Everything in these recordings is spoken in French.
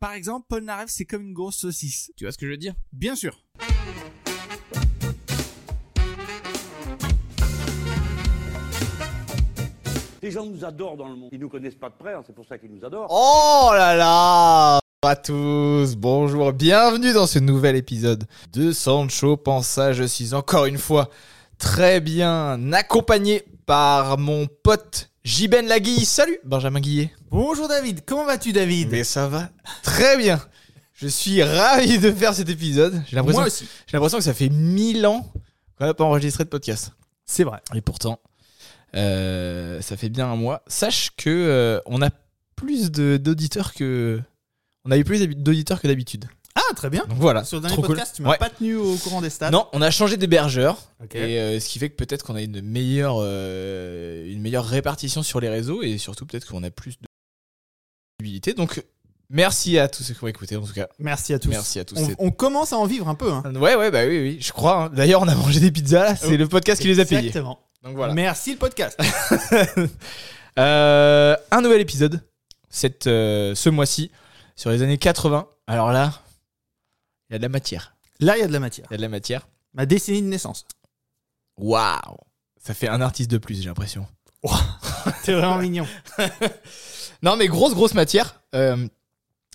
Par exemple, Paul Narev, c'est comme une grosse saucisse. Tu vois ce que je veux dire Bien sûr. Les gens nous adorent dans le monde. Ils nous connaissent pas de près, hein, c'est pour ça qu'ils nous adorent. Oh là là Bonjour à tous, bonjour, bienvenue dans ce nouvel épisode de Sancho Pensa. Je suis encore une fois très bien accompagné par mon pote Jiben Lagui. Salut Benjamin Guillet. Bonjour David, comment vas-tu David Mais ça va très bien. Je suis ravi de faire cet épisode. J'ai l'impression, Moi que- aussi. j'ai l'impression que ça fait mille ans qu'on n'a pas enregistré de podcast. C'est vrai. Et pourtant, euh, ça fait bien un mois. Sache que euh, on a plus de- d'auditeurs que on a eu plus d'habi- d'auditeurs que d'habitude. Ah, très bien. Donc voilà. Sur le dernier trop cool. podcast, tu m'as Ouais. pas tenu au courant des stats. Non, on a changé d'hébergeur Ok. et euh, ce qui fait que peut-être qu'on a une meilleure euh, une meilleure répartition sur les réseaux et surtout peut-être qu'on a plus de visibilité. Donc merci à tous ceux qui m'ont écouté en tout cas. Merci à tous. Merci à tous. On, C'est- on commence à en vivre un peu. Hein. Ouais ouais bah oui oui, je crois. hein. D'ailleurs, on a mangé des pizzas, là, c'est Oh. le podcast qui les a payés. Exactement. Donc voilà. Merci le podcast. Euh, un nouvel épisode cette, euh, ce mois-ci sur les années 80. Alors là, il y a de la matière. Là, il y a de la matière. Il y a de la matière. Ma décennie de naissance. Waouh Ça fait un artiste de plus, j'ai l'impression. C'est vraiment mignon. Non, mais grosse, grosse matière. Euh,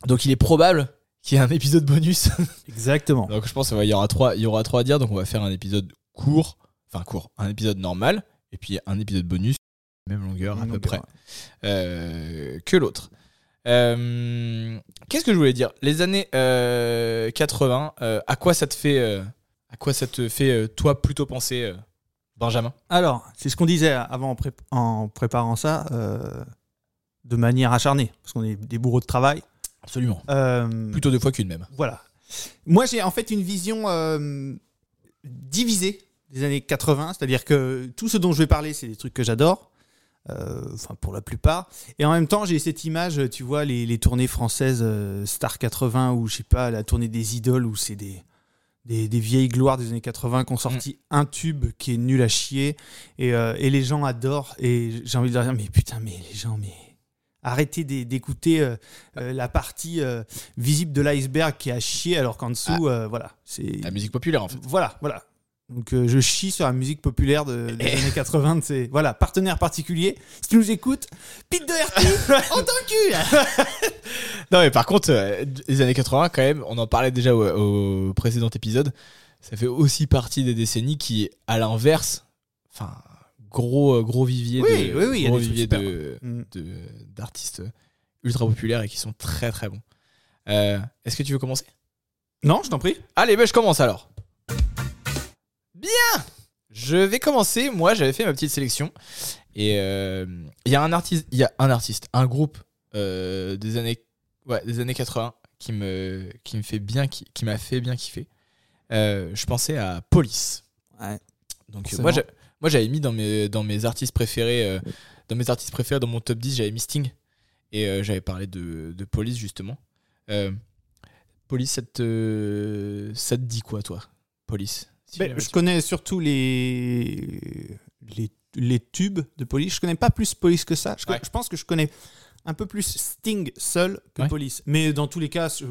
donc il est probable qu'il y ait un épisode bonus. Exactement. donc je pense qu'il y aura trois, il y aura trois à dire. Donc on va faire un épisode court, enfin court, un épisode normal et puis un épisode bonus, même longueur à Même peu longueur, près euh, que l'autre. Euh, Qu'est-ce que je voulais dire Les années euh, 80, euh, à quoi ça te fait, euh, à quoi ça te fait euh, toi plutôt penser, euh, Benjamin Alors, c'est ce qu'on disait avant en, prép- en préparant ça, euh, de manière acharnée, parce qu'on est des bourreaux de travail. Absolument. Euh, Plutôt deux fois qu'une même. Voilà. Moi, j'ai en fait une vision euh, divisée des années 80, c'est-à-dire que tout ce dont je vais parler, c'est des trucs que j'adore, euh, enfin pour la plupart. Et en même temps, j'ai cette image, tu vois, les, les tournées françaises euh, Star 80 ou je sais pas, la tournée des idoles où c'est des, des, des vieilles gloires des années 80 qui ont sorti un tube qui est nul à chier et, euh, et les gens adorent. Et j'ai envie de leur dire, mais putain, mais les gens, mais arrêtez d'é- d'écouter euh, euh, la partie. euh, visible de l'iceberg qui est à chier alors qu'en dessous euh, voilà c'est La musique populaire en fait. voilà voilà donc euh, je chie sur la musique populaire de, des années 80 de ces- voilà partenaire particulier si tu nous écoutes Pete Doherty on t'encule Non mais par contre, euh, les années 80 quand même, on en parlait déjà au, au précédent épisode, ça fait aussi partie des décennies qui, à l'inverse, enfin, gros, euh, gros vivier Oui, de, oui, oui, il y a gros des trucs vivier super, de- Mm. de- d'artistes ultra populaires et qui sont très très bons. Euh, Est-ce que tu veux commencer non je t'en prie Allez, ben je commence alors. Bien Je vais commencer, moi j'avais fait ma petite sélection. Et euh, il y a un artiste, il y a un artiste, un groupe euh, des années ouais, des années 80 qui me qui me fait bien qui, qui m'a fait bien kiffer. Euh, je pensais à Police. Ouais. Donc euh, Forcément. moi j'a- moi j'avais mis dans mes dans mes artistes préférés euh, dans mes artistes préférés dans mon top 10, j'avais mis Sting et euh, j'avais parlé de de Police justement. Euh, Police ça te ça te dit quoi toi Police Si Ben, jamais je tu- connais surtout les... les les tubes de Police je connais pas plus Police que ça je, Ouais. je pense que je connais un peu plus Sting seul que Ouais. Police mais dans tous les cas je-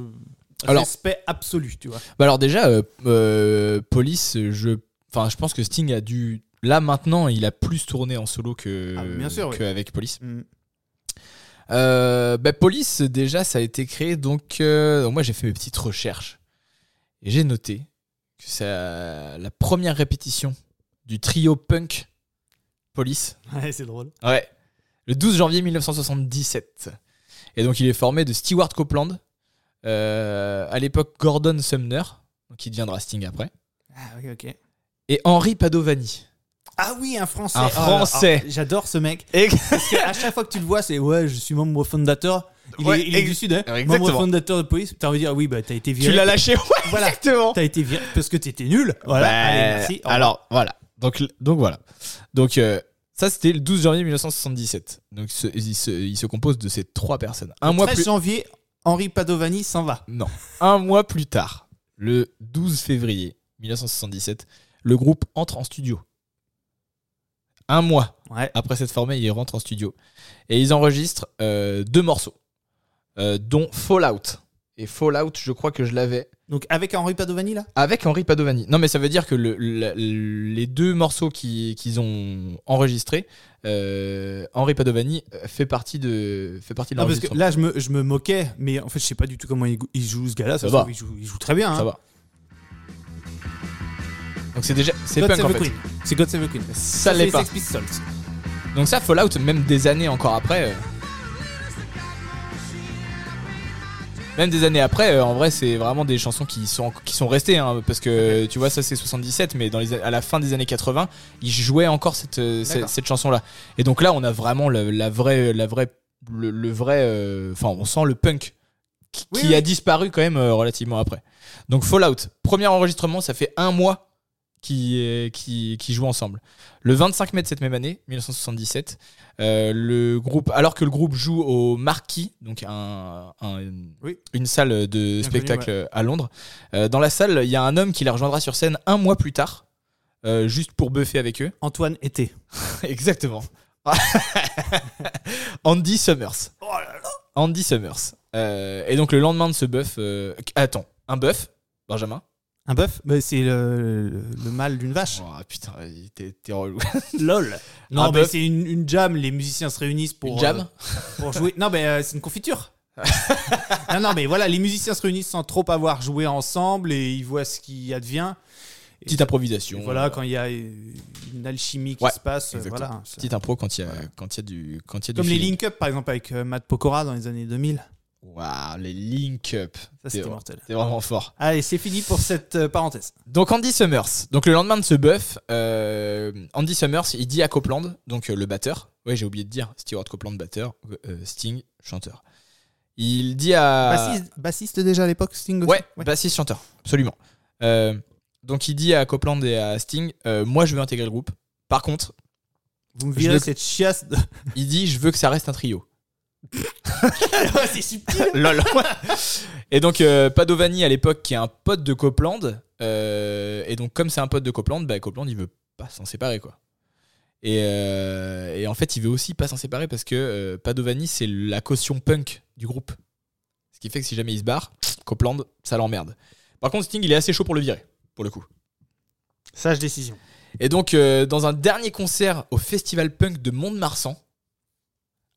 Alors- respect absolu tu vois Bah alors déjà, euh, euh, Police, je, enfin, je pense que Sting a dû, là maintenant, il a plus tourné en solo que, Ah, bien sûr, oui. qu'avec Police. Mm. Euh, bah, Police, déjà, ça a été créé, donc, euh, donc moi j'ai fait mes petites recherches et j'ai noté que ça, la première répétition du trio punk Police, ouais c'est drôle ouais, le 12 janvier 1977. Et donc il est formé de Stewart Copeland, euh, à l'époque Gordon Sumner, qui deviendra Sting après. ah oui ok et Henri Padovani. Ah oui, un français. Un Oh là là. Français. Ah, J'adore ce mec. Et- Parce que à chaque fois que tu le vois, c'est ouais, je suis membre fondateur. Il, Ouais, est, il est ex- du sud, hein. exactement. Membre fondateur de police. T'as envie de dire oui, bah t'as été viré. lâché, ouais, Voilà. exactement. T'as été viré parce que t'étais nul. Voilà. Bah, Allez, merci. Au revoir. Alors, voilà. Donc, donc voilà. Donc, euh, ça, c'était le 12 janvier 1977. Donc, ce- il, se, il se compose de ces trois personnes. Un mois 13 plus... janvier, Henri Padovani s'en va. Non. Un mois plus tard, le 12 février 1977, le groupe entre en studio. Un mois Ouais. après s'être formé, ils rentrent en studio. Et ils enregistrent euh, deux morceaux, euh, dont Fallout, et Fallout, je crois que je l'avais. Donc avec Henri Padovani là Avec Henri Padovani. Non, mais ça veut dire que le- la- les deux morceaux qui- qu'ils ont enregistrés, euh, Henri Padovani euh, fait partie de, fait partie de Non, parce que l'enregistrement. là je me, je me moquais, mais en fait je sais pas du tout comment il, go- il joue ce gars-là. Ça Ça se trouve, va. il, joue, il joue très bien. Ça hein. va. Donc c'est déjà. C'est God punk Save en the fait. Queen. C'est God Save the Queen. Ça c'est l'est les pas. Sex Pistols. Donc ça, Fallout, même des années encore après. euh, Même des années après, euh, en vrai, c'est vraiment des chansons qui sont, qui sont restées. hein, parce que tu vois, ça c'est 77, mais dans les, a- à la fin des années 80, ils jouaient encore cette, euh, cette, D'accord. cette chanson-là. Et donc là, on a vraiment la, la vraie. La vraie le, le vrai. euh, Enfin, on sent le punk qui, Oui, qui oui. a disparu quand même euh, relativement après. Donc Fallout, premier enregistrement, ça fait un mois qui, euh, qui, qui jouent ensemble. Le 25 mai de cette même année, 1977, euh, le groupe, alors que le groupe joue au Marquis, donc un, un- Oui. une salle de connu, spectacle à Londres, euh, dans la salle, il y a un homme qui les rejoindra sur scène un mois plus tard, euh, juste pour buffer avec eux. Antoine Été. Exactement. Andy Summers. Andy Summers. Euh, et donc le lendemain de ce bœuf... euh, attends, un bœuf, Benjamin Un bœuf Bah, C'est le, le, le mâle d'une vache. Oh, putain, t'es t'es relou. LOL. Non, Un mais bœuf. c'est une, une jam. Les musiciens se réunissent pour. Une jam euh, Pour jouer. Non, mais euh, c'est une confiture. non, non, mais voilà, les musiciens se réunissent sans trop avoir joué ensemble et ils voient ce qui advient. Et Petite improvisation. Voilà, quand il y a euh, une alchimie qui Ouais, se passe, euh, exactement. voilà. ça- Petite impro quand il y a, quand il y a du, quand il y a du Comme les feeling. Link Up, par exemple, avec euh, Matt Pokora dans les années 2000. Waouh, les link up. Ça, C'est c'était vrai. mortel. C'est vraiment fort. Allez, c'est fini pour cette euh, parenthèse. Donc Andy Summers. Donc le lendemain de ce bœuf, euh, Andy Summers, il dit à Copeland, donc euh, le batteur. Ouais, j'ai oublié de dire, Stewart Copeland, batteur, euh, euh, Sting, chanteur. Il dit à. Bassiste, bassiste déjà à l'époque, Sting aussi Euh, Ouais, Bah, bassiste chanteur, absolument. Euh, donc il dit à Copeland et à Sting, euh, moi je veux intégrer le groupe. Par contre, Vous me Je virez le- cette chiasse. De... il dit je veux que ça reste un trio. c'est subtil. Lol. et donc euh, Padovani à l'époque qui est un pote de Copland. euh, et donc comme c'est un pote de Copland, bah, Copland il veut pas s'en séparer quoi. Et, euh, et en fait il veut aussi pas s'en séparer parce que euh, Padovani c'est la caution punk du groupe. Ce qui fait que si jamais il se barre, Copland ça l'emmerde. Par contre Sting il est assez chaud pour le virer pour le coup. Sage décision. Et donc, euh, dans un dernier concert au Festival Punk de Mont-de-Marsan,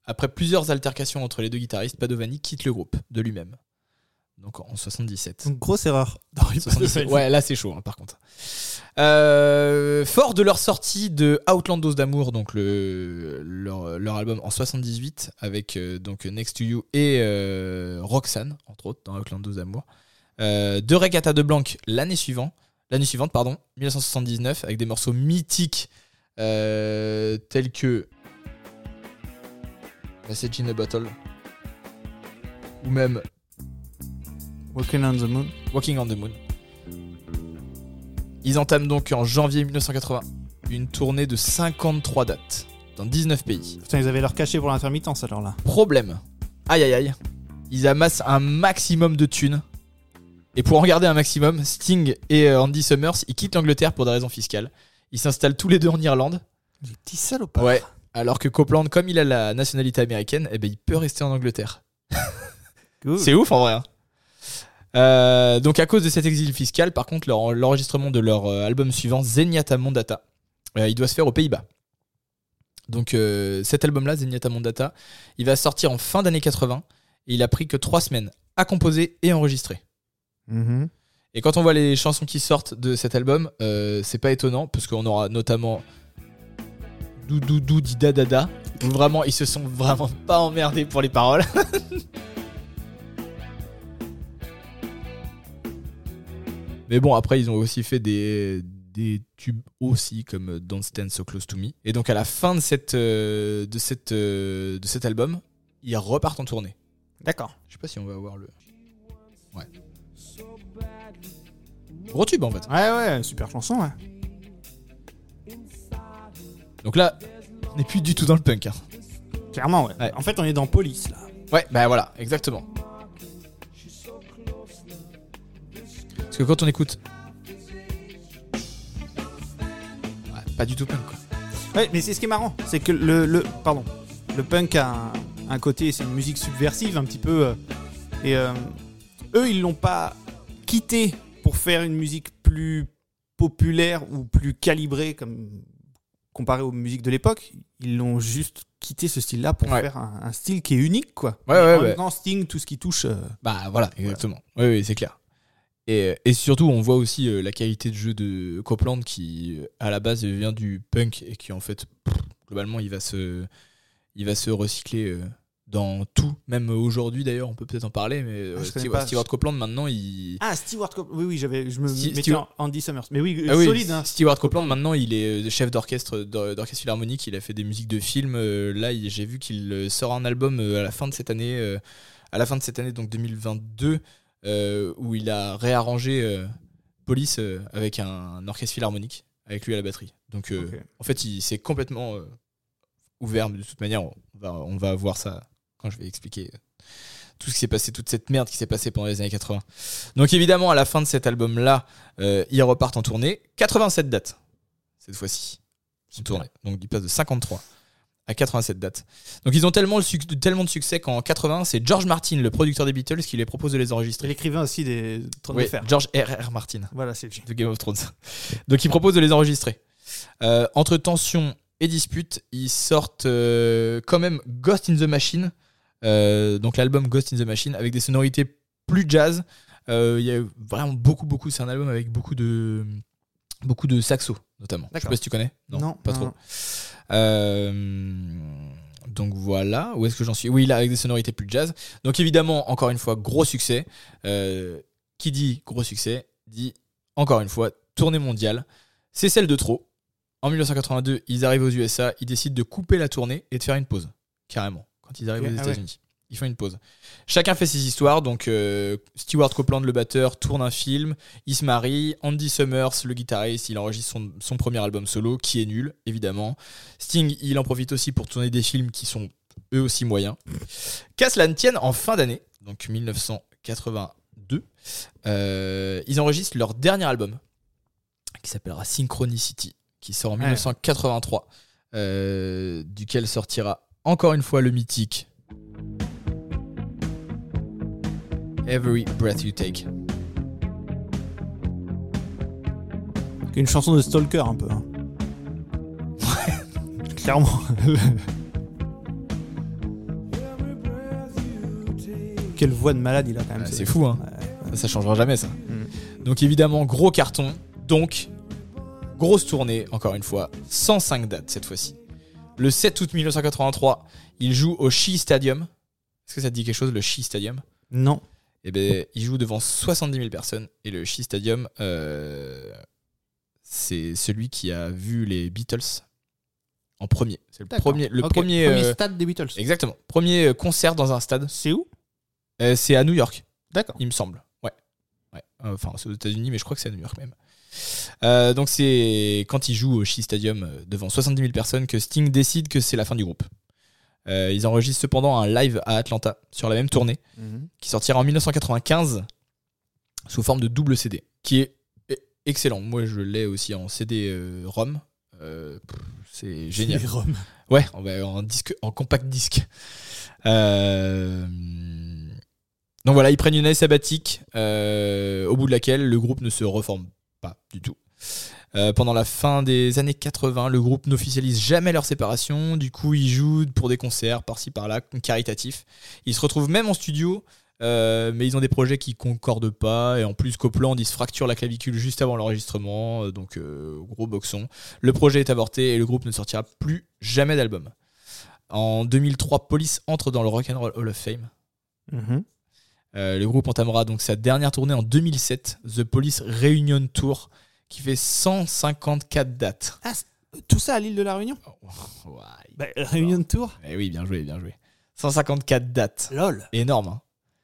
après plusieurs altercations entre les deux guitaristes, Padovani quitte le groupe de lui-même. Donc en 77. Donc, grosse erreur. 77. Ouais, là c'est chaud hein, par contre. Euh, fort de leur sortie de Outlandos d'amour, donc le, leur, leur album en 78 avec euh, donc Next to You et euh, Roxane entre autres dans Outlandos d'amour. Euh, de Regatta de Blanc l'année suivante, l'année suivante pardon, 1979 avec des morceaux mythiques euh, tels que Message in a Bottle ou même Walking on the Moon. Walking on the Moon. Ils entament donc en janvier 1980 une tournée de 53 dates dans 19 pays. Putain, ils avaient leur cachet pour l'intermittence alors là. Problème. Aïe aïe aïe. Ils amassent un maximum de thunes. Et pour en garder un maximum, Sting et euh, Andy Summers, ils quittent l'Angleterre pour des raisons fiscales. Ils s'installent tous les deux en Irlande. Des petits salopards. Ouais. Alors que Copeland, comme il a la nationalité américaine, eh ben, il peut rester en Angleterre. Cool. C'est ouf en vrai. hein. Euh, donc à cause de cet exil fiscal, par contre, leur- l'enregistrement de leur euh, album suivant, Zenyatta Mondata, euh, il doit se faire aux Pays-Bas. Donc euh, cet album-là, Zenyatta Mondata, il va sortir en fin d'année 80 et il a pris que trois semaines à composer et enregistrer. Mhm. Et quand on voit les chansons qui sortent de cet album, euh, c'est pas étonnant parce qu'on aura notamment Doudou Doudou Dida Dada. Où vraiment, ils se sont vraiment pas emmerdés pour les paroles. Mais bon, après, ils ont aussi fait des, des tubes aussi comme Don't Stand So Close to Me. Et donc, à la fin de, cette, euh, de, cette, euh, de cet album, ils repartent en tournée. D'accord. Je sais pas si on va avoir le. Ouais. Gros tube en fait. Ouais, ouais, super chanson, ouais. Donc là, on n'est plus du tout dans le punk. hein. Clairement, ouais. Ouais. En fait, on est dans Police là. Ouais, bah voilà, exactement. Parce que quand on écoute. Ouais, pas du tout punk quoi. Ouais, mais c'est ce qui est marrant, c'est que le, le pardon, le punk a un, un côté, c'est une musique subversive un petit peu, euh, et euh, eux, ils l'ont pas quitté pour faire une musique plus populaire ou plus calibrée comme comparé aux musiques de l'époque. Ils l'ont juste quitté ce style-là pour Ouais. faire un, un style qui est unique, quoi. Ouais, ouais, en ouais. même temps, Sting, tout ce qui touche. euh, Bah voilà, exactement. Oui, oui, c'est clair. Et, et surtout, on voit aussi euh, la qualité de jeu de Copland qui, euh, à la base, vient du punk et qui, en fait, pff, globalement, il va se, il va se recycler euh, dans tout. Même aujourd'hui, d'ailleurs, on peut peut-être en parler, mais euh, Ah, je connais Steve- pas. Stewart Copeland, maintenant, il. Ah, Stewart Copeland. Oui, oui, j'avais, je me Sti- mettais Stewart- en Andy Summers. Mais oui, Ah oui, solide. hein. Stewart Copeland, maintenant, il est euh, chef d'orchestre d'or- d'orchestre philharmonique. Il a fait des musiques de films. Euh, Là, il- j'ai vu qu'il euh, sort un album euh, à la fin de cette année, euh, à la fin de cette année, donc 2022, euh, où il a réarrangé euh, Police euh, avec un, orchestre philharmonique avec lui à la batterie. Donc, euh, Ok. en fait, il s'est complètement euh, ouvert. Mais de toute manière, on va, on va voir ça quand je vais expliquer euh, tout ce qui s'est passé, toute cette merde qui s'est passée pendant les années 80. Donc évidemment, à la fin de cet album-là, euh, ils repartent en tournée. 87 dates, cette fois-ci. Ils tournée. Donc ils passent de 53 à 87 dates. Donc ils ont tellement, le suc- tellement de succès qu'en 80, c'est George Martin, le producteur des Beatles, qui les propose de les C'est enregistrer. l'écrivain aussi des Trônes Oui, de Fer. George R.R. Martin Voilà, c'est le de Game of Thrones. Donc ils proposent de les enregistrer. Euh, entre tension et dispute, ils sortent euh, quand même Ghost in the Machine, euh, donc l'album Ghost in the Machine, avec des sonorités plus jazz. Euh, Il y a vraiment beaucoup, beaucoup. C'est un album avec beaucoup de beaucoup de saxo, notamment. Je sais D'accord. pas si tu connais. Non, pas non, trop. non. Euh, donc voilà, où est-ce que j'en suis Oui, là, avec des sonorités plus jazz. Donc évidemment, encore une fois, gros succès. Euh, qui dit gros succès dit encore une fois tournée mondiale. C'est celle de trop. En 1982, ils arrivent aux USA, ils décident de couper la tournée et de faire une pause, carrément. Quand ils arrivent Ok, aux ah ouais. États-Unis, ils font une pause. Chacun fait ses histoires. Donc euh, Stewart Copeland, le batteur, tourne un film. Il se marie. Andy Summers, le guitariste, il enregistre son, son premier album solo, qui est nul, évidemment. Sting, il en profite aussi pour tourner des films qui sont eux aussi moyens. Qu'à cela ne tienne, en fin d'année, donc 1982, euh, ils enregistrent leur dernier album, qui s'appellera Synchronicity, qui sort en Ouais. 1983, euh, duquel sortira encore une fois le mythique Every Breath You Take. Une chanson de Stalker un peu. hein. Clairement. Quelle voix de malade il a quand même. Ah, ce- c'est fou, hein. Ça, ça changera jamais, ça. Donc, évidemment, gros carton. Donc, grosse tournée, encore une fois. 105 dates cette fois-ci. Le 7 août 1983, il joue au Shea Stadium. Est-ce que ça te dit quelque chose, le Shea Stadium Non. Eh ben, il joue devant 70 000 personnes. Et le Shea Stadium, euh, c'est celui qui a vu les Beatles en premier. C'est le premier, le Ok, premier, euh, stade des Beatles. exactement, premier euh, concert dans un stade. C'est où Euh, c'est à New York. D'accord. Il me semble. Ouais. Ouais. Euh, Enfin, c'est aux États-Unis, mais je crois que c'est à New York même. Euh, donc, c'est quand il joue au Shea Stadium euh, devant 70 000 personnes que Sting décide que c'est la fin du groupe. Euh, ils enregistrent cependant un live à Atlanta sur la même tournée qui sortira en 1995 sous forme de double CD, qui est e- excellent. Moi, je l'ai aussi en euh, CD-ROM. Euh, c'est génial. Les Roms. Ouais, on va en disque, en compact disque. Euh, Donc voilà, ils prennent une année sabbatique euh, au bout de laquelle le groupe ne se reforme pas du tout. Euh, pendant la fin des années 80, le groupe n'officialise jamais leur séparation. Du coup, ils jouent pour des concerts par-ci par-là, caritatifs. Ils se retrouvent même en studio, euh, mais ils ont des projets qui concordent pas. Et en plus, Copland, il se fracture la clavicule juste avant l'enregistrement. euh, Donc, euh, gros boxon. Le projet est avorté et le groupe ne sortira plus jamais d'album. En 2003, Police entre dans le Rock'n'Roll Hall of Fame. Mhm. Euh, le groupe entamera donc sa dernière tournée en 2007, The Police Reunion Tour, qui fait 154 dates. Tout ça à l'île de la Réunion Ouais. bah, Réunion Tour Eh oui, bien joué, bien joué. 154 dates. LOL. Énorme. hein.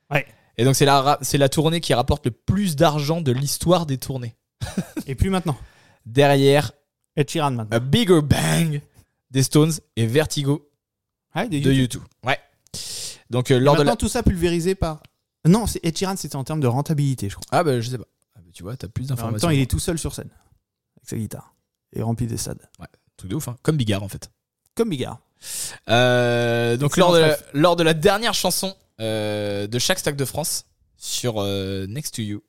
Ouais. Et donc c'est la, ra- c'est la tournée qui rapporte le plus d'argent de l'histoire des tournées. Et plus maintenant. Derrière Ed Sheeran maintenant. A Bigger Bang des Stones et Vertigo Ouais, des Euh, de YouTube. YouTube. Ouais. Donc euh, lors de Maintenant, la... tout ça pulvérisé par. Non, c'est Ed Sheeran, c'était en termes de rentabilité, je crois. Ah bah je sais pas. Ah, bah, tu vois, t'as plus Mais En d'informations. même temps, il est tout seul sur scène avec sa guitare et rempli des stades. Truc de ouf, hein. comme Bigard en fait. Comme Bigard. Euh, donc lors de, Excellent la, lors de la dernière chanson euh, de chaque Stack de France sur euh, Next to You.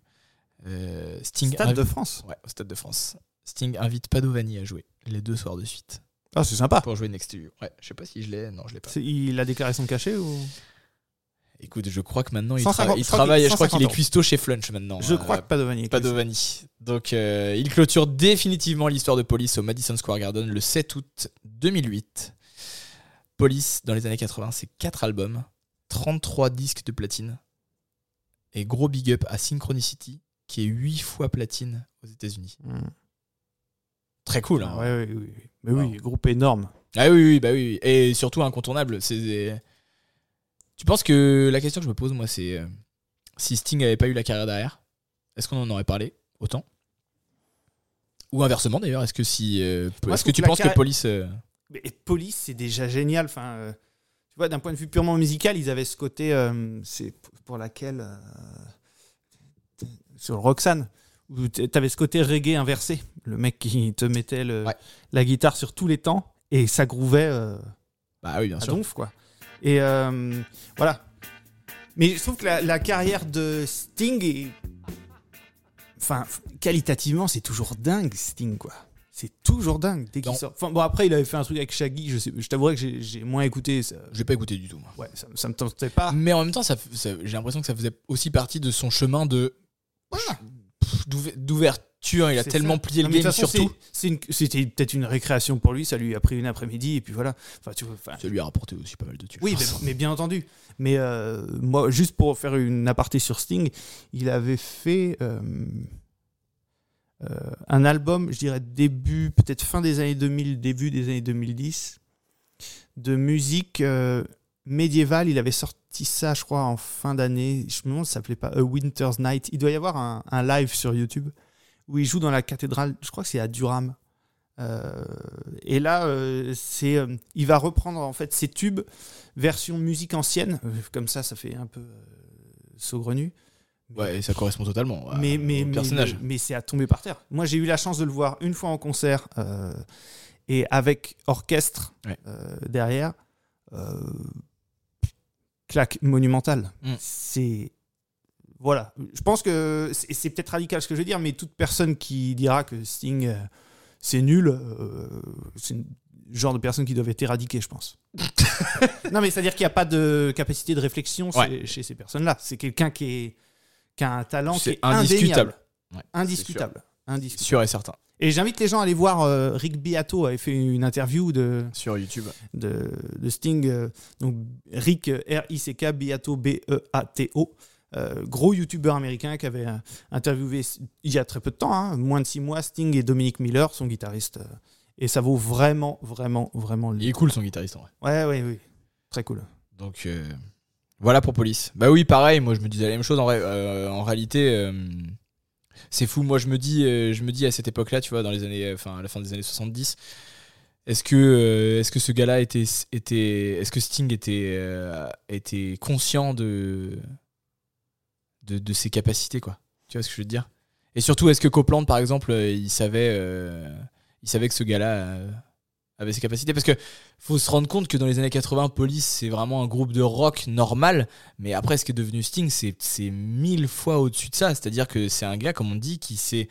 Euh, Sting Stade invi- de France. Ouais, au Stade de France. Sting invite Padovani à jouer les deux soirs de suite Ah, c'est sympa. pour jouer Next to You. Ouais, je sais pas si je l'ai. Non, je l'ai pas. C'est- Il a déclaré son cachet ou Écoute, je crois que maintenant il, 150 trava- je il crois qu'il- travaille. Je crois qu'il est 150. cuistot chez Flunch maintenant. Je euh, crois que Padovani. est classé. Padovani. Donc, euh, il clôture définitivement l'histoire de Police au Madison Square Garden le 7 août 2008. Police, dans les années 80, c'est 4 albums, 33 disques de platine. Et gros big up à Synchronicity, qui est 8 fois platine aux États-Unis. Hmm. Très cool. hein. Ah, ouais, ouais, ouais, ouais. Mais oui, groupe énorme. Ah oui, oui, bah oui. oui. Et surtout incontournable. C'est. des- Tu penses que la question que je me pose, moi, c'est euh, si Sting avait pas eu la carrière derrière, est-ce qu'on en aurait parlé autant Ou inversement d'ailleurs, est-ce que si, euh, p- Moi, je est-ce que trouve que tu la penses que carrière- Police, euh, Mais et Police, c'est déjà génial. Enfin, euh, tu vois, d'un point de vue purement musical, ils avaient ce côté, euh, c'est p- pour laquelle euh, sur le Roxanne, où t- t'avais ce côté reggae inversé, le mec qui te mettait le- Ouais. la guitare sur tous les temps et ça grouvait euh, bah oui, bien à sûr. donf, Ah, quoi. Et euh, voilà. Mais je trouve que la, la carrière de Sting est, enfin, f- qualitativement, c'est toujours dingue, Sting, quoi. C'est toujours dingue dès qu'il Non. sort. Enfin, bon, après, il avait fait un truc avec Shaggy. Je, sais, je t'avouerai que j'ai- j'ai moins écouté. Ça, Je l'ai pas écouté du tout. moi. ouais, ça, ça me tentait pas. Mais en même temps, ça, f- ça- j'ai l'impression que ça faisait aussi partie de son chemin de Voilà. Pff, d'ouver- d'ouverture. Il a C'est tellement ça. plié le Non, mais de game toute façon, surtout. c'est- c'est une- C'était peut-être une récréation pour lui. Ça lui a pris une après-midi et puis voilà. Enfin, tu vois. enfin, Ça lui a rapporté aussi pas mal de thunes. Oui, je mais, pense. mais bien entendu. Mais euh, moi, juste pour faire une aparté sur Sting, il avait fait euh, euh, un album, je dirais début, peut-être fin des années 2000, début des années 2010, de musique euh, médiévale. Il avait sorti ça, je crois, en fin d'année. Je me demande si ça s'appelait pas A Winter's Night. Il doit y avoir un, un live sur YouTube où il joue dans la cathédrale, je crois que c'est à Durham. Euh, et là, euh, c'est, euh, il va reprendre en fait ses tubes version musique ancienne. Euh, Comme ça, ça fait un peu euh, saugrenu. Ouais, et ça correspond totalement. à- mais mais, au mais, personnage. mais c'est à tomber par terre. Moi, j'ai eu la chance de le voir une fois en concert euh, et avec orchestre Ouais. euh, derrière. Euh, claque monumentale. Mm. C'est. Voilà. Je pense que c'est c'est peut-être radical ce que je veux dire, mais toute personne qui dira que Sting, euh, c'est nul, euh, c'est le genre de personne qui doivent être éradiquées, je pense. non, mais c'est-à-dire qu'il n'y a pas de capacité de réflexion chez- Ouais. chez ces personnes-là. C'est quelqu'un qui, est- qui a un talent qui C'est est indiscutable. indéniable. Ouais, c'est Indiscutable. sûr. Indiscutable. Sûr et certain. Et j'invite les gens à aller voir euh, Rick Beato avait fait une interview de, Sur YouTube. de, de Sting. euh, donc Rick, euh, R-I-C-K, Beato, B-E-A-T-O. euh, gros youtubeur américain qui avait euh, interviewé s- il y a très peu de temps, hein, moins de six mois, Sting et Dominic Miller, son guitariste. euh, et ça vaut vraiment, vraiment, vraiment le. Il est cool son guitariste en vrai. Ouais, ouais, oui. Très cool. Donc euh, voilà pour Police. Bah oui, pareil, moi je me disais la même chose en, vrai. Euh, en réalité. euh, c'est fou, moi je me dis, euh, je me dis à cette époque-là, tu vois, dans les années, euh, enfin à la fin des années 70, est-ce que, euh, est-ce que ce gars-là était, était, est-ce que Sting était, euh, était conscient de, de, de ses capacités, quoi. Tu vois ce que je veux te dire Et surtout, est-ce que Copeland, par exemple, euh, il savait, euh, il savait que ce gars-là euh, avait ses capacités Parce que faut se rendre compte que dans les années 80, Police, c'est vraiment un groupe de rock normal. Mais après, ce qui est devenu Sting, c'est c'est mille fois au-dessus de ça. C'est-à-dire que c'est un gars, comme on dit, qui, s'est-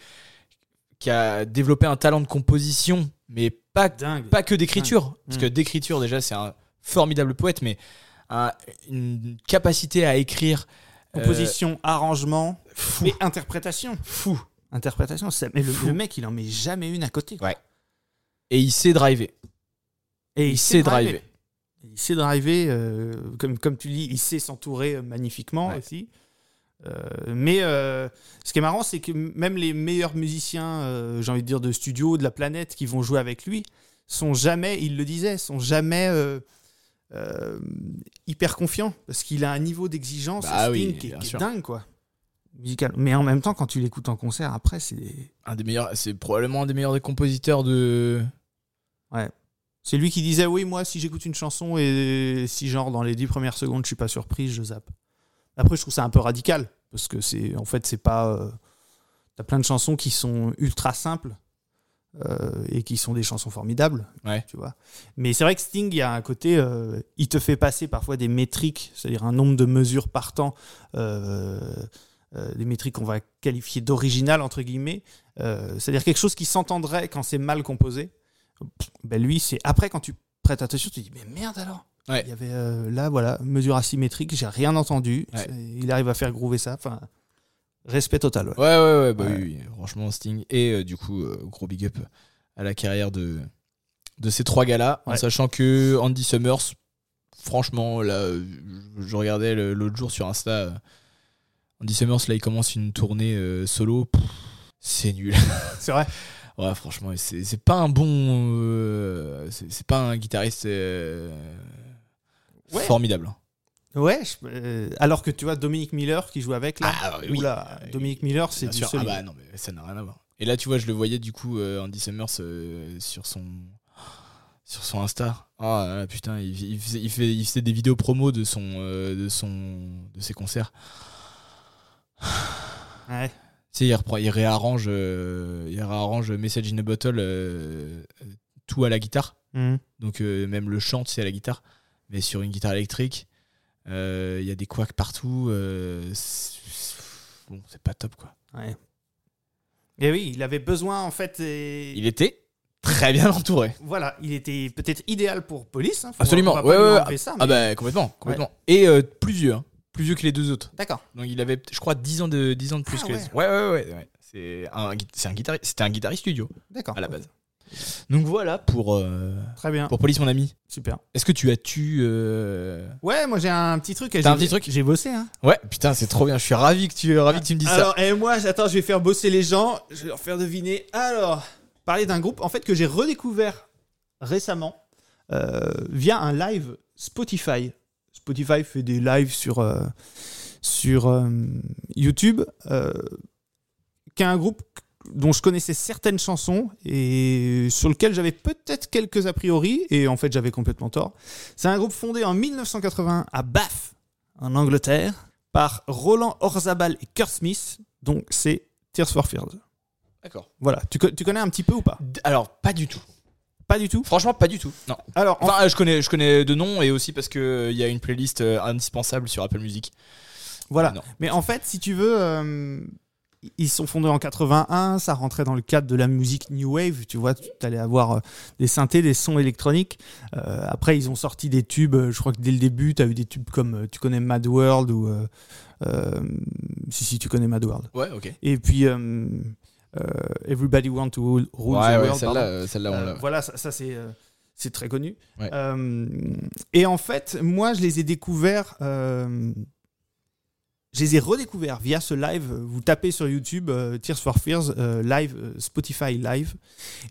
qui a développé un talent de composition, mais pas, Dingue. pas que d'écriture. Parce Mm. que d'écriture, déjà, c'est un formidable poète, mais un- une capacité à écrire. euh, Composition, arrangement. fou. Mais interprétation. Fou. Interprétation. ça- mais le, Fou. le mec, il en met jamais une à côté. quoi. Ouais. Et il sait driver. Et il sait driver. Il sait driver, euh, comme, comme tu dis, il sait s'entourer euh, magnifiquement Ouais. aussi. Euh, mais euh, ce qui est marrant, c'est que même les meilleurs musiciens, euh, j'ai envie de dire, de studio, de la planète, qui vont jouer avec lui, sont jamais, il le disait, sont jamais euh, euh, hyper confiants. Parce qu'il a un niveau d'exigence Bah Sting, oui, qui, est- bien qui est sûr. dingue, quoi. Musical. Mais en même temps, quand tu l'écoutes en concert, après, c'est. Un des meilleurs, c'est probablement un des meilleurs des compositeurs de. C'est lui qui disait oui moi si j'écoute une chanson et si genre dans les dix premières secondes je suis pas surpris je zappe. Après je trouve ça un peu radical parce que c'est en fait c'est pas euh, t'as plein de chansons qui sont ultra simples euh, et qui sont des chansons formidables. Ouais. Tu vois. Mais c'est vrai que Sting, il y a un côté, euh, il te fait passer parfois des métriques, c'est-à-dire un nombre de mesures par temps, euh, euh, des métriques qu'on va qualifier d'original entre guillemets, euh, c'est-à-dire quelque chose qui s'entendrait quand c'est mal composé. Pff, Ben lui, c'est après quand tu prêtes attention, tu te dis mais merde alors. Ouais. Il y avait euh, là voilà mesure asymétrique, j'ai rien entendu. Ouais. C'est- Il arrive à faire groover ça. Enfin, respect total. ouais. Ouais, ouais, ouais, bah Ouais. oui, oui, franchement, Sting. Et euh, du coup, euh, gros big up à la carrière de, de ces trois gars-là, en Ouais. sachant que Andy Summers, franchement, là, euh, je je regardais le- l'autre jour sur Insta, euh, Andy Summers, là, il commence une tournée euh, solo. Pff, C'est nul. C'est vrai. Ouais, franchement, c'est c'est pas un bon. euh, c'est c'est pas un guitariste euh, Ouais. formidable. Ouais. je- euh, alors que tu vois Dominique Miller qui joue avec là. Ah, oui. Oula, Euh, Dominique Miller, c'est Bien du sûr. Ah solide. bah non, mais ça n'a rien à voir. Et là, tu vois, je le voyais du coup, euh, Andy Summers euh, sur son sur son Insta. Ah là là, putain, il, il faisait, il fait- il faisait des vidéos promo de son euh, de son de ses concerts. Ouais. Tu sais, il reprend, il réarrange, euh, il réarrange Message in a Bottle euh, euh, tout à la guitare. Mhm. Donc euh, même le chant, c'est à la guitare, mais sur une guitare électrique. Euh, Il y a des couacs partout. euh, c'est- bon, c'est pas top quoi. Ouais. Et oui, il avait besoin en fait. et- Il était très bien entouré. Voilà, il était peut-être idéal pour police. hein, faut- Absolument, on va pas ouais, lui ouais, enlever ça, mais- Ah bah complètement, complètement. Et euh, plus vieux, hein. plus vieux que les deux autres. D'accord. Donc il avait, je crois, 10 ans de, 10 ans de plus Ah que les ouais. autres. Ouais, ouais, ouais. ouais. C'est un, gui- c'est un guitariste, c'était un guitariste studio D'accord. à la base. Donc voilà pour euh, Très bien. pour Police mon ami. Super. Est-ce que tu as tu euh, Ouais, moi j'ai un petit truc. T'as un petit truc J'ai bossé. Hein. Ouais, putain, c'est trop bien. Je suis ravi que tu ravi que tu me dises ça. Alors, et moi, attends, je vais faire bosser les gens. Je vais leur faire deviner. Alors, parler d'un groupe en fait que j'ai redécouvert récemment euh, via un live Spotify. Spotify fait des lives sur euh, sur euh, YouTube. Euh, qui est un groupe dont je connaissais certaines chansons et sur lequel j'avais peut-être quelques a priori et en fait j'avais complètement tort. C'est un groupe fondé en 1981 à Bath en Angleterre par Roland Orzabal et Kurt Smith. Donc c'est Tears for Fears. D'accord. Voilà, tu, co- tu connais un petit peu ou pas D- Alors pas du tout. Pas du tout. Franchement, pas du tout. Non. Alors en- Enfin, euh, je connais, je connais de nom et aussi parce que euh, il y a une playlist euh, indispensable sur Apple Music. voilà. Non. Mais en fait, si tu veux, euh, ils sont fondés en 81, ça rentrait dans le cadre de la musique New Wave, tu vois, tu allais avoir euh, des synthés, des sons électroniques. Euh, après, ils ont sorti des tubes, euh, je crois que dès le début, tu as eu des tubes comme, euh, tu connais Mad World ou... euh, euh, si, si, tu connais Mad World. Ouais, ok. Et puis, euh, euh, Everybody Want to Rule Rule the World. pardon. euh, celle-là, on Euh, l'a. voilà, ça, ça, c'est euh, c'est très connu. Ouais. Euh, et en fait, moi, je les ai découverts. euh, je les ai redécouverts via ce live. Vous tapez sur YouTube euh, Tears for Fears euh, live euh, Spotify live,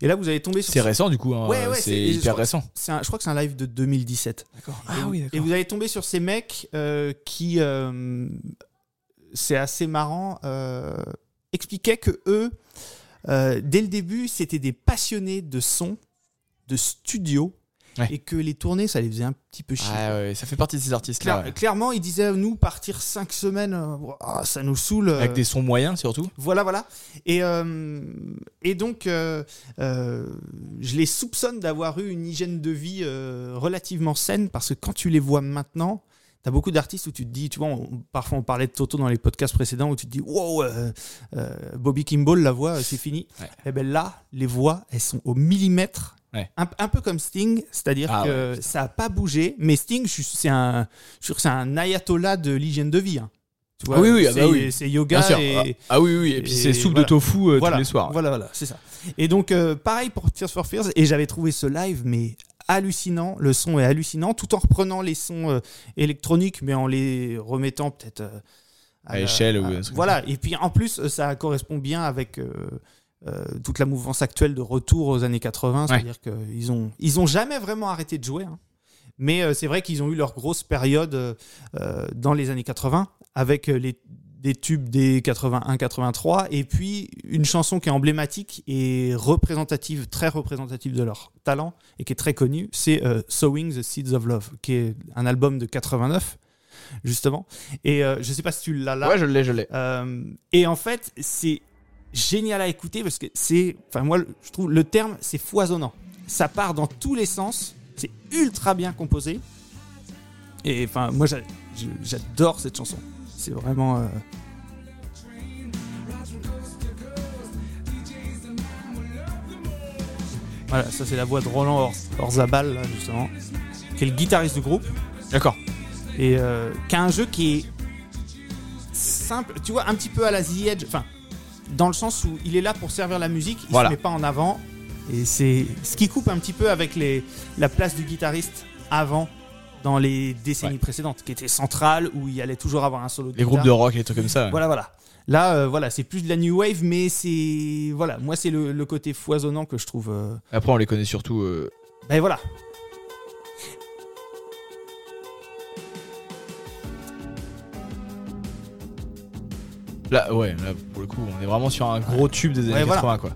et là vous allez tomber sur. C'est récent du coup, hein, Ouais, ouais, c'est c'est- et je hyper crois- récent. c'est un- je crois que c'est un live de 2017. Ah Et- Et vous allez tomber sur ces mecs euh, qui, euh, c'est assez marrant, euh, expliquaient que eux, euh, dès le début, c'était des passionnés de son, de studio, Ouais. et que les tournées, ça les faisait un petit peu chier. Ah ouais, ça fait partie de ces Claire- artistes-là. ouais. Clairement, ils disaient, nous, partir cinq semaines, euh, ouah, ça nous saoule. euh, Avec des sons moyens surtout. voilà, voilà. Et, euh, et donc, euh, euh, je les soupçonne d'avoir eu une hygiène de vie euh, relativement saine parce que quand tu les vois maintenant, t'as beaucoup d'artistes où tu te dis, tu vois, on- parfois on parlait de Toto dans les podcasts précédents où tu te dis, wow, euh, euh, Bobby Kimball, la voix, euh, c'est fini. Ouais. Et bien là, les voix, elles sont au millimètre. Ouais. Un, un peu comme Sting, c'est-à-dire Ah que ça n'a pas bougé. Mais Sting, je suis- c'est un, je suis sûr que c'est un ayatollah de l'hygiène de vie. hein. Tu vois, Ah oui, oui, ah c'est bah oui. c'est yoga Bien sûr. et, ah, ah oui, oui, et puis et c'est soupe voilà. de tofu euh, voilà, tous les soirs. Voilà, voilà, c'est ça. Et donc, euh, pareil pour Tears for Fears, et j'avais trouvé ce live, mais hallucinant, le son est hallucinant, tout en reprenant les sons euh, électroniques, mais en les remettant peut-être euh, À la- échelle ou à- un truc comme Voilà, et puis en plus, euh, ça correspond bien avec euh, euh, toute la mouvance actuelle de retour aux années 80, c'est-à-dire qu'ils ont, ils ont jamais vraiment arrêté de jouer. hein. Mais euh, c'est vrai qu'ils ont eu leur grosse période euh, euh, dans les années 80 avec euh, les, des tubes des 81-83 et puis une chanson qui est emblématique et représentative, très représentative de leur talent et qui est très connue, c'est euh, Sowing the Seeds of Love, qui est un album de 89 justement. Et euh, je sais pas si tu l'as là. Ouais, je l'ai, je l'ai. Euh, et en fait, c'est génial à écouter parce que c'est, enfin moi, le- je trouve le terme, c'est foisonnant. Ça part dans tous les sens, c'est ultra bien composé. Et enfin, moi, j'a- je- j'adore cette chanson. C'est vraiment. euh, Voilà, ça c'est la voix de Roland Orz- Orzabal, là, justement, qui est le guitariste du groupe D'accord. et euh, qui a un jeu qui est simple, tu vois, un petit peu à la The Edge, enfin, dans le sens où il est là pour servir la musique, il Voilà. se met pas en avant, et c'est ce qui coupe un petit peu avec les, la place du guitariste avant dans les décennies Ouais. précédentes, qui était centrale, où il allait toujours avoir un solo de Les groupes guitare. de rock et les trucs comme ça. ouais. Voilà, voilà. Là, euh, voilà, c'est plus de la new wave, mais c'est voilà, moi c'est le, le côté foisonnant que je trouve. euh, Après, on les connaît surtout. euh, ben voilà. Là, ouais, là, pour le coup, on est vraiment sur un gros tube des années Ouais, voilà. 80, quoi.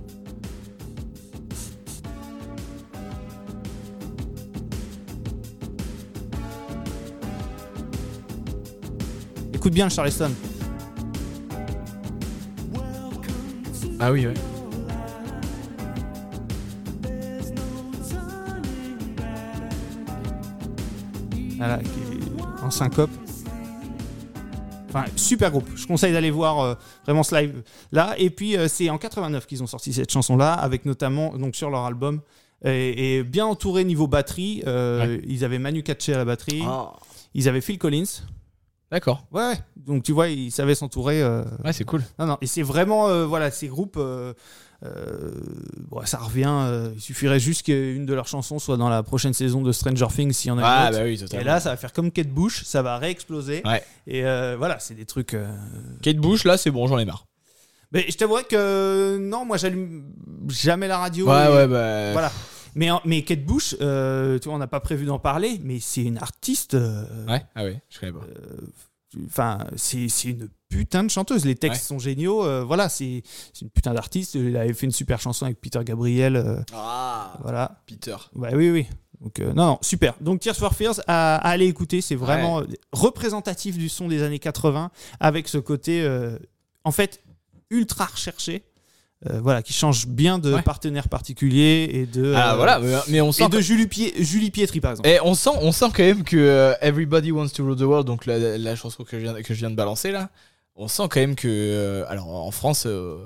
Écoute bien le Charleston. Ah oui, ouais. voilà, qui est en syncope. Enfin, super groupe. Je conseille d'aller voir euh, vraiment ce live là. Et puis, euh, c'est en 89 qu'ils ont sorti cette chanson là, avec notamment donc sur leur album. Et, et bien entouré niveau batterie. euh, Ils avaient Manu Katché à la batterie. Ils avaient Phil Collins. D'accord. Ouais, ouais. Donc, tu vois, ils savaient s'entourer. euh, Ouais, c'est cool. non, non. Et c'est vraiment, euh, voilà, ces groupes, euh, euh, bon, ça revient. euh, il suffirait juste qu'une de leurs chansons soit dans la prochaine saison de Stranger Things, s'il y en a une Ah, autre. bah oui, Et totalement. là, ça va faire comme Kate Bush, ça va réexploser. Ouais. Et euh, voilà, c'est des trucs. euh, Kate Bush, là, c'est bon, j'en ai marre. Mais je t'avouerais que euh, non, moi, j'allume jamais la radio. Ouais, Et- ouais, bah. Voilà. Mais, en- mais Kate Bush, euh, tu vois, on n'a pas prévu d'en parler, mais c'est une artiste. euh, Ouais, ah ouais, je connais pas. Enfin, c'est c'est une putain de chanteuse. Les textes sont géniaux. euh, voilà, c'est c'est une putain d'artiste. Elle avait fait une super chanson avec Peter Gabriel. euh, Ah, Voilà. Peter. Ouais, oui, oui. Donc, euh, non, non, super. Donc, Tears for Fears, à, à aller écouter, c'est vraiment euh, représentatif du son des années 80, avec ce côté, euh, en fait, ultra recherché, euh, voilà, qui change bien de Ouais. partenaire particulier et de. Ah, euh, voilà, mais, mais on Et sent. de Julie, Pié- Julie Pietri, par exemple. Et on sent, on sent quand même que euh, Everybody Wants to Rule the World, donc la, la chanson que je, viens, que je viens de balancer là, on sent quand même que, euh, alors en France, euh,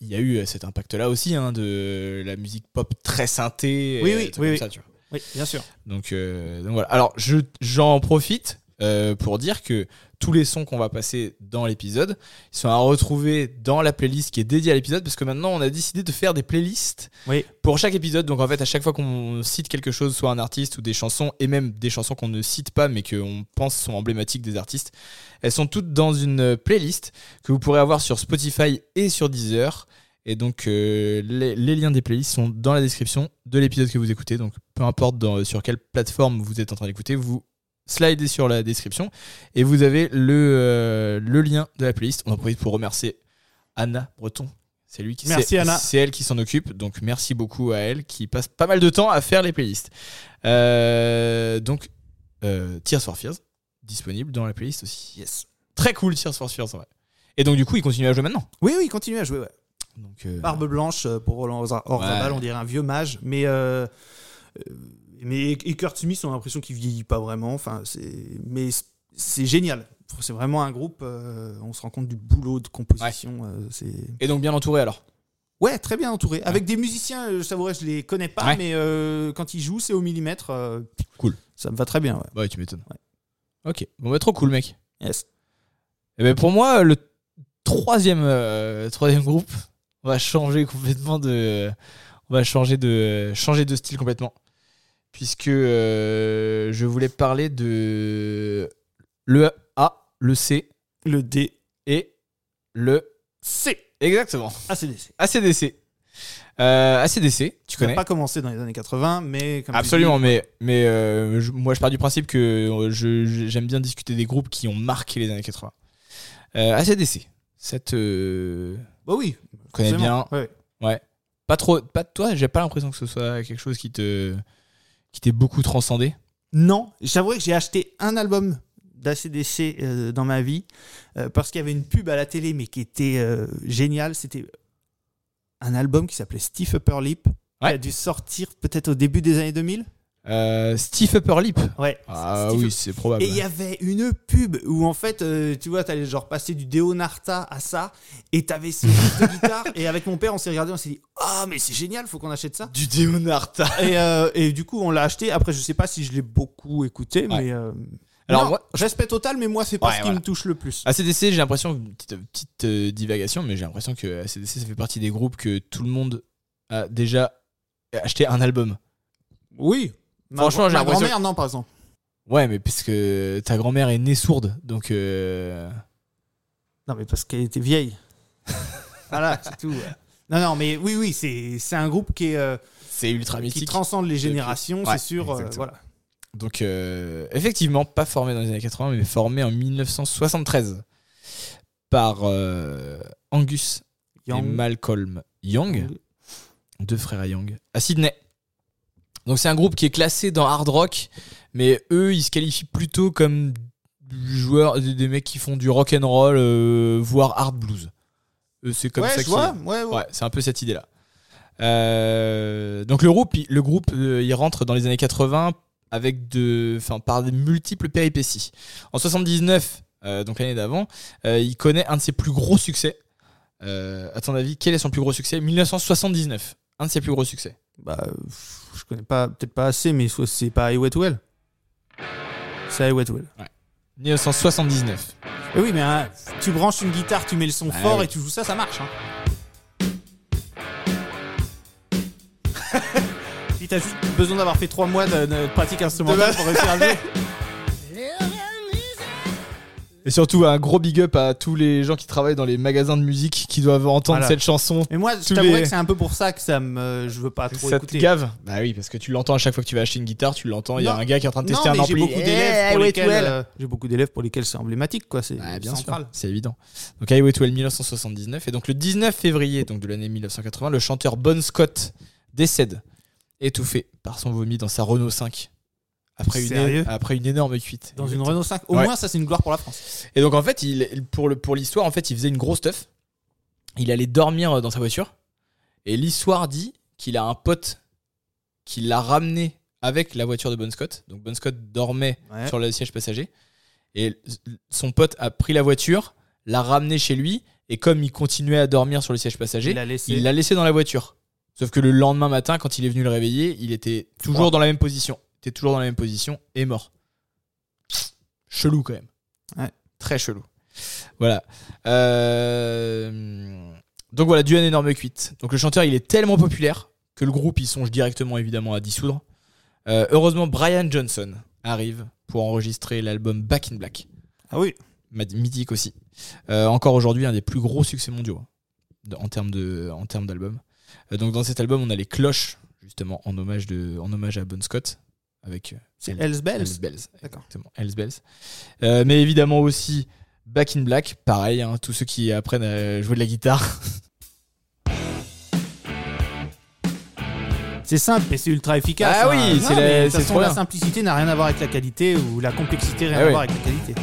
il y a eu euh, cet impact-là aussi hein, de la musique pop très synthée, Oui, euh, oui, trucs oui, comme oui. ça, tu vois. Oui, bien sûr. Donc, euh, donc voilà. Alors je- j'en profite euh, pour dire que tous les sons qu'on va passer dans l'épisode ils sont à retrouver dans la playlist qui est dédiée à l'épisode, parce que maintenant on a décidé de faire des playlists Oui. pour chaque épisode, donc en fait, à chaque fois qu'on cite quelque chose, soit un artiste ou des chansons, et même des chansons qu'on ne cite pas mais qu'on pense sont emblématiques des artistes, elles sont toutes dans une playlist que vous pourrez avoir sur Spotify et sur Deezer. Et donc, euh, les, les liens des playlists sont dans la description de l'épisode que vous écoutez. Donc, peu importe dans- sur quelle plateforme vous êtes en train d'écouter, vous slidez sur la description et vous avez le, euh, le lien de la playlist. On en profite pour remercier Anna Breton. C'est lui qui Merci, c'est- Anna. C'est elle qui s'en occupe. Donc merci beaucoup à elle qui passe pas mal de temps à faire les playlists. Euh, donc euh, Tears for Fears disponible dans la playlist aussi. Yes. Très cool Tears for Fears en vrai. Et donc du coup, il continue à jouer maintenant. Oui, oui, continuez à jouer, ouais. Donc euh, Barbe blanche euh, pour Roland Orza- Orzabal, Ouais. on dirait un vieux mage, mais. euh, euh, mais et Kurt Smith, on a l'impression qu'il vieillit pas vraiment. Enfin, c'est mais c- c'est génial. C'est vraiment un groupe. euh, on se rend compte du boulot de composition. euh, c'est et donc bien entouré alors. ouais, très bien entouré. Avec des musiciens, euh, je t'avouerai, je les connais pas, Ouais. mais euh, quand ils jouent, c'est au millimètre. euh, Cool. Ça me va très bien. Ouais. Ouais, tu m'étonnes. OK. Bon bah trop cool mec. Yes. Et ben pour moi le troisième euh, troisième groupe on va changer complètement de on va changer de changer de style complètement puisque euh, je voulais parler de le A, le C Le D, et le C, exactement ACDC. ACDC. Euh, ACDC, tu Ça n'a connais pas commencé dans les années 80, mais comme tu Absolument, mais, mais euh, je- moi je pars du principe que euh, je- je- j'aime bien discuter des groupes qui ont marqué les années 80. Euh, ACDC, cette euh, dis- bah oui, connais bien. forcément. Ouais, ouais. Pas trop, pas de toi. J'ai pas l'impression que ce soit quelque chose qui te, qui t'ait beaucoup transcendé. Non, j'avoue que j'ai acheté un album d'ACDC euh, dans ma vie euh, parce qu'il y avait une pub à la télé mais qui était euh, géniale. C'était un album qui s'appelait Steve Upper Lip, qui Ouais. a dû sortir peut-être au début des années 2000. Euh, Steve Upper Lip. Ouais. Ah Steve oui, c'est probable. Et il y avait une pub où en fait, euh, tu vois, t'allais genre passer du Deonarta à ça, et t'avais ce riff de guitare. Et avec mon père, on s'est regardé, on s'est dit, ah mais c'est génial, faut qu'on achète ça. Du Deonarta. Et, euh, et du coup, on l'a acheté. Après, je sais pas si je l'ai beaucoup écouté, Ouais. mais euh, Alors non, moi, respect total, mais moi, c'est pas Ouais, ce qui voilà. me touche le plus. ACDC, j'ai l'impression, petite, petite euh, divagation, mais j'ai l'impression que ACDC, ça fait partie des groupes que tout le monde a déjà acheté un album. Oui. Franchement, j'ai ma l'impression- grand-mère, non, par exemple. Ouais, mais puisque ta grand-mère est née sourde, donc. euh, Non, mais parce qu'elle était vieille. voilà, c'est tout. Non, non, mais oui, oui, c'est c'est un groupe qui, est, euh, C'est ultra qui mythique. transcende les générations, Ouais, c'est sûr. euh, exactement. voilà. Donc, euh, effectivement, pas formé dans les années 80, mais formé en 1973 par euh, Angus et Young. Malcolm Young, deux frères à Young, à Sydney. Donc, c'est un groupe qui est classé dans hard rock, mais eux, ils se qualifient plutôt comme du joueur, des, des mecs qui font du rock and roll, euh, voire hard blues. Eux, c'est comme ouais, ça je qu'ils- vois. Ouais, ouais. Ouais, c'est un peu cette idée-là. Euh, donc le groupe, il- le groupe, euh, il rentre dans les années 80 avec de, enfin par de multiples péripéties. En 79, euh, donc l'année d'avant, euh, il connaît un de ses plus gros succès. Euh, à ton avis, quel est son plus gros succès 1979, un de ses plus gros succès. Bah, pff, je connais pas, peut-être pas assez, mais soit c'est pas I Wet Well. C'est I Wet Well. 1979. Et oui, mais hein, tu branches une guitare, tu mets le son Bah fort oui. et tu joues ça, ça marche. hein. Puis t'as juste besoin d'avoir fait 3 mois de, de pratique instrumentale pour réussir à le jouer. Et surtout un gros big up à tous les gens qui travaillent dans les magasins de musique qui doivent entendre Voilà. cette chanson. Mais moi, je Tous t'avouerais les- que c'est un peu pour ça que ça me, je veux pas trop Ça te écouter. gave Bah oui, parce que tu l'entends à chaque fois que tu vas acheter une guitare, tu l'entends. Il y a Non. un gars qui est en train de Non, tester un mais j'ai ampli. beaucoup Eh, d'élèves pour ouais, lesquels, ouais. euh, j'ai beaucoup d'élèves pour lesquels c'est emblématique, quoi. C'est Ouais, bien central. sûr, c'est évident. Donc Highway to Hell 1979 et donc le 19 février donc de l'année 1980, le chanteur Bon Scott décède étouffé par son vomi dans sa Renault 5 après Sérieux une après une énorme cuite. Dans une Renault 5. Au Ouais. moins, ça, c'est une gloire pour la France. Et donc en fait, il il- pour le pour l'histoire, en fait, il faisait une grosse teuf. Il allait dormir euh, dans sa voiture et l'histoire dit qu'il a un pote qui l'a ramené avec la voiture de Bon Scott. Donc Bon Scott dormait Ouais. sur le siège passager. Et l- son pote a pris la voiture, l'a ramené chez lui, et comme il continuait à dormir sur le siège passager, Il l'a laissé. il l'a laissé dans la voiture. Sauf que le lendemain matin, quand il est venu le réveiller, il était toujours dans la même position. Il était toujours dans la même position et mort. Chelou quand même. Ouais. Très chelou. Voilà. Euh, Donc voilà, dû à une énorme cuite. Donc le chanteur, il est tellement populaire que le groupe, il songe directement évidemment à dissoudre. Euh, heureusement, Brian Johnson arrive pour enregistrer l'album Back in Black. Ah oui. Mad- Mythique aussi. Euh, encore aujourd'hui, un des plus gros succès mondiaux hein, de- en termes de- en termes d'album. Euh, donc dans cet album, on a les cloches, justement, en hommage, de, en hommage à Bon Scott. Avec euh, C'est Elle- Hells Bells. Hells Bells. D'accord. Exactement, Hells Bells. Euh, mais évidemment aussi Back in Black, pareil, hein, tous ceux qui apprennent à jouer de la guitare. C'est simple et c'est ultra efficace. hein. Ah oui, c'est Non, la- mais de toute c'est façon, trop la bien. simplicité n'a rien à voir avec la qualité ou la complexité rien Ah à ouais. voir avec la qualité.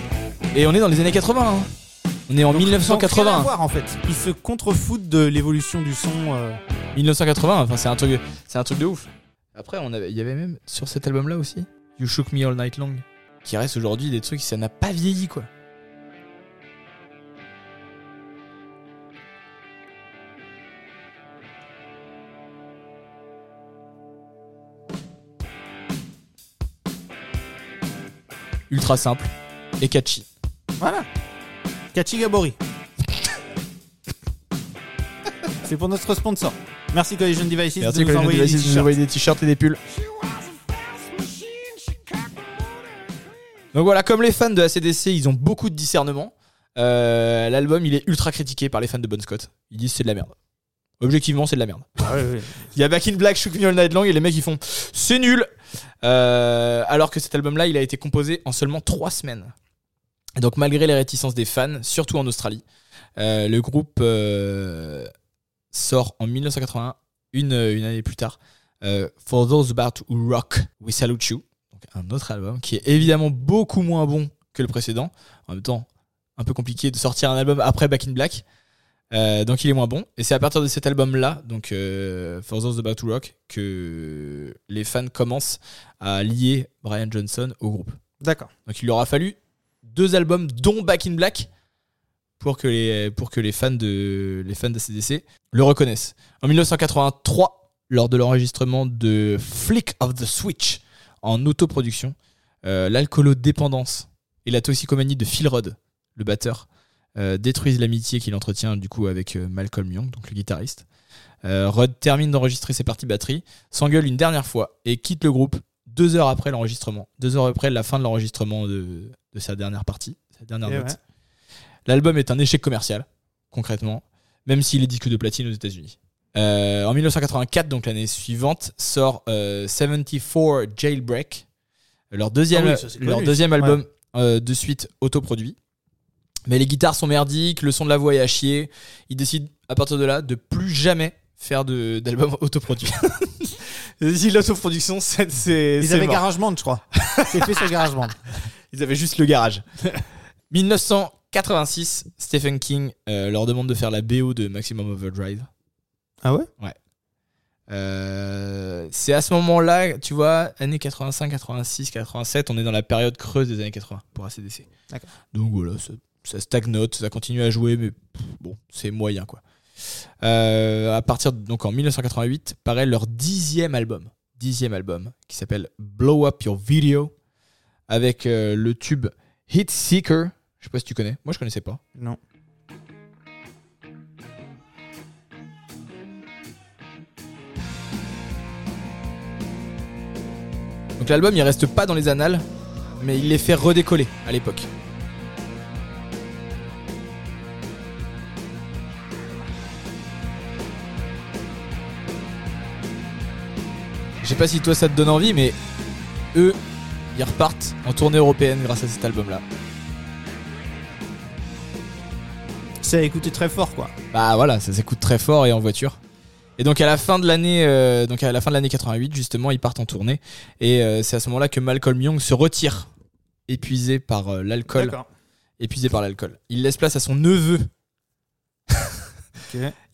Et on est dans les années 80. hein. On est en Donc, rien à 1980. voir, en fait. Ils se contrefoutent de l'évolution du son. euh, 1980, enfin c'est un truc, c'est un truc de ouf. Après, on avait, il y avait même sur cet album-là aussi, You Shook Me All Night Long, qui reste aujourd'hui des trucs, ça n'a pas vieilli quoi. Ultra simple et catchy. Voilà. Kachigabori. c'est pour notre sponsor. Merci Collision Devices Merci de nous Colin envoyer Device, des de nous t-shirts. envoyer des t-shirts et des pulls. She was a fast machine. She kept the motor clean. Donc voilà, comme les fans de ACDC, ils ont beaucoup de discernement. euh, L'album, il est ultra critiqué par les fans de Bon Scott. Ils disent c'est de la merde. Objectivement, c'est de la merde. Ah ouais, ouais. Il y a Back in Black, Shook Me All Night Long et les mecs ils font c'est nul. Euh, alors que cet album-là, il a été composé en seulement trois semaines. Et donc malgré les réticences des fans, surtout en Australie, euh, le groupe euh, sort en 1981, une, une année plus tard, euh, For Those About Who Rock, We Salute You, donc un autre album qui est évidemment beaucoup moins bon que le précédent. En même temps, un peu compliqué de sortir un album après Back in Black. Euh, donc il est moins bon. Et c'est à partir de cet album-là, donc euh, For Those About to Rock, que les fans commencent à lier Brian Johnson au groupe. D'accord. Donc il leur a fallu deux albums, dont Back in Black, pour que les, pour que les fans de les fans d'ACDC le reconnaissent. En 1983, lors de l'enregistrement de Flick of the Switch en autoproduction, euh, l'alcoolodépendance et la toxicomanie de Phil Rudd, le batteur, euh, détruisent l'amitié qu'il entretient du coup avec euh, Malcolm Young, donc le guitariste. Euh, Rudd termine d'enregistrer ses parties batterie, s'engueule une dernière fois et quitte le groupe deux heures après l'enregistrement, deux heures après la fin de l'enregistrement de, de sa dernière partie, sa dernière Eh note. ouais. L'album est un échec commercial, concrètement, même s'il est disque de platine aux États-Unis. Euh, en 1984, donc l'année suivante, sort euh, 74 Jailbreak, leur deuxième, Ah oui, ça, c'est leur connu, deuxième ça. album euh, de suite autoproduit. Mais les guitares sont merdiques, le son de la voix est à chier. Ils décident à partir de là de plus jamais faire de- d'album autoproduit. si l'autoproduction, c'est. c'est- Ils c'est avaient mort. GarageBand, je crois. C'est fait sur GarageBand. Ils avaient juste le garage. 1986, Stephen King euh, leur demande de faire la BO de Maximum Overdrive. Ah ouais Euh, c'est à ce moment-là, tu vois, années 85, 86, 87, on est dans la période creuse des années 80 pour ACDC. D'accord. Donc voilà, ça, ça stagnote, ça continue à jouer, mais pff, bon, c'est moyen quoi. Euh, à partir de- donc en 1988 paraît leur dixième album, dixième album qui s'appelle Blow Up Your Video avec euh, le tube Hit Seeker. Je sais pas si tu connais. Moi je connaissais pas. Non. Donc l'album il reste pas dans les annales, mais il les fait redécoller à l'époque. Je sais pas si toi ça te donne envie, mais eux, ils repartent en tournée européenne grâce à cet album-là. Ça a écouté très fort, quoi. Bah voilà, ça s'écoute très fort et en voiture. Et donc à la fin de l'année, euh, donc à la fin de l'année 88, justement, ils partent en tournée. Et euh, c'est à ce moment-là que Malcolm Young se retire, épuisé par euh, l'alcool. D'accord. épuisé par l'alcool. Il laisse place à son neveu.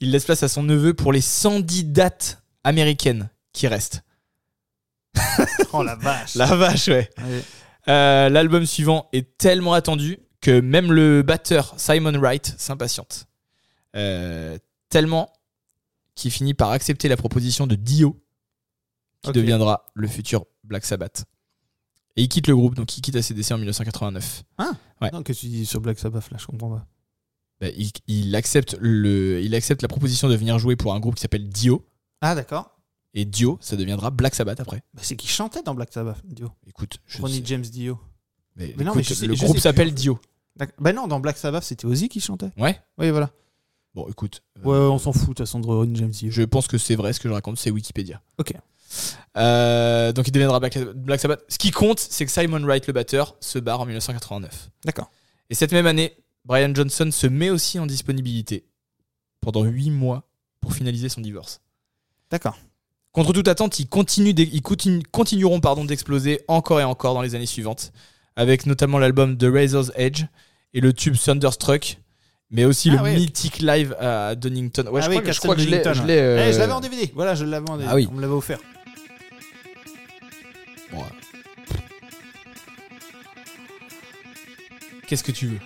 Il laisse place à son neveu pour les 110 dates américaines qui restent. Oh la vache. La vache, ouais. Ouais. Euh, L'album suivant est tellement attendu que même le batteur Simon Wright s'impatiente. Euh, tellement qu'il finit par accepter la proposition de Dio, qui Ok. deviendra le futur Black Sabbath. Et il quitte le groupe, donc il quitte ACDC en 1989. Non, que tu dis sur Black Sabbath, là, je comprends pas. Bah, il, il accepte le, il accepte la proposition de venir jouer pour un groupe qui s'appelle Dio. Ah, d'accord. Et Dio, ça deviendra Black Sabbath après. Bah, c'est qui chantait dans Black Sabbath, Dio. Écoute, je Ronnie sais- James Dio. mais Mais non, écoute, mais je sais- le je groupe sais s'appelle plus. Dio. D'accord. Bah non, dans Black Sabbath, c'était Ozzy qui chantait. Ouais. Oui, voilà. Bon, écoute. euh, Ouais, on s'en fout, de toute façon, de Ronnie James Dio. Je pense que c'est vrai ce que je raconte, c'est Wikipédia. Ok. Euh, donc il deviendra Black, Black Sabbath. Ce qui compte, c'est que Simon Wright, le batteur, se barre en 1989. D'accord. Et cette même année, Brian Johnson se met aussi en disponibilité pendant 8 mois pour finaliser son divorce. D'accord. Contre toute attente, ils, continuent d'ex- ils continu- continueront pardon, d'exploser encore et encore dans les années suivantes, avec notamment l'album The Razor's Edge et le tube Thunderstruck, mais aussi Ah le ouais. mythique live à Donington. Ouais, je, Ah oui, crois que, je Castle crois que je l'ai. Donington. je l'ai, euh, Eh, je l'avais en DVD. Voilà, je l'avais en DVD. Ah oui. On me l'avait offert. Bon, euh, Qu'est-ce que tu veux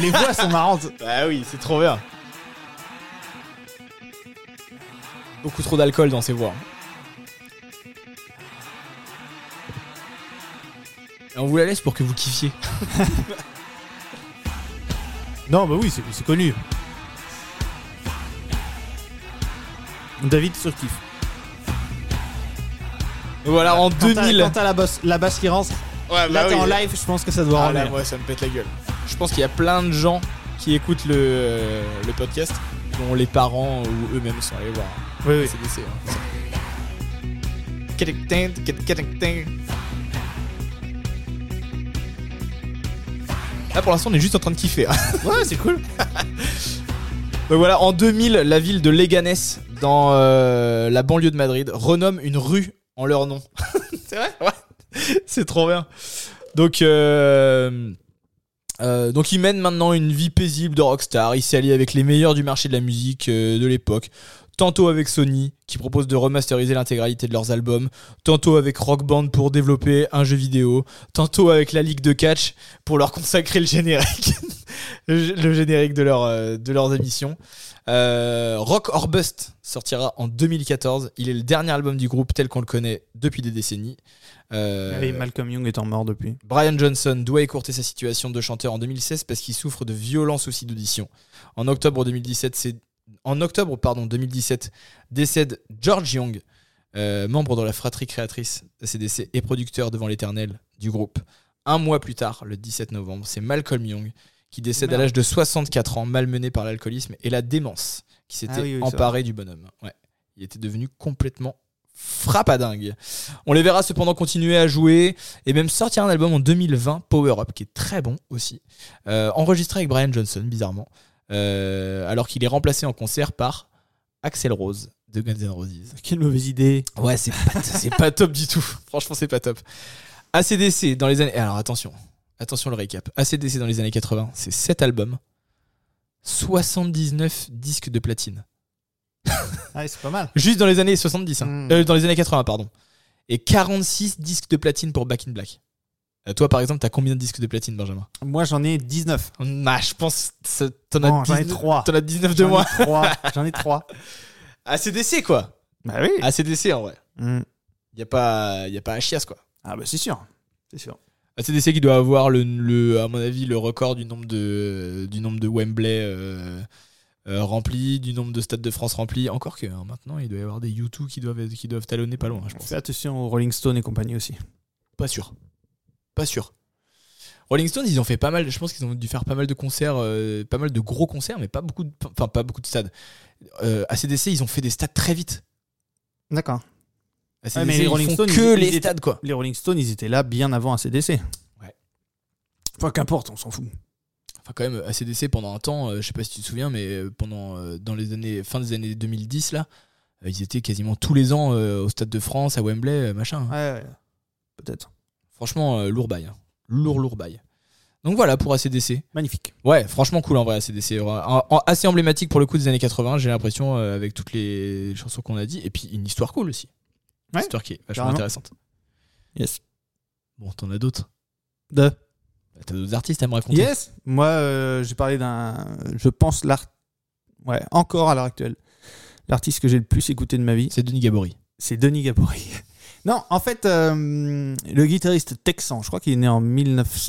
Les voix sont marrantes. Bah oui, c'est trop bien. Beaucoup trop d'alcool dans ces voix. Et on vous la laisse pour que vous kiffiez. Non, bah oui, c'est c'est connu. David surkiffe. Voilà, en 2000. Quand t'as la basse, la basse qui rentre, Ouais, bah là t'es en live, je pense que ça doit Ah râler. là, moi, ça me pète la gueule. Je pense qu'il y a plein de gens qui écoutent le, euh, le podcast, dont les parents ou eux-mêmes sont allés voir. Oui, oui. ACDC, hein. Là pour l'instant on est juste en train de kiffer. hein. Ouais, c'est cool. Donc voilà, en 2000, la ville de Leganes, dans euh, la banlieue de Madrid, renomme une rue en leur nom. c'est vrai Ouais. C'est trop bien. Donc, euh, euh, donc il mène maintenant une vie paisible de rockstar. Il s'est allié avec les meilleurs du marché de la musique euh, de l'époque. Tantôt avec Sony, qui propose de remasteriser l'intégralité de leurs albums. Tantôt avec Rock Band pour développer un jeu vidéo. Tantôt avec la Ligue de Catch pour leur consacrer le générique. le le générique de, leur, euh, de leurs émissions. Euh, Rock or Bust sortira en 2014. Il est le dernier album du groupe tel qu'on le connaît depuis des décennies. Euh, Et Ah Malcolm Young étant mort depuis. Brian Johnson doit écourter sa situation de chanteur en 2016 parce qu'il souffre de violents soucis d'audition. En octobre 2017, c'est en octobre pardon 2017 décède George Young, euh, membre de la fratrie créatrice CDC et producteur devant l'éternel du groupe. Un mois plus tard, le 17 novembre, c'est Malcolm Young qui décède à l'âge de 64 ans, malmené par l'alcoolisme et la démence qui s'était Ah oui, oui, ça. emparée du bonhomme. Ouais. Il était devenu complètement frappadingue. On les verra cependant continuer à jouer et même sortir un album en 2020, Power Up, qui est très bon aussi, euh, enregistré avec Brian Johnson, bizarrement, euh, alors qu'il est remplacé en concert par Axel Rose de Guns N' Roses. Quelle mauvaise idée. Ouais, c'est pas, c'est pas top du tout. Franchement, c'est pas top. ACDC dans les années. eh, Alors attention, attention le récap. ACDC dans les années 80, c'est 7 albums, 79 disques de platine. Ah, c'est pas mal. Juste dans les années 70, hein. Mm. Euh, dans les années 80, pardon. Et 46 disques de platine pour Back in Black. Euh, toi, par exemple, t'as combien de disques de platine, Benjamin Moi, j'en ai 19. Ah, je pense que ça- t'en Non, as, j'en ai 19 trois. t'en as 19 de J'en ai moi. trois. J'en ai 3. ACDC, quoi. Bah oui. ACDC, en vrai. Mm. Y a pas, y a pas à chiasse, quoi. Ah, bah c'est sûr. C'est sûr. ACDC qui doit avoir le, le- à mon avis le record du nombre de du nombre de Wembley euh, euh, rempli, du nombre de stades de France remplis. Encore que hein, maintenant il doit y avoir des U2 qui doivent être- qui doivent talonner pas loin. hein, je pense. Fais attention aux Rolling Stone et compagnie aussi. Pas sûr. Pas sûr. Rolling Stones, ils ont fait pas mal. Je pense qu'ils ont dû faire pas mal de concerts, euh, pas mal de gros concerts, mais pas beaucoup de, enfin pas beaucoup de stades. Euh, ACDC, ils ont fait des stades très vite. D'accord. ACDC, Ouais, mais les ils Rolling font Stones, que ils- les ils étaient- stades quoi. Les Rolling Stones, ils étaient là bien avant ACDC. Ouais. Enfin, qu'importe, on s'en fout. Enfin, quand même, ACDC pendant un temps, euh, je sais pas si tu te souviens, mais euh, pendant euh, dans les années fin des années 2010 là, euh, ils étaient quasiment tous les ans euh, au Stade de France, à Wembley, euh, machin. hein. Ouais, ouais. Peut-être. Franchement, euh, lourd bail, hein. lourd lourd bail. Donc voilà pour ACDC. Magnifique. Ouais, franchement cool en vrai ACDC. Un- un- assez emblématique pour le coup des années 80, j'ai l'impression, euh, avec toutes les chansons qu'on a dit. Et puis une histoire cool aussi. Ouais, une histoire qui est vachement carrément. intéressante. Yes. Bon, t'en as d'autres. De. Bah, T'as d'autres artistes à me raconter. Yes. Moi, euh, j'ai parlé d'un. Je pense l'art. Ouais, encore à l'heure actuelle. L'artiste que j'ai le plus écouté de ma vie, C'est Denis Gabory. c'est Denis Gabory. Non, en fait, euh, le guitariste texan, je crois qu'il est né en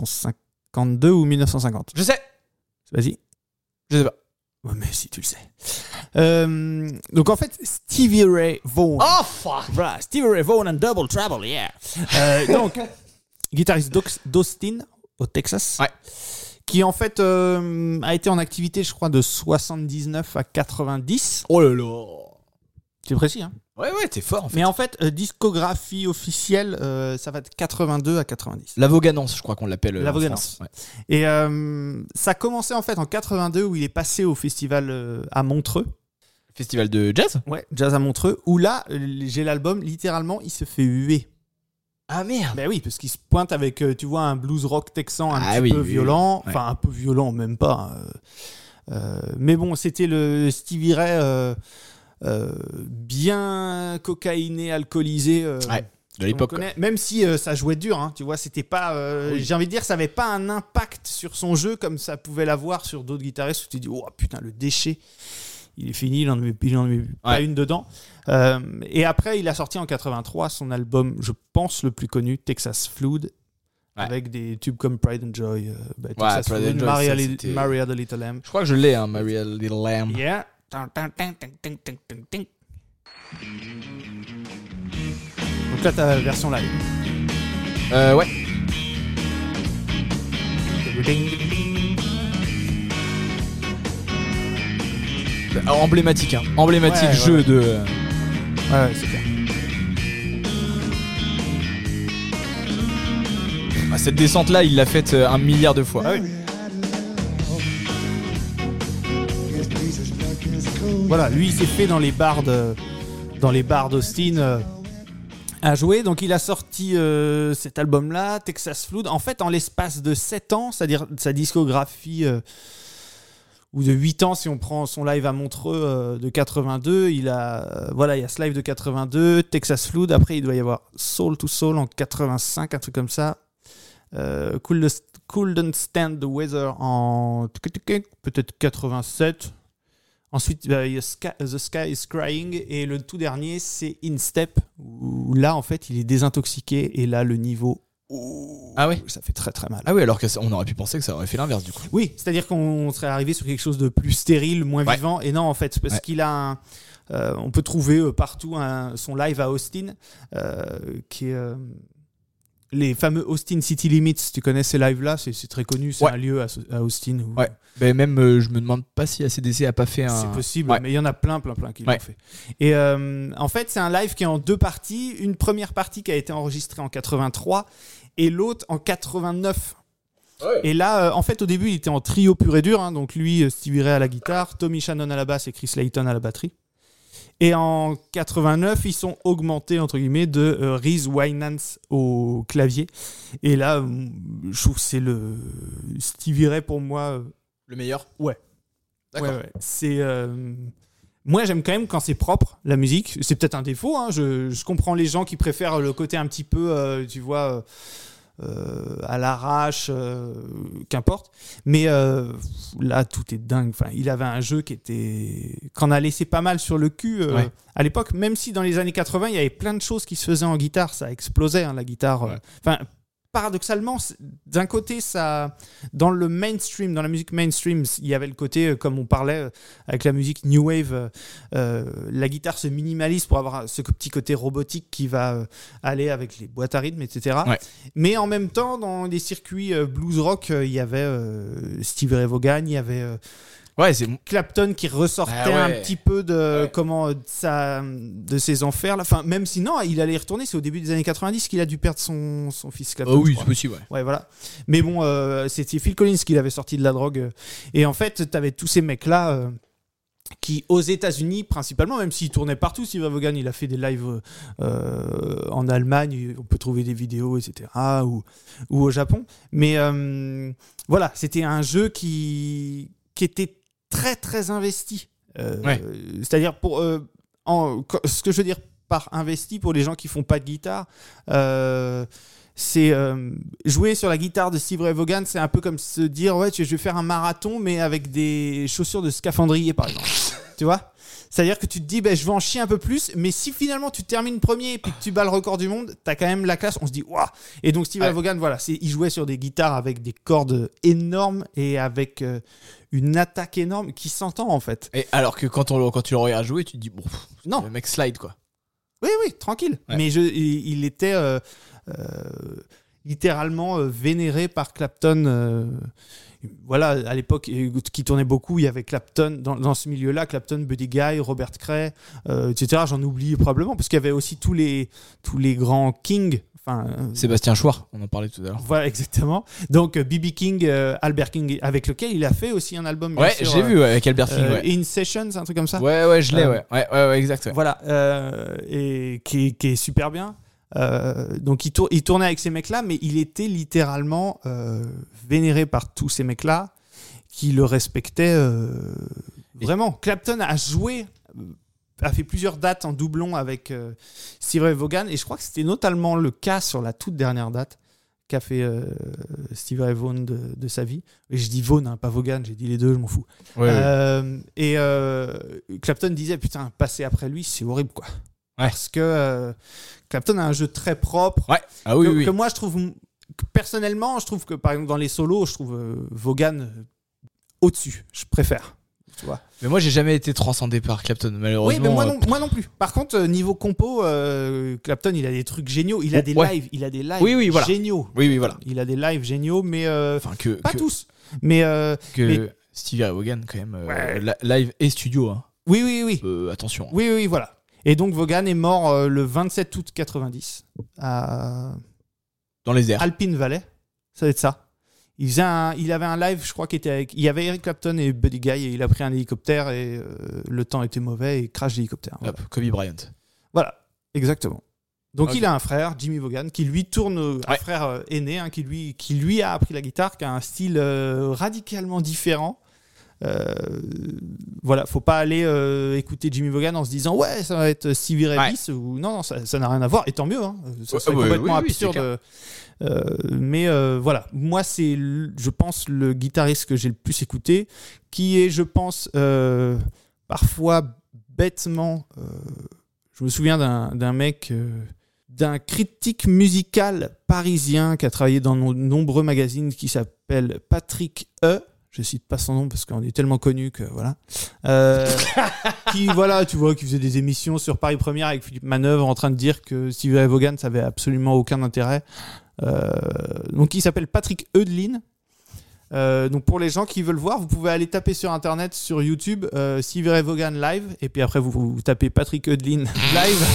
1952 ou 1950. Je sais Vas-y. Je sais pas. Ouais, mais si tu le sais. Euh, donc en fait, Stevie Ray Vaughan. Oh fuck! Stevie Ray Vaughan and Double Trouble, yeah! Euh, donc, guitariste d'Ox- d'Austin, au Texas. Ouais. Qui en fait euh, a été en activité, je crois, de 79 à 90. Oh là là C'est précis, hein? Ouais, ouais, t'es fort en fait. Mais en fait, euh, discographie officielle, euh, ça va de 82 à 90. La Voganance, je crois qu'on l'appelle. euh, La en Voganance. France. Ouais. Et euh, ça a commencé en fait en 82 où il est passé au festival euh, à Montreux. Festival de jazz Ouais, Jazz à Montreux, où là, euh, j'ai l'album, littéralement, il se fait huer. Ah merde Ben oui, parce qu'il se pointe avec, euh, tu vois, un blues rock texan un Ah petit oui, peu oui, violent, oui. enfin un peu violent, même pas. euh, euh, mais bon, c'était le Stevie Ray euh, euh, bien cocaïné, alcoolisé. euh, Ouais, De qu'on l'époque. quoi. connaît. Même si euh, ça jouait dur, hein, tu vois, c'était pas. euh, Oui. J'ai envie de dire, ça avait pas un impact sur son jeu comme ça pouvait l'avoir sur d'autres guitaristes où tu te dis, oh putain, le déchet, il est fini, il en met, il en met pas Ouais. une dedans. Euh, et après, il a sorti en 83 son album, je pense, le plus connu, Texas Flood. Ouais. Avec des tubes comme Pride and Joy, euh, bah, Texas Pride Flood, and Joy, Maria, ça, Li- c'était- Maria the Little Lamb. Je crois que je l'ai, hein, Maria Little Lamb. Yeah. Donc là, t'as la version live. Euh, ouais. Bah, emblématique, hein. Emblématique Ouais, jeu ouais, ouais. de. euh, Ouais, ouais, c'est clair. bah, cette descente-là, il l'a faite euh, un milliard de fois. Ah oui. Voilà, lui il s'est fait dans les bars de dans les bars d'Austin. euh, à jouer. Donc il a sorti euh, cet album-là, Texas Flood, en fait en l'espace de 7 ans, c'est-à-dire sa discographie, euh, ou de 8 ans si on prend son live à Montreux euh, de 82, il a, euh, voilà, il y a ce live de 82, Texas Flood, après il doit y avoir Soul to Soul en 85, un truc comme ça. Euh, Could- Couldn't Stand the Weather en peut-être 87. Ensuite, bah, il y a Sky- The Sky is Crying. Et le tout dernier, c'est In Step, où là, en fait, il est désintoxiqué. Et là, le niveau, Ah oui. ça fait très très mal. Ah oui, alors que ça- on aurait pu penser que ça aurait fait l'inverse du coup. Oui, c'est-à-dire qu'on serait arrivé sur quelque chose de plus stérile, moins Ouais. vivant. Et non, en fait, parce Ouais. qu'il a un- euh, on peut trouver euh, partout un- son live à Austin, euh, qui est. euh, les fameux Austin City Limits, tu connais ces lives-là, c'est c'est très connu, c'est Ouais. un lieu à, à Austin où Ouais. Ben même, euh, je me demande pas si ACDC a pas fait un. c'est possible, Ouais. mais il y en a plein, plein, plein qui Ouais. l'ont fait. Et euh, en fait, c'est un live qui est en deux parties. Une première partie qui a été enregistrée en 83 et l'autre en 89. Ouais. Et là, euh, en fait, au début, il était en trio pur et dur. hein. donc lui, euh, Stevie Ray à la guitare, Tommy Shannon à la basse et Chris Layton à la batterie. Et en 89, ils sont augmentés, entre guillemets, de euh, Reese Winans au clavier. Et là, euh, je trouve que c'est le Stevie Ray, pour moi, euh, Le meilleur. Ouais. D'accord. Ouais, ouais. C'est. euh, Moi, j'aime quand même quand c'est propre, la musique. C'est peut-être un défaut. hein. Je, je comprends les gens qui préfèrent le côté un petit peu, euh, tu vois, euh, euh, à l'arrache, euh, qu'importe. Mais euh, là, tout est dingue. Enfin, il avait un jeu qui était. qu'on a laissé pas mal sur le cul euh, Ouais. à l'époque, même si dans les années 80, il y avait plein de choses qui se faisaient en guitare. Ça explosait, hein, la guitare. euh. Ouais. Enfin. Paradoxalement, c'est- d'un côté, ça, dans le mainstream, dans la musique mainstream, il y avait le côté, euh, comme on parlait, euh, avec la musique New Wave, euh, euh, la guitare se minimalise pour avoir ce petit côté robotique qui va euh, aller avec les boîtes à rythme, etc. Ouais. Mais en même temps, dans les circuits euh, blues rock, euh, il y avait euh, Stevie Ray Vaughan, il y avait euh, Ouais, c'est Clapton qui ressortait Ah ouais. un petit peu de Ouais. comment euh, de sa- de ses enfers. Là. Enfin, même si non, il allait y retourner. C'est au début des années 90 qu'il a dû perdre son, son fils Clapton. je crois. Ah possible. Ouais. Ouais, voilà. Mais bon, euh, c'était Phil Collins qui l'avait sorti de la drogue. euh, Et en fait, t'avais tous ces mecs-là euh, qui, aux États-Unis principalement, même s'ils tournaient partout, Steve Ray Vaughan, il a fait des lives euh, euh, en Allemagne, on peut trouver des vidéos, etc., ou, ou au Japon. Mais euh, voilà, c'était un jeu qui, qui était très, très investi. Euh, Ouais. C'est-à-dire, pour euh, en- ce que je veux dire par investi pour les gens qui font pas de guitare, euh, c'est euh, jouer sur la guitare de Steve Ray Vaughan, c'est un peu comme se dire ouais, tu- je vais faire un marathon mais avec des chaussures de scaphandrier par exemple. tu vois C'est-à-dire que tu te dis ben je vais en chier un peu plus, mais si finalement tu termines premier et puis que tu bats le record du monde, t'as quand même la classe. On se dit waouh. Et donc Steve Ray Ouais. Vaughan, voilà, c'est il jouait sur des guitares avec des cordes énormes et avec euh, une attaque énorme qui s'entend en fait. Et alors que quand, on, le- quand tu le regardes jouer, tu te dis, bon, pff, Non. le mec slide quoi. Oui, oui, tranquille. Ouais. Mais je, il, il était euh, euh, littéralement euh, vénéré par Clapton. euh, voilà, à l'époque, euh, qui tournait beaucoup, il y avait Clapton dans, dans ce milieu-là, Clapton, Buddy Guy, Robert Cray, euh, etc. J'en oublie probablement parce qu'il y avait aussi tous les tous les grands kings. Enfin, euh, Sébastien Chouard, on en parlait tout à l'heure. voilà exactement. Donc euh, BB King, euh, Albert King, avec lequel il a fait aussi un album. bien Ouais, sûr, j'ai euh, vu ouais, avec Albert King. euh, ouais. In Sessions, un truc comme ça. ouais, ouais, je l'ai, Euh, ouais. ouais. Ouais, ouais, exact. ouais. Voilà, euh, et qui, qui est super bien. Euh, donc il, tour- il tournait avec ces mecs-là, mais il était littéralement euh, vénéré par tous ces mecs-là qui le respectaient euh, Et- vraiment. Clapton a joué, euh, a fait plusieurs dates en doublon avec euh, Steve Ray Vaughan, et je crois que c'était notamment le cas sur la toute dernière date qu'a fait euh, Steve Ray Vaughan de, de sa vie. Et je dis Vaughan, hein, pas Vaughan, j'ai dit les deux, je m'en fous. Ouais, ouais. Euh, et euh, Clapton disait putain passer après lui c'est horrible quoi Ouais. parce que euh, Clapton a un jeu très propre Ouais. Ah oui, que, oui, oui. que moi je trouve que personnellement je trouve que par exemple dans les solos je trouve euh, Vaughan euh, au-dessus je préfère tu vois Mais moi, j'ai jamais été transcendé par Clapton, malheureusement. oui mais moi euh, non, moi non plus par contre euh, niveau compo euh, Clapton il a des trucs géniaux il a Ouais. des lives il a des lives Oui, oui, voilà. géniaux Oui, oui, voilà. il a des lives géniaux mais euh, Enfin, que, pas que, tous mais euh, que mais- Stevie Ray Vaughan, quand même, euh, Ouais. la- live et studio, hein. oui oui oui Euh, attention. hein. Oui, oui, oui, voilà. Et donc Vaughan est mort euh, le 27 août 90 à Dans les airs. Alpine Valley. Ça doit être ça. Il, faisait un- il avait un live, je crois, qui était avec. Il y avait Eric Clapton et Buddy Guy et il a pris un hélicoptère et euh, le temps était mauvais et crash d'hélicoptère. Voilà. Hop, Kobe Bryant. Voilà, exactement. Donc Ok. il a un frère, Jimmy Vaughan, qui lui tourne, euh, un Ouais. frère euh, aîné, hein, qui, lui, qui lui a appris la guitare, qui a un style euh, radicalement différent. Euh, voilà, faut pas aller euh, écouter Jimmy Vaughan en se disant ouais, ça va être euh, Stevie Ray Ouais. Vaughan ou non, non ça ça n'a rien à voir. Et tant mieux, hein. ça Ouais, serait ouais, complètement oui, oui, c'est absurde. Euh, mais euh, voilà, moi c'est, le- je pense, le guitariste que j'ai le plus écouté, qui est, je pense, euh, parfois bêtement. euh, je me souviens d'un d'un mec, euh, d'un critique musical parisien qui a travaillé dans de nombreux magazines qui s'appelle Patrick E. Je cite pas son nom parce qu'on est tellement connu que voilà. Euh, qui voilà, tu vois, qui faisait des émissions sur Paris Première avec Philippe Manœuvre en train de dire que Stevie Ray Vaughan ça avait absolument aucun intérêt. Euh, donc il s'appelle Patrick Eudlin. Euh, donc pour les gens qui veulent voir, vous pouvez aller taper sur internet, sur YouTube, euh, Stevie Ray Vaughan live, et puis après vous, vous tapez Patrick Eudlin live,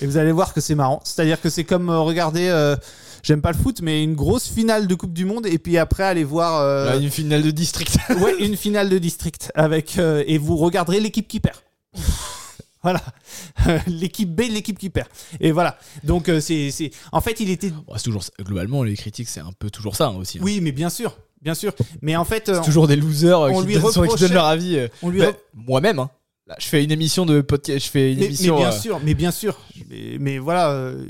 et vous allez voir que c'est marrant. C'est-à-dire que c'est comme euh, regarder, euh, j'aime pas le foot, mais une grosse finale de Coupe du Monde, et puis après aller voir euh, Là, une finale de district. ouais, une finale de district avec euh, et vous regarderez l'équipe qui perd. voilà, Euh, l'équipe B, l'équipe qui perd. Et voilà. Donc euh, c'est c'est en fait il était Bon, c'est toujours ça. Globalement, les critiques, c'est un peu toujours ça hein, aussi. hein. oui mais bien sûr, bien sûr. Mais en fait euh, C'est toujours des losers euh, on qui, lui donnent, son- qui reprochait- donnent leur avis. euh. on lui Bah, re- Moi-même, hein. Là, je fais une émission de podcast. Je fais une mais, mais émission. bien euh, sûr, mais bien sûr. Mais, mais voilà, euh,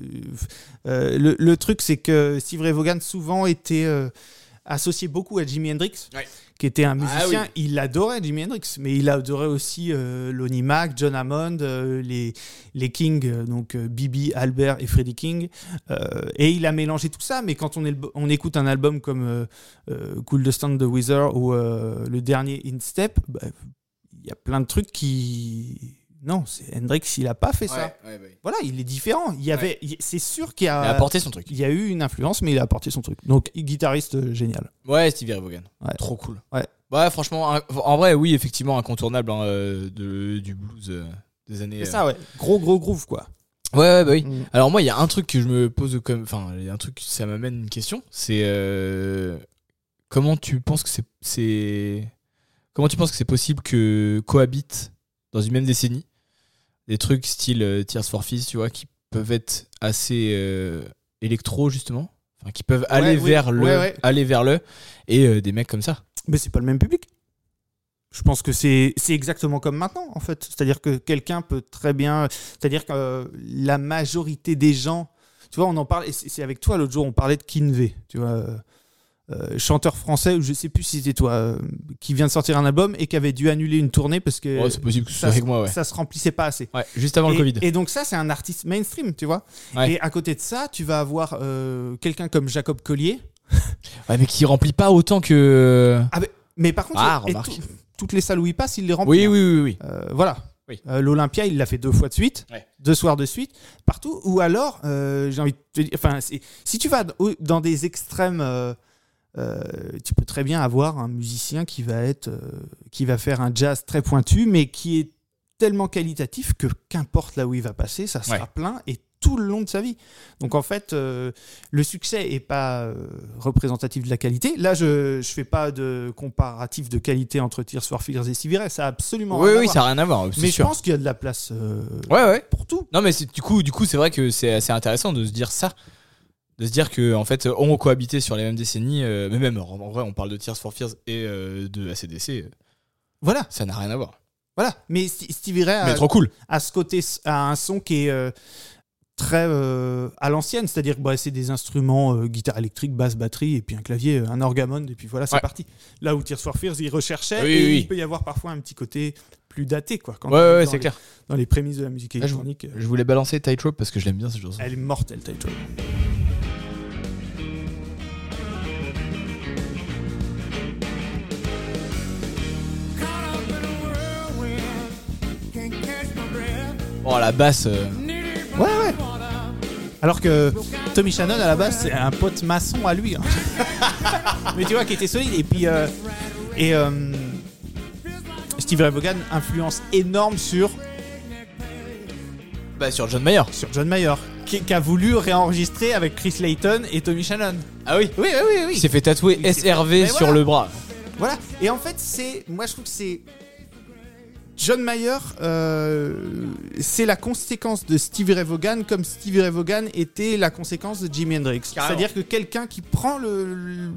euh, le, le truc c'est que Steve Ray Vaughan souvent était euh, associé beaucoup à Jimi Hendrix, Ouais. qui était un Ah musicien. oui. Il adorait Jimi Hendrix, mais il adorait aussi euh, Lonnie Mack, John Hammond, euh, les, les Kings, euh, donc euh, Bibi, Albert et Freddie King. Euh, et il a mélangé tout ça, mais quand on, est- on écoute un album comme euh, euh, Cool the Stand the Wizard ou euh, le dernier In Step, bah, il y a plein de trucs qui... Non, c'est Hendrix, il a pas fait ça. Euh, Voilà, il est différent. Il y avait, il- c'est sûr qu'il y Il a a, apporté son truc. il y a eu une influence, mais il a apporté son truc. Donc, guitariste euh, génial. Ouais, Stevie Ray Vaughan. Ouais. Trop cool. Ouais. Ouais, franchement, un- en vrai, oui, effectivement, incontournable hein, euh, de- du blues euh, des années. C'est ça, ouais. Gros, gros groove, quoi. euh. Ouais, ouais, bah oui. Mm. Alors moi, il y a un truc que je me pose comme, enfin, il y a un truc, ça m'amène une question. C'est euh, comment tu penses que c'est, c'est- comment tu penses que c'est possible que cohabitent dans une même décennie des trucs style euh, Tears for Fears, tu vois, qui peuvent être assez euh, électro justement, enfin, qui peuvent aller oui. vers le, Ouais, ouais. aller vers le, et euh, des mecs comme ça. Mais c'est pas le même public. Je pense que c'est c'est exactement comme maintenant, en fait. C'est-à-dire que quelqu'un peut très bien. C'est-à-dire que euh, la majorité des gens. Tu vois, on en parle. et C'est c'est avec toi l'autre jour, on parlait de Kinvey, tu vois. euh, euh, chanteur français, ou je sais plus si c'était toi, euh, qui vient de sortir un album et qui avait dû annuler une tournée parce que Ouais, c'est possible que ce soit ça, se- avec moi, ouais. ça se remplissait pas assez. Ouais, juste avant et, le Covid. et donc ça, c'est un artiste mainstream, tu vois. Ouais. Et à côté de ça, tu vas avoir euh, quelqu'un comme Jacob Collier. Ouais, mais qui remplit pas autant que. Mais par contre, Ah, et remarque. tout- toutes les salles où il passe, il les remplit. Oui, oui, oui, oui. Euh, voilà. Oui. Euh, L'Olympia, il l'a fait deux fois de suite, Ouais. deux soirs de suite, partout. Ou alors, euh, j'ai envie de te dire, enfin, c'est- si tu vas d- au- dans des extrêmes, euh, euh, tu peux très bien avoir un musicien qui va être, euh, qui va faire un jazz très pointu, mais qui est tellement qualitatif que qu'importe là où il va passer, ça sera Ouais. plein et tout le long de sa vie. Donc en fait, euh, le succès est pas euh, représentatif de la qualité. Là, je je fais pas de comparatif de qualité entre Tears for Fears et Siviré, ça a absolument Oui, rien à oui, voir. ça a rien à voir, c'est Mais sûr. je pense qu'il y a de la place euh, Ouais, ouais. pour tout. Non, mais c'est- du coup, du coup, c'est vrai que c'est assez intéressant de se dire ça, de se dire que en fait, on cohabité sur les mêmes décennies, euh, mais même en, en vrai, on parle de Tears for Fears et euh, de ACDC, euh, Voilà, ça n'a rien à voir. voilà. Mais Sti- Stevie Ray Mais a, trop cool. a ce côté, a un son qui est euh, très euh, à l'ancienne, c'est-à-dire que bah, c'est des instruments euh, guitare électrique, basse, batterie, et puis un clavier, euh, un orgamond, et puis voilà, c'est Ouais. parti. Là où Tears for Fears, ils recherchaient, Oui, et oui. il peut y avoir parfois un petit côté plus daté, quoi. Quand Ouais, on est ouais, ouais, dans c'est les- clair. Dans les prémices de la musique Là, je vous- électronique, euh, Je voulais balancer Tightrope parce que je l'aime bien ce genre. elle est mortelle, Taito. Caught up in a whirlwind, can't catch my breath. Oh la basse. euh, Needed Ouais, ouais. water, Alors que Tommy Shannon, à la base, c'est un pote maçon à lui. hein. Mais tu vois, qui était solide. Et puis. euh, et. euh, Steve Ray Vaughan, influence énorme sur, Bah sur John Mayer. sur John Mayer, qui, qui a voulu réenregistrer avec Chris Layton et Tommy Shannon. Ah oui. Oui, oui, oui, Il oui. s'est fait tatouer Il s'est- SRV Mais sur voilà. le bras. Voilà. Et en fait, c'est. Moi, je trouve que c'est. John Mayer, euh, c'est la conséquence de Stevie Ray Vaughan comme Stevie Ray Vaughan était la conséquence de Jimi Hendrix. Carrément. C'est-à-dire que quelqu'un qui prend le- le-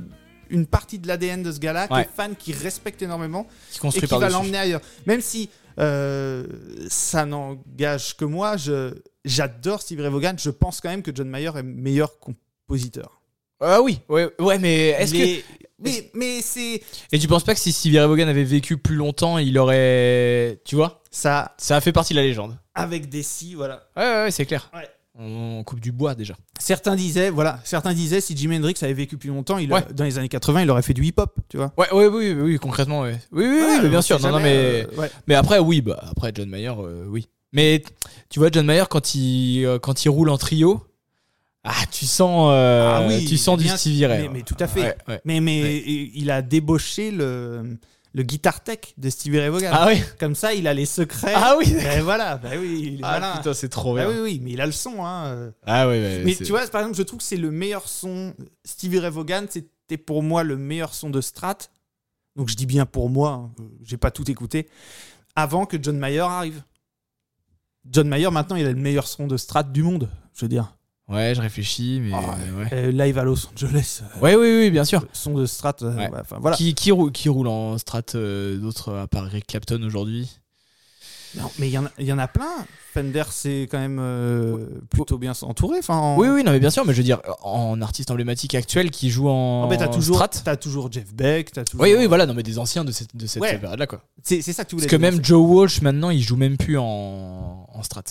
une partie de l'ADN de ce gars-là, qui Ouais. est fan, qui respecte énormément, qui et construit qui par va dessus. l'emmener ailleurs. Même si euh, ça n'engage que moi, je- j'adore Stevie Ray Vaughan, je pense quand même que John Mayer est meilleur compositeur. Ah oui, ouais, ouais mais est-ce que Mais- mais, mais c'est Et tu penses pas que si Stevie Ray Vaughan avait vécu plus longtemps, il aurait. Tu vois ça Ça a fait partie de la légende. avec des si, voilà. Ouais, ouais, ouais, c'est clair. Ouais. On coupe du bois déjà. Certains disaient, voilà, certains disaient si Jimi Hendrix avait vécu plus longtemps, il a- Ouais. dans les années 80, il aurait fait du hip-hop, tu vois. Ouais, ouais, oui, oui, oui, concrètement, ouais. Oui, oui, oui, mais bien sûr. Non, non, mais. euh, Mais après, oui, bah, après John Mayer, euh, oui. Mais tu vois, John Mayer, quand il, euh, quand il roule en trio, ah, tu sens, euh, Ah tu sens du Stevie Ray. Mais, mais tout à fait. Ouais, ouais. Mais, mais Ouais. il a débauché le, le guitar tech de Stevie Ray Vaughan. Ah oui, Comme ça, il a les secrets. ah oui. Ben voilà, bah oui, il est Ah malin. putain, c'est trop Bah bien. oui, oui, mais il a le son. Hein. Ah oui, bah, Mais c'est- tu vois, par exemple, je trouve que c'est le meilleur son. Stevie Ray Vaughan, c'était pour moi le meilleur son de Strat. Donc je dis bien pour moi, hein, j'ai pas tout écouté. Avant que John Mayer arrive. John Mayer, maintenant, il a le meilleur son de Strat du monde, je veux dire. Ouais, je réfléchis, mais. Ah, ouais. Euh, live à Los Angeles, euh, Ouais, oui, oui, bien sûr. le son de Strat. euh, Ouais. ouais, enfin, voilà. Qui, qui, roule, qui roule en strat euh, d'autres à part Rick Clapton aujourd'hui Non, mais il y, en a- il y en a plein. Fender, c'est quand même euh, plutôt bien entouré. Enfin, en- Oui, oui, non, mais bien sûr, mais je veux dire, en artiste emblématique actuel qui joue en, En fait, Ah, t'as toujours, strat. t'as toujours Jeff Beck, t'as toujours. Oui, oui, voilà, non, mais des anciens de cette, de cette Ouais. période-là, quoi. C'est c'est ça que tu voulais Parce que dire. même Joe Walsh, maintenant, il joue même plus en, en strat.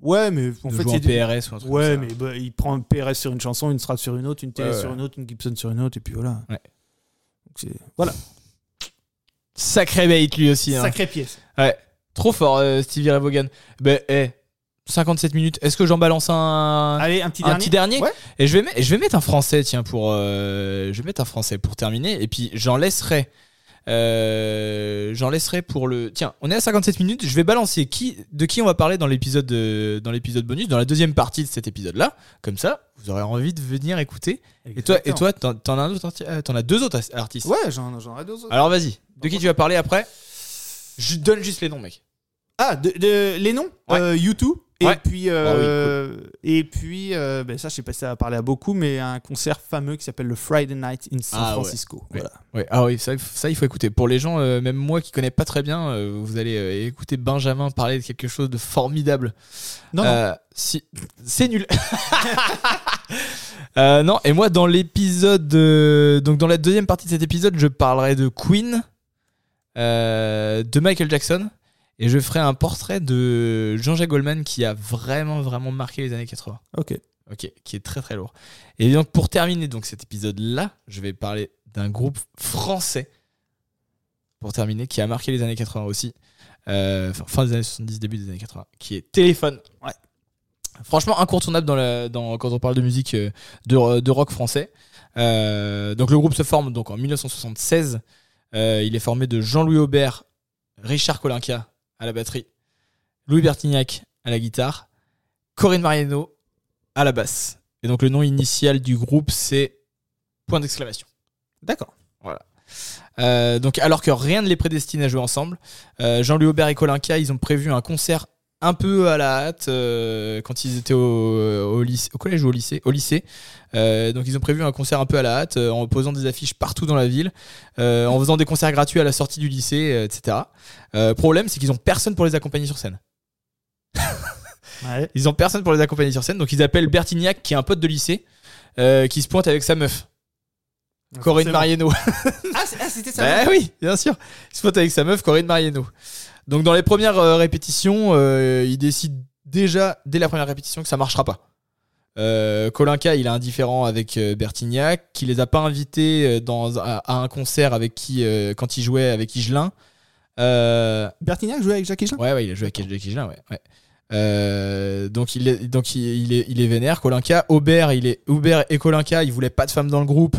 Ouais, mais en Il fait, joue c'est en des- PRS ou un truc Ouais, comme ça. mais bah, il prend un PRS sur une chanson, une Strat sur une autre, une télé Ouais, sur ouais. une autre, une Gibson sur une autre, et puis voilà. Ouais. Donc c'est- Voilà, Sacré bait, lui aussi. hein. sacrée pièce. Trop fort, euh, Stevie Ray Vaughan. Ben, eh, 57 minutes. Est-ce que j'en balance un, Allez, un petit un dernier. petit dernier Ouais. et je vais, met- je vais mettre un français tiens pour euh, je vais mettre un français pour terminer et puis j'en laisserai euh, j'en laisserai pour le tiens on est à 57 minutes je vais balancer qui de qui on va parler dans l'épisode euh, dans l'épisode bonus dans la deuxième partie de cet épisode là comme ça vous aurez envie de venir écouter et toi et toi t'en t'en as un autre arti- euh, t'en as deux autres as- artistes Ouais, j'en j'en ai deux autres. alors vas-y de qui tu vas parler après je donne juste les noms mec Ah, de, de- les noms Ouais. euh, U2, et, Ouais. Oh, puis, euh, et puis, euh, ben ça, je sais pas si ça va parler à beaucoup, mais un concert fameux qui s'appelle le Friday Night in San Ah ouais. Francisco. Ouais. Voilà. Ouais, ah oui, ça, ça, il faut écouter. Pour les gens, euh, même moi qui connais pas très bien, euh, vous allez euh, écouter Benjamin parler de quelque chose de formidable. Non, non. Euh, si, c'est nul. Euh, non, et moi dans l'épisode, euh, donc dans la deuxième partie de cet épisode, je parlerai de Queen, euh, de Michael Jackson, et je ferai un portrait de Jean-Jacques Goldman qui a vraiment vraiment marqué les années 80. Euh, Ok. Ok, qui est très très lourd. Et donc pour terminer donc cet épisode là, je vais parler d'un groupe français pour terminer qui a marqué les années 80 aussi, Euh, enfin, fin des années 70, début des années 80, qui est Téléphone. Ouais. Franchement incontournable dans la, dans, quand on parle de musique euh, de, de rock français. Euh, donc le groupe se forme donc en 1976. Euh, il est formé de Jean-Louis Aubert, Richard Kolinka à la batterie, Louis Bertignac à la guitare, Corinne Mariano à la basse. Et donc le nom initial du groupe c'est point d'exclamation. D'accord. Euh, donc alors que rien ne les prédestine à jouer ensemble, euh, Jean-Louis Aubert et Colinka, ils ont prévu un concert un peu à la hâte euh, quand ils étaient au, au lycée- au collège ou au lycée, au lycée. Euh, donc ils ont prévu un concert un peu à la hâte euh, en posant des affiches partout dans la ville, euh, en faisant des concerts gratuits à la sortie du lycée, euh, etc. Euh, problème, c'est qu'ils ont personne pour les accompagner sur scène. Ouais. Ils ont personne pour les accompagner sur scène, donc ils appellent Bertignac, qui est un pote de lycée, euh, qui se pointe avec sa meuf. Corinne Forcément. Mariano. Ah, c'est- ah, c'était ça. Bah oui, bien sûr. Il se pointe avec sa meuf, Corinne Mariano. Donc dans les premières euh, répétitions, euh, il décide déjà, dès la première répétition, que ça marchera pas. Euh, Kolinka, il est indifférent avec euh, Bertignac, qui les a pas invités euh, dans, à, à un concert avec qui, euh, quand il jouait avec Igelin. Euh, Bertignac jouait avec Jacques Higelin Ouais, ouais, il a joué avec Jackie Gelin, ouais. ouais. Euh, donc il est, donc il, il est, il est vénère. Kolinka, Aubert, il est Aubert et Kolinka, ils voulaient pas de femme dans le groupe.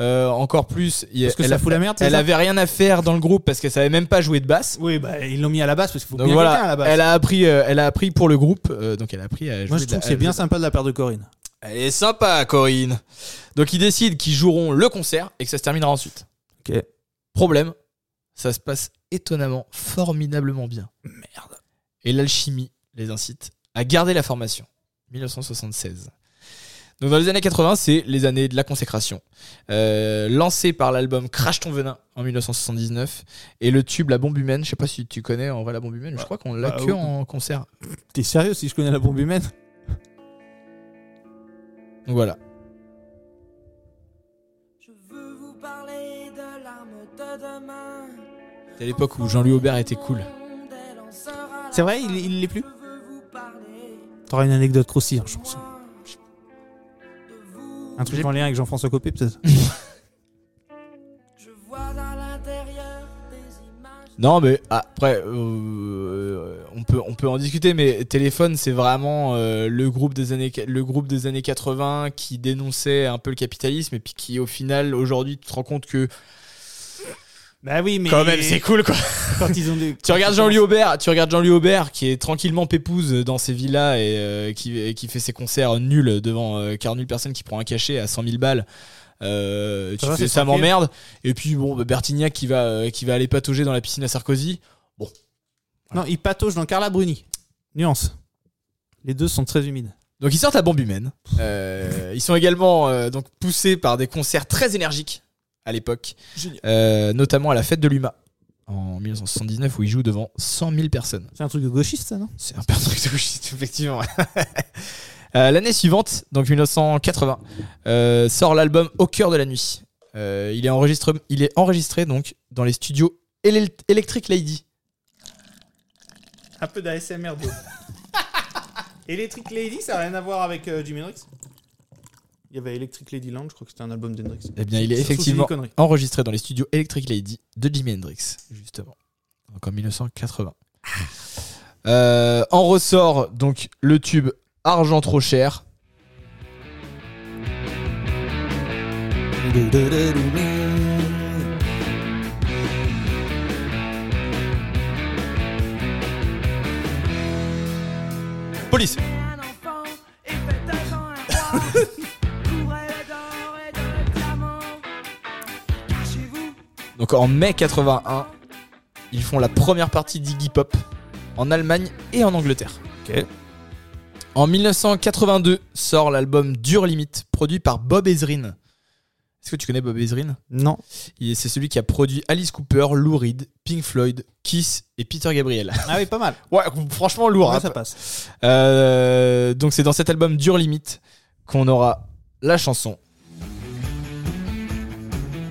Euh, encore plus, il- Parce que elle, ça a- fout la merde, c'est elle ça avait rien à faire dans le groupe parce qu'elle savait même pas jouer de basse. Oui, bah, ils l'ont mis à la basse parce qu'il faut Donc bien quelqu'un à la voilà, basse. elle a appris, euh, elle a appris pour le groupe. euh, donc elle a appris. À jouer Moi, je de trouve la- que c'est à- bien sympa de la part de Corinne. Elle est sympa, Corinne. Donc ils décident qu'ils joueront le concert et que ça se terminera ensuite. Ok. Problème, ça se passe étonnamment, formidablement bien. Merde. Et l'alchimie les incite à garder la formation. 1976. Donc dans les années 80, c'est les années de la consécration. Euh, lancé par l'album Crash ton venin en 1979 et le tube La bombe humaine, je sais pas si tu connais en vrai La bombe humaine, mais je crois qu'on l'a Bah, que oui. en concert. T'es sérieux si je connais la bombe humaine Donc voilà. Je veux vous parler de l'arme de demain. C'est à l'époque où Jean-Louis Aubert était cool. C'est vrai, il- il l'est plus Je veux vous parler T'auras une anecdote croustillante, je pense. loin de vous. Un truc en lien avec Jean-François Copé, peut-être Je vois à l'intérieur des images. Non, mais après, euh, on, peut, on peut en discuter, mais Téléphone, c'est vraiment euh, le, groupe des années, le groupe des années 80 qui dénonçait un peu le capitalisme et puis qui, au final, aujourd'hui, tu te rends compte que Bah oui, mais. quand même, c'est cool, quoi. Quand ils ont des- Tu regardes Jean-Louis Aubert, tu regardes Jean-Louis Aubert qui est tranquillement pépouze dans ses villas et euh, qui, et qui fait ses concerts nuls devant euh, 40 000 personnes qui prend un cachet à 100 000 balles. Euh, tu va, fais c'est ça tranquille. m'emmerde. Et puis bon, bah, Bertignac qui va euh, qui va aller patauger dans la piscine à Sarkozy. Non, il patauge dans Carla Bruni. Nuance. Les deux sont très humides. Donc ils sortent à bombe humaine. Euh, ils sont également euh, donc poussés par des concerts très énergiques à l'époque, Euh, notamment à la fête de l'UMA en 1979 où ils jouent devant 100 000 personnes. C'est un truc de gauchiste, ça, non C'est un peu un truc de gauchiste, effectivement. Euh, L'année suivante, donc 1980, euh, sort l'album Au cœur de la nuit. Euh, il, est enregistré, il est enregistré donc dans les studios Ele- Electric Lady. Un peu d'ASMR, d'eau. Electric Lady, ça n'a rien à voir avec euh, Jimi Hendrix Il y avait Electric Ladyland, je crois que c'était un album d'Hendrix. Eh bien, il est Surtout, c'est effectivement des conneries. enregistré dans les studios Electric Lady de Jimi Hendrix, justement. Donc en 1980. Euh, en ressort donc le tube Argent trop cher. Police. Un enfant et fait un vent un roi. Courait d'or et de diamant. Cachez-vous. Donc en mai 81, ils font la première partie d'Iggy Pop en Allemagne et en Angleterre. Ok. En 1982 sort l'album Dure Limite, produit par Bob Ezrin. Est-ce que tu connais Bob Ezrin Non. Il- C'est celui qui a produit Alice Cooper, Lou Reed, Pink Floyd, Kiss et Peter Gabriel. Ah oui, pas mal. Ouais, franchement lourd. Ouais, hein. ça passe. Euh, donc c'est dans cet album Dure Limite qu'on aura la chanson.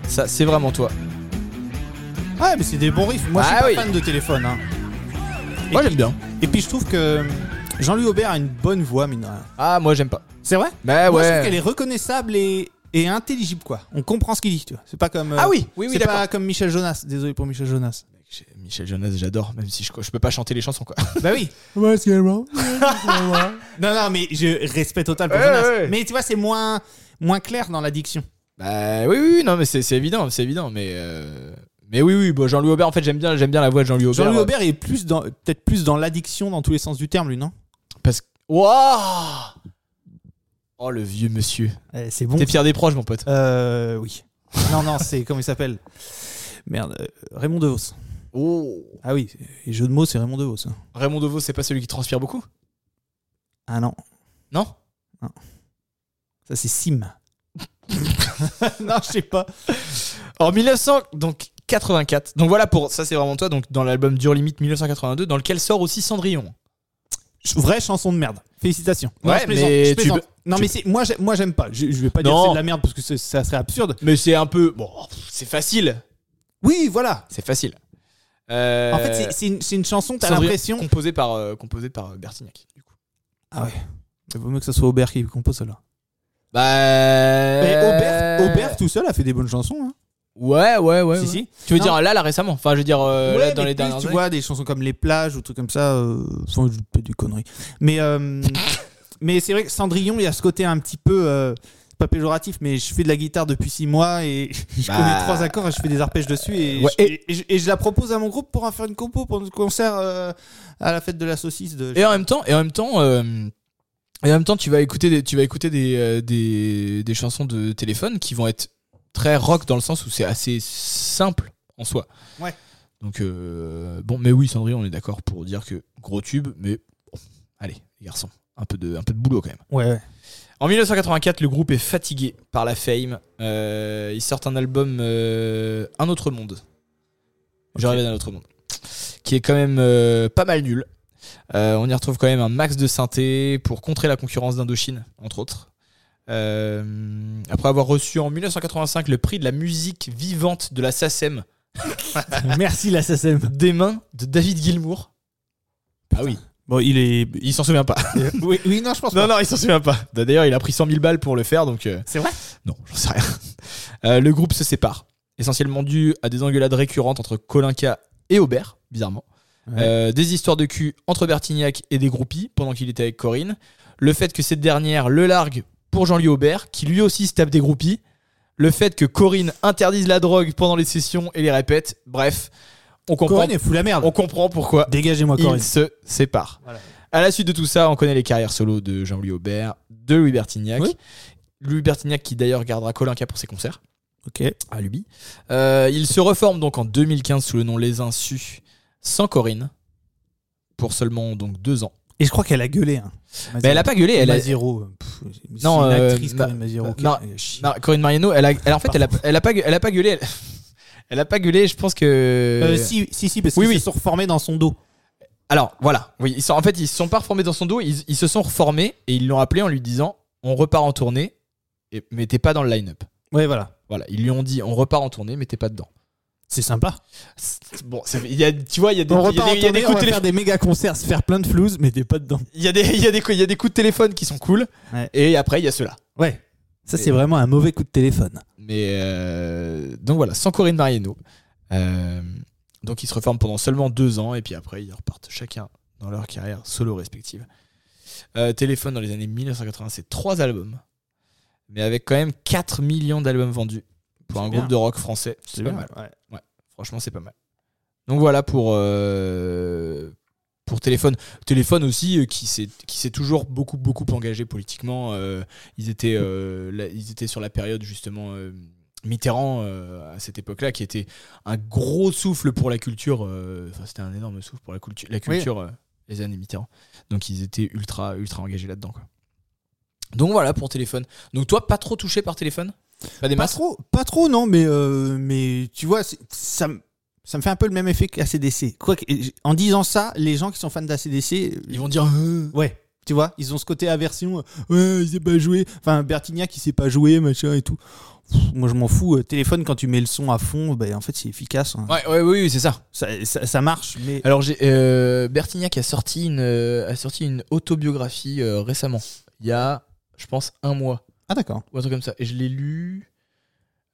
Ça, c'est vraiment toi. Ouais, mais c'est des bons riffs. Moi, je suis Ah pas oui. fan de téléphone. hein. Moi j'aime bien. Et puis, je trouve que Jean-Louis Aubert a une bonne voix, mine de rien. Ah, moi j'aime pas. C'est vrai Bah Moi, je trouve ouais. qu'elle est reconnaissable et, et intelligible, quoi. On comprend ce qu'il dit, tu vois. C'est pas comme. euh, Ah oui, oui, oui, C'est d'accord. pas comme Michel Jonas. Désolé pour Michel Jonas. Michel Jonas, j'adore, même si je, je peux pas chanter les chansons quoi. bah oui. Non, non, mais je respect total pour Ouais, Jonas. ouais. Mais tu vois, c'est moins, moins clair dans la diction. Bah oui, oui, oui, non, mais c'est c'est évident, c'est évident, mais. euh, Mais oui, oui, bon, Jean-Louis Aubert, en fait, j'aime bien, j'aime bien la voix de Jean-Louis Aubert. Jean-Louis Aubert est plus dans, peut-être plus dans l'addiction dans tous les sens du terme, lui, non Parce que. Wouah Oh, le vieux monsieur. C'est bon. T'es Pierre Desproges, mon pote. Euh, oui. non, non, c'est comment il s'appelle Merde, euh, Raymond DeVos. Oh Ah oui, et jeu de mots, c'est Raymond DeVos. hein. Raymond Devos, c'est pas celui qui transpire beaucoup Ah non, Non ça c'est Sim. non, je sais pas. En 1984. Donc voilà pour. Ça, c'est vraiment toi, donc dans l'album Dure Limite 1982, dans lequel sort aussi Cendrillon. Ch- Vraie chanson de merde. Félicitations. Ouais, je plaisante, mais je tu plaisante. Non, tu mais c'est- moi, j'ai- moi j'aime pas. Je, je vais pas dire Non. c'est de la merde parce que c'est- ça serait absurde. Mais c'est un peu. Bon, c'est facile Oui, voilà. C'est facile. Euh, En fait, c'est- c'est une, c'est une chanson, t'as Cendrillon, l'impression. Composé par, euh, composé par euh, Bertignac. du coup. Ah ouais. Il vaut mieux que ça soit Aubert qui compose cela. Bah. Mais Aubert, Aubert tout seul a fait des bonnes chansons. Hein. Ouais, ouais, ouais. si, ouais. si. Tu veux Non. dire euh, là, là récemment Enfin, je veux dire euh, là, Ouais, dans mais les plus, dernières Tu années. vois, des chansons comme Les plages ou trucs comme ça, euh, sont des conneries. Mais, euh, mais c'est vrai que Cendrillon, il y a ce côté un petit peu. euh, c'est pas péjoratif, mais je fais de la guitare depuis six mois et je Bah. connais trois accords et je fais des arpèges dessus. Et, Ouais, je, et je- et je la propose à mon groupe pour en faire une compo pour notre concert euh, à la fête de la saucisse. De... Et en même temps, et en même temps, euh, et en même temps, tu vas écouter, des, tu vas écouter des, euh, des, des chansons de téléphone qui vont être très rock dans le sens où c'est assez simple en soi. Ouais. Donc, euh, bon, mais oui, Sandrine, on est d'accord pour dire que gros tube, mais bon, allez, les garçons, un peu de, un peu de boulot quand même. Ouais, ouais. En 1984, le groupe est fatigué par la fame. Euh, ils sortent un album euh, Un autre monde. Je rêvais d'un autre monde. Qui est quand même euh, pas mal nul. Euh, on y retrouve quand même un max de synthé pour contrer la concurrence d'Indochine, entre autres. Euh, après avoir reçu en 1985 le prix de la musique vivante de la SACEM Merci la SACEM. des mains de David Gilmour. Ah oui, Bon, il est. il s'en souvient pas. oui, oui, non, je pense Non, pas. non, il s'en souvient pas. Bah, D'ailleurs, il a pris 100 000 balles pour le faire, donc. euh, C'est vrai Non, j'en sais rien. Euh, le groupe se sépare, essentiellement dû à des engueulades récurrentes entre Kolinka et Aubert, bizarrement. Ouais. Euh, des histoires de cul entre Bertignac et des groupies pendant qu'il était avec Corinne. Le fait que cette dernière le largue pour Jean-Louis Aubert, qui lui aussi se tape des groupies. Le fait que Corinne interdise la drogue pendant les sessions et les répète. Bref, on comprend, Corinne est fou la merde. on comprend pourquoi Dégagez-moi, Corinne. ils se séparent. Voilà. À la suite de tout ça, on connaît les carrières solo de Jean-Louis Aubert, de Louis Bertignac. Oui. Louis Bertignac qui d'ailleurs gardera Colinka pour ses concerts Ok. à Luby. Euh, il se reforme donc en 2015 sous le nom Les Insus, sans Corinne, pour seulement donc deux ans. Et je crois qu'elle a gueulé. Hein. Mais elle a pas gueulé, elle a- Maziro. Pff, c'est Non, une euh, actrice Ma- quand même, Maziro. Ma- qui- Chut. Non, Corinne Mariano, elle a, elle- en fait, elle a, elle a pas, gue- elle a pas gueulé. Elle, elle a pas gueulé. Je pense que. Euh, si, si, si, parce oui, qu'ils oui. se sont reformés dans son dos. Alors voilà. Oui, ils sont, en fait, ils se sont pas reformés dans son dos. Ils, ils se sont reformés et ils l'ont appelé en lui disant "On repart en tournée, et, mais t'es pas dans le line-up." Ouais, voilà. Voilà, ils lui ont dit "On repart en tournée, mais t'es pas dedans." C'est sympa. C'est- Bon, ça fait- il y a, tu vois, il y a des, On il y a repart des- en il y a des tournée, on coups de va téléphone. faire des méga concerts, se faire plein de flouze, mais t'es pas dedans. Il y, a des, il, y a des, coups- il y a des coups de téléphone qui sont cool. Ouais. Et après, il y a ceux-là. Ouais. Ça, Et- c'est vraiment un mauvais coup de téléphone. Mais euh, donc voilà, sans Corinne Mariano. Euh, donc ils se reforment pendant seulement deux ans. Et puis après, ils repartent chacun dans leur carrière solo respective. Euh, téléphone dans les années 1980, c'est trois albums. Mais avec quand même 4 millions d'albums vendus pour C'est un bien. groupe de rock français. C'est pas mal. Ouais. Franchement, c'est pas mal. Donc voilà pour, euh, pour Téléphone. Téléphone aussi euh, qui s'est qui s'est toujours beaucoup, beaucoup engagé politiquement. Euh, ils, étaient, euh, là- ils étaient sur la période justement euh, Mitterrand euh, à cette époque-là qui était un gros souffle pour la culture. euh, Enfin, c'était un énorme souffle pour la culture. La culture euh, les années Mitterrand. Donc ils étaient ultra, ultra engagés là-dedans. quoi. Donc voilà pour Téléphone. Donc toi, pas trop touché par Téléphone Pas des Pas masses trop, pas trop, non, mais, euh, mais tu vois, c'est- ça, me- ça me fait un peu le même effet qu'ACDC. Quoique, et- en disant ça, les gens qui sont fans d'ACDC, Ils vont dire... euh, ouais, tu vois, ils ont ce côté aversion, euh, ouais, il sait pas jouer, enfin, Bertignac, il sait pas jouer, machin et tout. Pff, moi, je m'en fous, euh, téléphone, quand tu mets le son à fond, ben, en fait, c'est efficace, hein. Ouais, ouais, oui, oui, c'est ça. ça, ça- ça marche, mais Alors j'ai euh, Bertignac a sorti une euh, a sorti une autobiographie euh, récemment. Il y a je pense un mois ah, d'accord, ou un truc comme ça et je l'ai lu.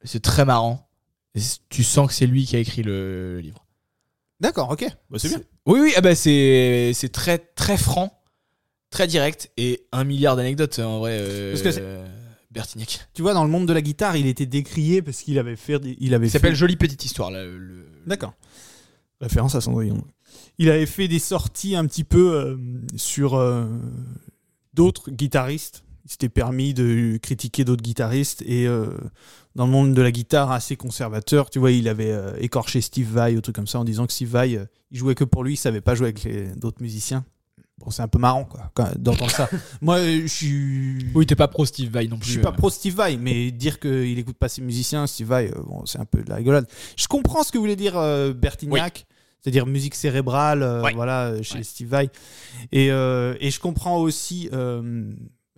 C'est très marrant. Et c- tu sens que c'est lui qui a écrit le, le livre. d'accord, ok, c'est bien. Oui oui, ah bah c'est c'est très très franc, très direct et un milliard d'anecdotes en vrai euh, Parce que c'est- Bertignac. Tu vois, dans le monde de la guitare, il était décrié parce qu'il avait fait, des- il avait Il s'appelle fait- Jolie petite histoire là, le- D'accord. Référence à Cendrillon. Il avait fait des sorties un petit peu euh, sur euh, d'autres guitaristes. Il s'était permis de critiquer d'autres guitaristes et euh, dans le monde de la guitare assez conservateur, tu vois, il avait euh, écorché Steve Vai ou truc comme ça en disant que Steve Vai, euh, il jouait que pour lui, il savait pas jouer avec les- d'autres musiciens. Bon, c'est un peu marrant quoi quand- d'entendre ça. Moi, euh, je suis Oui, t'es pas pro Steve Vai non plus. je suis pas euh. pro Steve Vai, mais dire qu'il écoute pas ses musiciens, Steve Vai, euh, bon, c'est un peu de la rigolade. Je comprends ce que voulait dire euh, Bertignac, c'est-à-dire musique cérébrale, euh, Ouais. voilà, euh, chez Ouais. Steve Vai. Et, euh, et je comprends aussi euh,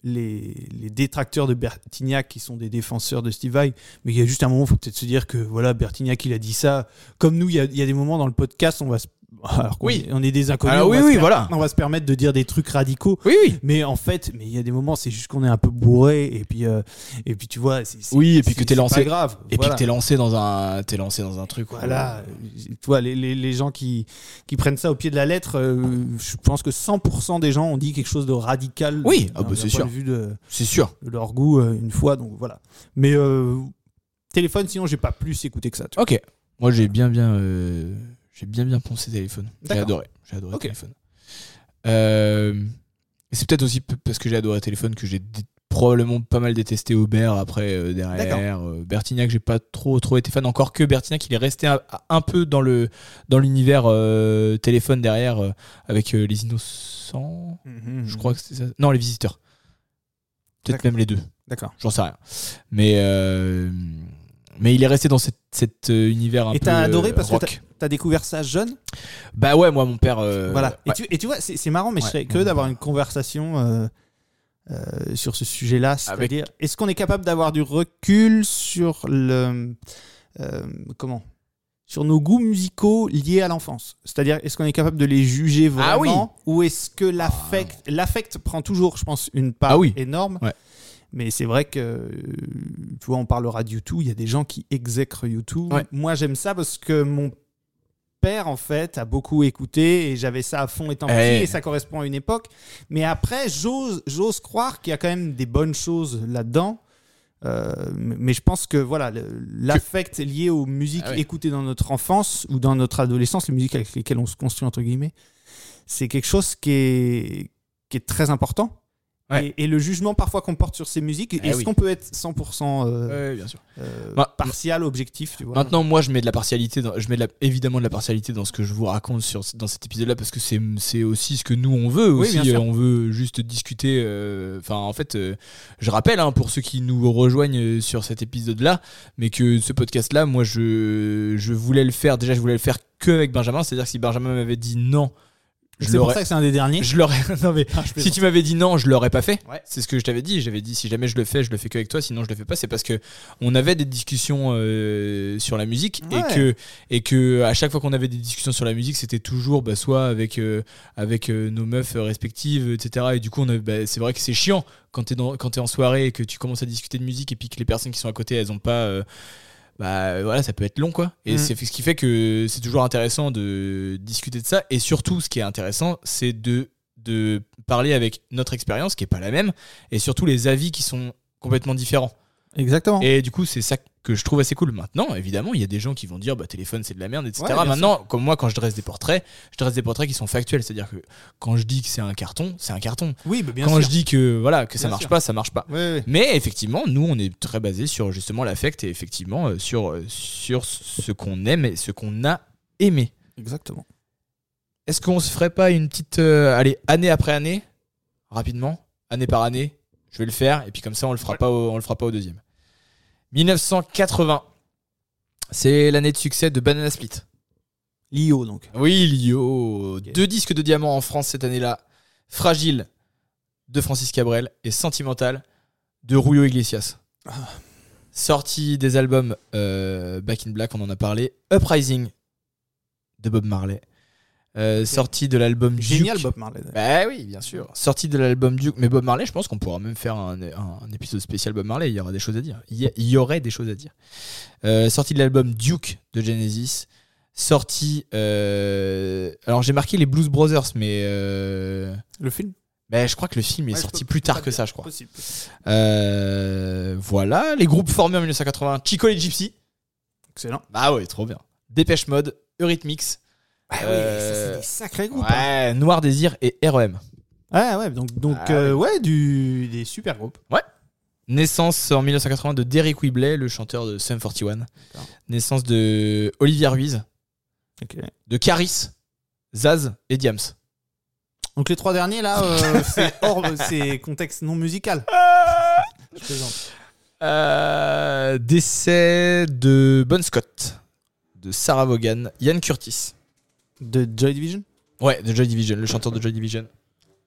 les, les détracteurs de Bertignac qui sont des défenseurs de Steve Vai, mais il y a juste un moment, il faut peut-être se dire que voilà, Bertignac, il a dit ça. Comme nous, il y a, il y a des moments dans le podcast, on va se. Alors qu'on Oui. est- on est des inconnus. Alors on Ah oui, va se oui, per- voilà. On va se permettre de dire des trucs radicaux. Oui oui. Mais en fait, mais il y a des moments, c'est juste qu'on est un peu bourré et puis euh, et puis tu vois, c'est c'est- Oui, et puis que c'est- t'es lancé. c'est pas grave. Et voilà. puis t'es lancé dans un t'es lancé dans un truc. euh, voilà, tu vois les, les, les gens qui, qui prennent ça au pied de la lettre, euh, je pense que 100% des gens ont dit quelque chose de radical. Oui, d'un- ah bah d'un c'est point sûr. De vue de, C'est sûr. de leur goût euh, une fois, donc voilà. Mais euh, téléphone, sinon j'ai pas plus écouté que ça. tu vois. Ok. Moi, j'ai bien, bien, euh, j'ai bien, bien poncé téléphone. J'ai D'accord. adoré. J'ai adoré Ok. téléphone. Euh, et c'est peut-être aussi p- parce que j'ai adoré téléphone que j'ai dé- probablement pas mal détesté Aubert après euh, derrière. D'accord. Euh, Bertignac, j'ai pas trop trop été fan. Encore que Bertignac, il est resté un, un peu dans le dans l'univers euh, téléphone derrière euh, avec euh, les innocents. Je crois que c'est ça. Non, les visiteurs. Hmm. Peut-être D'accord. même les deux. D'accord. J'en sais rien. Mais euh, mais il est resté dans cette, cet euh, univers un Et peu. t'as euh, adoré parce que rock. t'as- t'as découvert ça jeune. Bah ouais, moi mon père. euh, voilà. Et, ouais. tu, et tu vois, c'est c'est marrant, mais je Ouais. serais curieux d'avoir une conversation euh, euh, sur ce sujet-là. C'est-à-dire, est-ce qu'on est capable d'avoir du recul sur le. euh, comment sur nos goûts musicaux liés à l'enfance. C'est-à-dire, est-ce qu'on est capable de les juger vraiment Ah oui. Ou est-ce que l'affect, l'affect prend toujours, je pense, une part Ah oui. énorme Ouais. Mais c'est vrai que, euh, tu vois, on parlera de YouTube. Il y a des gens qui exècrent YouTube. Ouais. Moi, j'aime ça parce que mon père, en fait, a beaucoup écouté et j'avais ça à fond étant petit Eh. et ça correspond à une époque. Mais après, j'ose, j'ose croire qu'il y a quand même des bonnes choses là-dedans. Euh, mais mais je pense que voilà le- l'affect lié aux musiques Ah ouais. écoutées dans notre enfance ou dans notre adolescence, les musiques avec lesquelles on se construit entre guillemets, c'est quelque chose qui est, qui est très important. Ouais. Et, et le jugement parfois qu'on porte sur ces musiques, Eh est-ce oui. qu'on peut être 100% euh, Ouais, bien sûr. euh, Ma- partial, objectif tu vois Maintenant, moi, je mets de la partialité, dans- je mets de la- évidemment de la partialité dans ce que je vous raconte sur, dans cet épisode-là, parce que c'est c'est aussi ce que nous on veut. Oui, Aussi, bien sûr. Euh, on veut juste discuter. euh, Enfin, en fait, euh, je rappelle hein, pour ceux qui nous rejoignent euh, sur cet épisode-là, mais que ce podcast-là, moi, je je voulais le faire. Déjà, je voulais le faire que avec Benjamin. C'est-à-dire que si Benjamin m'avait dit non, je C'est pour l'aurais. ça que c'est un des derniers. Je l'aurais. non, mais si tu m'avais dit non, je l'aurais pas fait. Ouais. C'est ce que je t'avais dit. J'avais dit si jamais je le fais, je le fais que avec toi. Sinon, je le fais pas. C'est parce que on avait des discussions euh, sur la musique Ouais. et que et que à chaque fois qu'on avait des discussions sur la musique, c'était toujours bah, soit avec euh, avec euh, nos meufs respectives, etc. Et du coup, on avait- bah, c'est vrai que c'est chiant quand t'es dans quand t'es en soirée et que tu commences à discuter de musique et puis que les personnes qui sont à côté, elles ont pas euh, bah euh, voilà, ça peut être long quoi. Et Mm. c'est ce qui fait que c'est toujours intéressant de discuter de ça. Et surtout, ce qui est intéressant, c'est de, de parler avec notre expérience qui est pas la même et surtout les avis qui sont complètement différents. Exactement. Et du coup, c'est ça que je trouve assez cool. Maintenant, évidemment, il y a des gens qui vont dire bah téléphone c'est de la merde, etc. Ouais, bien Maintenant, comme moi, quand je dresse des portraits, je dresse des portraits qui sont factuels. C'est-à-dire que quand je dis que c'est un carton, c'est un carton. oui, bah, bien quand sûr. je dis que voilà que ça Bien marche sûr. pas, ça marche pas. Ouais, ouais. Mais effectivement, nous, on est très basé sur justement l'affect et effectivement euh, sur, euh, sur ce qu'on aime et ce qu'on a aimé. Exactement. Est-ce qu'on se ferait pas une petite. euh, allez, année après année, rapidement, année par année, je vais le faire et puis comme ça, on le fera, pas, au, on le fera pas au deuxième. 1980, c'est l'année de succès de Banana Split. L'IO donc. Oui, Lio. Deux disques de diamant en France cette année-là. Fragile de Francis Cabrel et Sentimental de Julio Iglesias. Ah. Sortie des albums euh, Back in Black, on en a parlé. Uprising de Bob Marley. Euh, Sortie de l'album Duke. Génial Bob Marley. Bah oui, bien sûr. Sortie de l'album Duke. Mais Bob Marley, je pense qu'on pourra même faire un, un- un épisode spécial Bob Marley. Il y aura des choses à dire. Il y, il y aurait des choses à dire. Euh, sortie de l'album Duke de Genesis. Sortie. euh, Alors j'ai marqué les Blues Brothers, mais. euh, Le film bah, je crois que le film est Ouais, je sorti peux plus pas tard que dire. ça, je crois. Possible. Euh, Voilà. Les groupes formés en 1980. Chico et Gypsy. Excellent. Bah ouais, trop bien. Dépêche Mode, Eurythmics. Ah ça, c'est euh, des sacrés groupes. hein. Ouais, Noir Désir et E REM. Ouais, ouais, donc, donc Ah, euh, ouais, du, des super groupes. Naissance en 1980 de Derek Whibley, le chanteur de Sum 41. D'accord. Naissance de Olivier Ruiz, de Caris, Zaz et Diams. Donc les trois derniers, là, euh, c'est hors, c'est contexte non musical. Je plaisante. Euh, décès de Bon Scott, de Sarah Vaughan, Ian Curtis. De Joy Division Ouais, de Joy Division, le chanteur de Joy Division.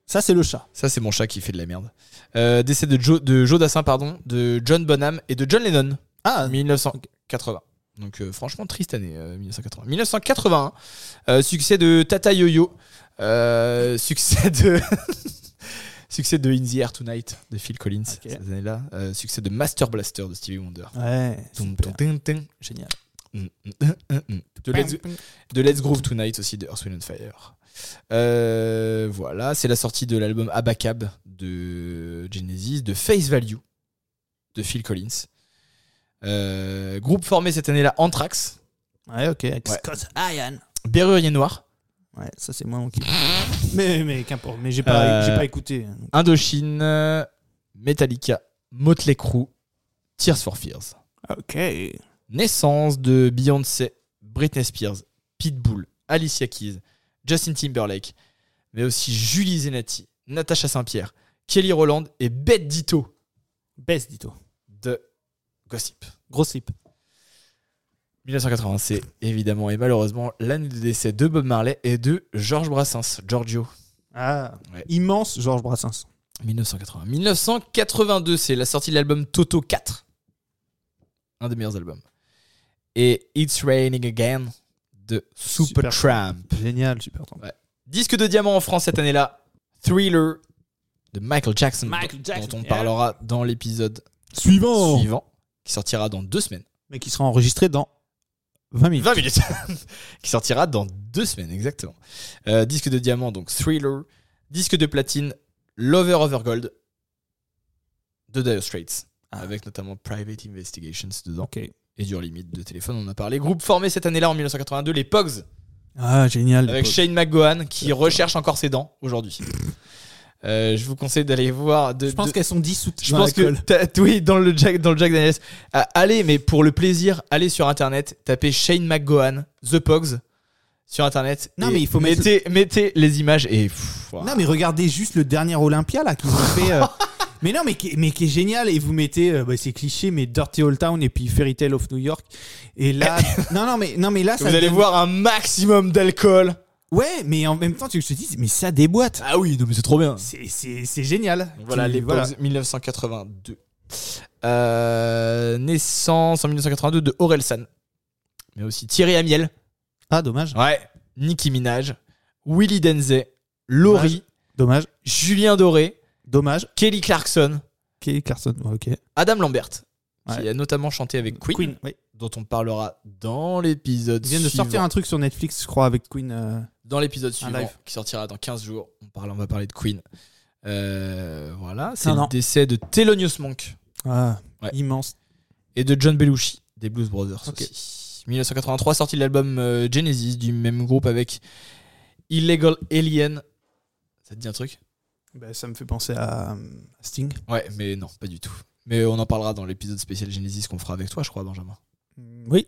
Ça, c'est le chat. Ça, c'est mon chat qui fait de la merde. Euh, décès de Joe, de Joe Dassin, pardon, de John Bonham et de John Lennon. Ah, 1980. Donc euh, franchement triste année euh, 1980. 1981, euh, succès de Tata Yo-Yo, euh, succès de succès de In the Air Tonight de Phil Collins Ok. ces années-là, euh, succès de Master Blaster de Stevie Wonder. ouais. Tum, super. tum, tum, Génial. tum, tum, tum, tum. De Let's, de Let's Groove Tonight aussi de Earth, Wind and Fire. Euh, voilà, c'est la sortie de l'album Abacab de Genesis, de Face Value de Phil Collins. Euh, groupe formé cette année-là, Anthrax, Ouais, ok. Avec Ouais. Scott Ian. Berrurier Noir, Ouais, ça, c'est moi mon kiff. mais mais qu'importe. Mais j'ai pas, Euh, j'ai pas écouté. donc. Indochine, euh, Metallica, Motley Crue, Tears for Fears. Ok. Naissance de Beyoncé, Britney Spears, Pitbull, Alicia Keys, Justin Timberlake, mais aussi Julie Zenati, Natacha Saint-Pierre, Kelly Rowland et Bette Ditto Baisse, dit-on. de Gossip. Gros slip. 1980, c'est évidemment et malheureusement l'année de décès de Bob Marley et de Georges Brassens, Giorgio. Ah. Ouais. Immense Georges Brassens. 1980. 1982, c'est la sortie de l'album Toto 4. Un des meilleurs albums. Et It's Raining Again de Super. Supertramp. Génial, super temps. Disque de diamant en France cette année-là, Thriller de Michael Jackson, Michael dont- Jackson, dont on yeah. parlera dans l'épisode Suivant. suivant, qui sortira dans deux semaines. Mais qui sera enregistré dans 20 minutes. 20 minutes qui sortira dans deux semaines exactement. Euh, disque de diamant donc Thriller, disque de platine Lover Over Gold de Dire Straits avec notamment Private Investigations dedans Ok. et Dure Limite de téléphone on en a parlé. Groupe formé cette année-là en 1982 les Pogs Ah, génial. avec Shane McGohan qui recherche encore ses dents aujourd'hui. Euh, je vous conseille d'aller voir de, Je pense de- qu'elles sont dissoutes. je dans pense que l'alcool. t'as- oui dans le Jack dans le Jack Daniels Ah, allez mais pour le plaisir allez sur internet tapez Shane McGohan The Pogs sur internet Non, et mais il faut mettre- mettez mettez les images et pff, voilà. Non, mais regardez juste le dernier Olympia là qu'ils ont fait. euh, Mais non, mais qui, est- mais qui est génial. Et vous mettez, euh, bah, c'est cliché, mais Dirty Old Town et puis Fairy Tale of New York. Et là, non, non, mais non, mais là, vous ça allez donne- voir un maximum d'alcool Ouais, mais en même temps, tu te dis, mais ça déboîte. ah oui non mais c'est trop bien C'est- C'est c'est génial. voilà Tu- les voilà. Pogs 1982 Euh, naissance en 1982 de Orelsan mais aussi Thierry Amiel Ah, dommage. ouais Nicki Minaj Willy Denzey Laurie Dommage. Julien Doré Dommage. Kelly Clarkson Ok, Carson. ouais, Ok. Adam Lambert, qui Ouais. a notamment chanté avec Queen, oui. dont on parlera dans l'épisode Ils viennent de suivant. sortir un truc sur Netflix, je crois, avec Queen. euh, Dans l'épisode suivant, live. qui sortira dans 15 jours, on, parle, on va parler de Queen. Euh, voilà, c'est Non, le non. décès de Thelonious Monk Ah, Ouais. immense. et de John Belushi, des Blues Brothers Ok. aussi. 1983, sorti de l'album euh, Genesis du même groupe avec Illegal Alien. Ça te dit un truc Bah, ça me fait penser à euh, Sting. Ouais, mais non, pas du tout. Mais on en parlera dans l'épisode spécial Genesis qu'on fera avec toi, je crois, Benjamin. Oui.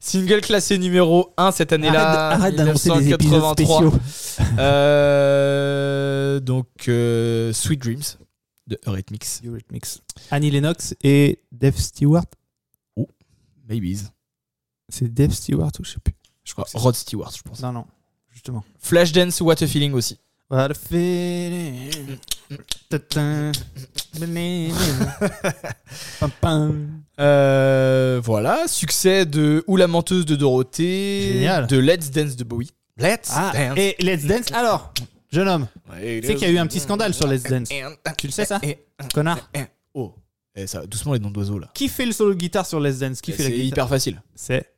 Single classé numéro 1 cette année-là. arrête d'annoncer des épisodes 1983. spéciaux. Euh, donc euh, Sweet Dreams de Eurythmics, Eurythmics. Annie Lennox et Dave Stewart. Maybes, C'est Dave Stewart ou je sais plus. je crois, Rod Stewart, je pense. Non, non, justement. Flashdance, What a Feeling aussi. What a feeling. Tatin. Pam, pam. Euh, voilà, succès de Ou la menteuse de Dorothée, Génial. de Let's Dance de Bowie. Let's Ah, Dance. et Let's Dance. Alors, jeune homme, Ouais, tu sais qu'il y a eu un petit scandale sur Let's Dance. Tu le sais, ça Connard. Oh, Eh, ça, doucement les noms d'oiseaux là. Qui fait le solo de guitare sur Let's Dance Qui fait la Bah, C'est guitare hyper facile. C'est.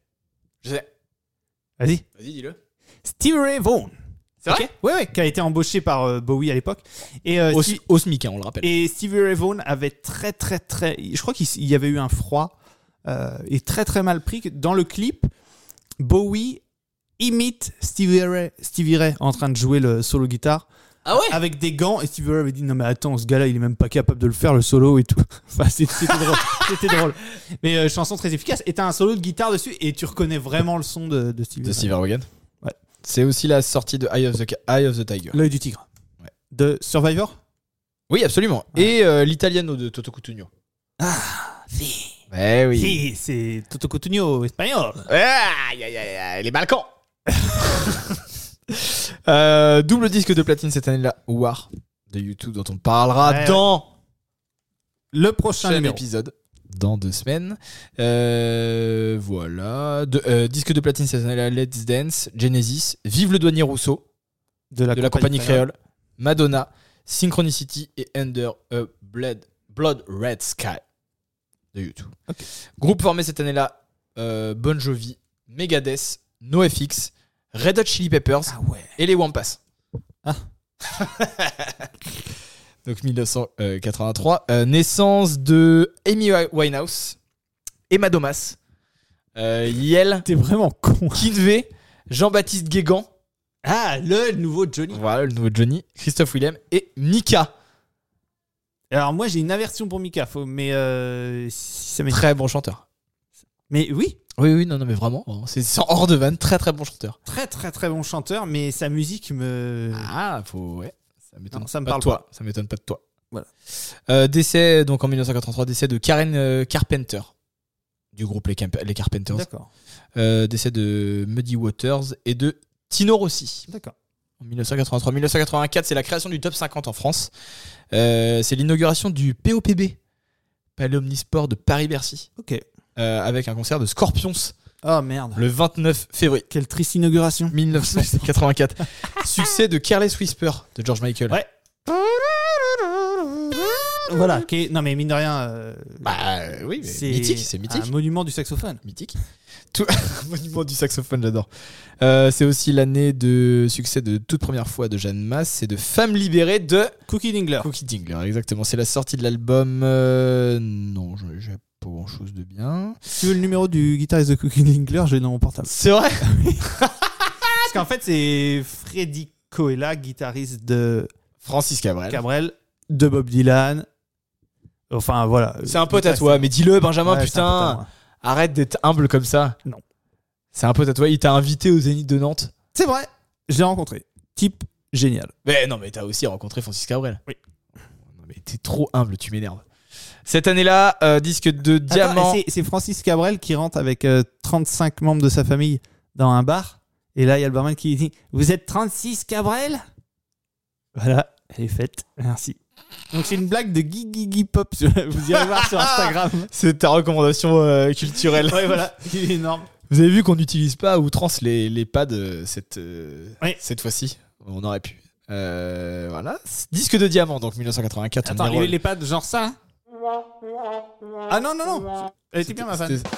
Je sais. Vas-y. Vas-y, dis-le. Steve Ray Vaughan. C'est vrai Ouais, ouais, qui a été embauché par euh, Bowie à l'époque. Et, euh, Au, Steve- au SMIC, hein, on le rappelle. et Stevie Ray Vaughan avait très, très, très. Je crois qu'il s- il y avait eu un froid euh, et très, très mal pris. que Dans le clip, Bowie imite Stevie Ray, Stevie Ray en train de jouer le solo guitare Ah ouais avec des gants. Et Stevie Ray avait dit Non, mais attends, ce gars-là, il est même pas capable de le faire, le solo et tout. Enfin, c'était c'était drôle. C'était drôle. Mais euh, chanson très efficace. Et t'as un solo de guitare dessus et tu reconnais vraiment le son de, de Stevie De Ray. Steve Rogan. Ouais. C'est aussi la sortie de Eye of the, Eye of the Tiger. L'œil du tigre. Ouais. De Survivor Oui, absolument. Et euh, l'italiano de Toto Cutugno. Eh oui. Ah, Si, c'est Toto Coutinho espagnol. Ah, aïe, aïe, aïe, aïe, les Balkans. Euh, double disque de platine cette année-là. War de YouTube dont on parlera Ouais, dans Le le prochain prochain numéro. épisode. Dans deux semaines. Euh, voilà. De- euh, disque de platine cette année-là. Let's Dance, Genesis, Vive le douanier Rousseau. de la compagnie créole, Madonna, Synchronicity et Under a Blood, Blood Red Sky de YouTube. Ok. Groupe formé cette année-là euh, Bon Jovi, Megadeth, NoFX, Red Hot Chili Peppers Ah ouais. et les Wampas. Ah. Donc 1983, euh, naissance de Amy Winehouse, Emma Domas, euh, Yel, T'es vraiment con. Kinvey, Jean-Baptiste Guégan, Ah, le nouveau Johnny. voilà, le nouveau Johnny, Christophe Willem et Mika. Alors moi j'ai une aversion pour Mika, faut- mais euh, si ça m'énerve. Très bon chanteur. Mais oui, Oui, oui, non, non, mais vraiment. vraiment, C'est c'est hors de vanne, très très bon chanteur. très très très bon chanteur, mais sa musique me. Ah, faut. Ouais. Ça m'étonne Non, ça me pas parle de toi. Ça m'étonne pas de toi. Voilà. Euh, décès, donc en 1983, décès de Karen euh, Carpenter, du groupe Les, Camp- Les Carpenters. D'accord, Euh, décès de Muddy Waters et de Tino Rossi. d'accord. En 1983-1984, c'est la création du top 50 en France. Euh, c'est l'inauguration du POPB, Palais Omnisport de Paris-Bercy, Ok. euh, avec un concert de Scorpions Oh merde. le 29 février Quelle triste inauguration. 1984. Succès de Careless Whisper de George Michael. Ouais. Voilà. qui est- Non mais mine de rien, euh, Bah euh, oui, mais mythique, c'est mythique. Un monument du saxophone. Mythique. Tout... Monument du saxophone, j'adore. Euh, c'est aussi l'année de succès de toute première fois de Jeanne Masse et de Femme libérée de Cookie Dingler. Cookie Dingler. Exactement, c'est la sortie de l'album. euh, Non, je- j'ai pas grand chose de bien. Si tu veux le numéro du guitariste de Cookie Dingler, je l'ai dans mon portable. C'est vrai Parce qu'en fait c'est Freddy Coela, guitariste de Francis Cabrel. Cabrel, de Bob Dylan. Enfin voilà. C'est un pote à toi, mais dis-le, Benjamin, Ouais, c'est un pote à putain. moi. Arrête d'être humble comme ça. Non. C'est un pote à toi, il t'a invité au Zénith de Nantes. C'est vrai. Je l'ai rencontré. Type génial. Mais non, mais t'as aussi rencontré Francis Cabrel. Oui. Non, mais t'es trop humble, tu m'énerves. Cette année-là, euh, disque de Attends, diamant. et c'est- C'est Francis Cabrel qui rentre avec euh, 35 membres de sa famille dans un bar. Et là, il y a le barman qui dit Vous êtes 36 Cabrel Voilà, elle est faite. Merci. Donc, c'est une blague de Guy Guy Guy Pop. sur- Vous irez voir sur Instagram. C'est ta recommandation euh, culturelle. Ouais, voilà, il est énorme. Vous avez vu qu'on n'utilise pas à outrance les, les pads euh, cette, euh, Oui. cette fois-ci. On aurait pu. Euh, voilà. Disque de diamant, donc 1984. on Attends, y les, re- les pattes, genre ça hein Ah non, non, non Elle était bien, ma fan. C'était-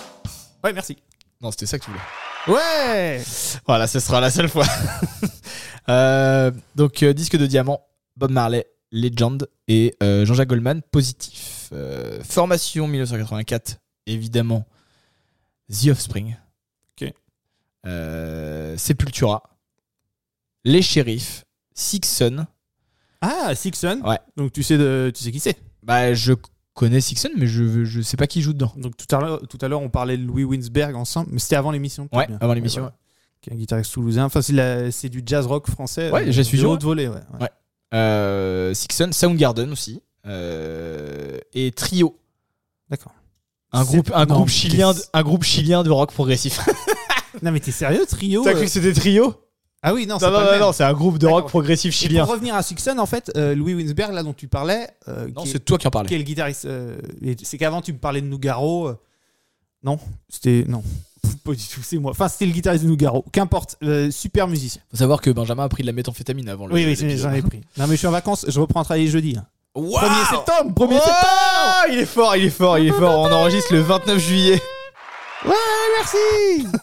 Ouais, merci. Non, c'était ça que tu voulais. Ouais Voilà, ce sera la seule fois. Euh, donc, euh, disque de diamant, Bob Marley, Legend et euh, Jean-Jacques Goldman, positif. Euh, formation 1984, évidemment, The Offspring. Ok. Euh, Sepultura, Les Shérifs, Sixson. Ah, Sixon Ouais. Donc, tu sais, de, tu sais qui c'est Bah, je connais Sixson, mais je, je sais pas qui joue dedans. Donc tout à l'heure, tout à l'heure, on parlait de Louis Winsberg ensemble, mais c'était avant l'émission. tout Ouais, bien. avant l'émission. Ouais, voilà. Qui est un guitariste toulousain. Enfin, c'est, la- c'est du jazz rock français. euh, Ouais, j'ai suivi, De ouais. haute volée, ouais. ouais. Ouais. Euh, Sixson, Soundgarden aussi. Euh, et Trio. D'accord. Un C'est- groupe, un, non, groupe mais chilien, de- qu'est-ce- un groupe chilien de rock progressif. Non, mais t'es sérieux, trio euh, c'était Trio Ah oui, non, c'est pas Non, non, le non, même. non, c'est un groupe de rock D'accord. progressif Et chilien. Pour revenir à Sixon, en fait, euh, Louis Winsberg, là dont tu parlais, euh, Non, qui, c'est est, toi qui en qui parlais. est le guitariste. euh, et c'est qu'avant tu me parlais de Nougaro. euh, non, c'était non, Pff, pas du tout. C'est moi. Enfin, c'était le guitariste de Nougaro. Qu'importe, euh, super musicien. Faut savoir que Benjamin a pris de la méthamphétamine avant le. oui, oui, c'est- l'épisode. j'en ai pris. Non, mais je suis en vacances. Je reprends à travailler jeudi. hein. Waouh 1er septembre, 1er Wow septembre. Il est fort, il est fort, il est fort. On enregistre le 29 juillet. Merci.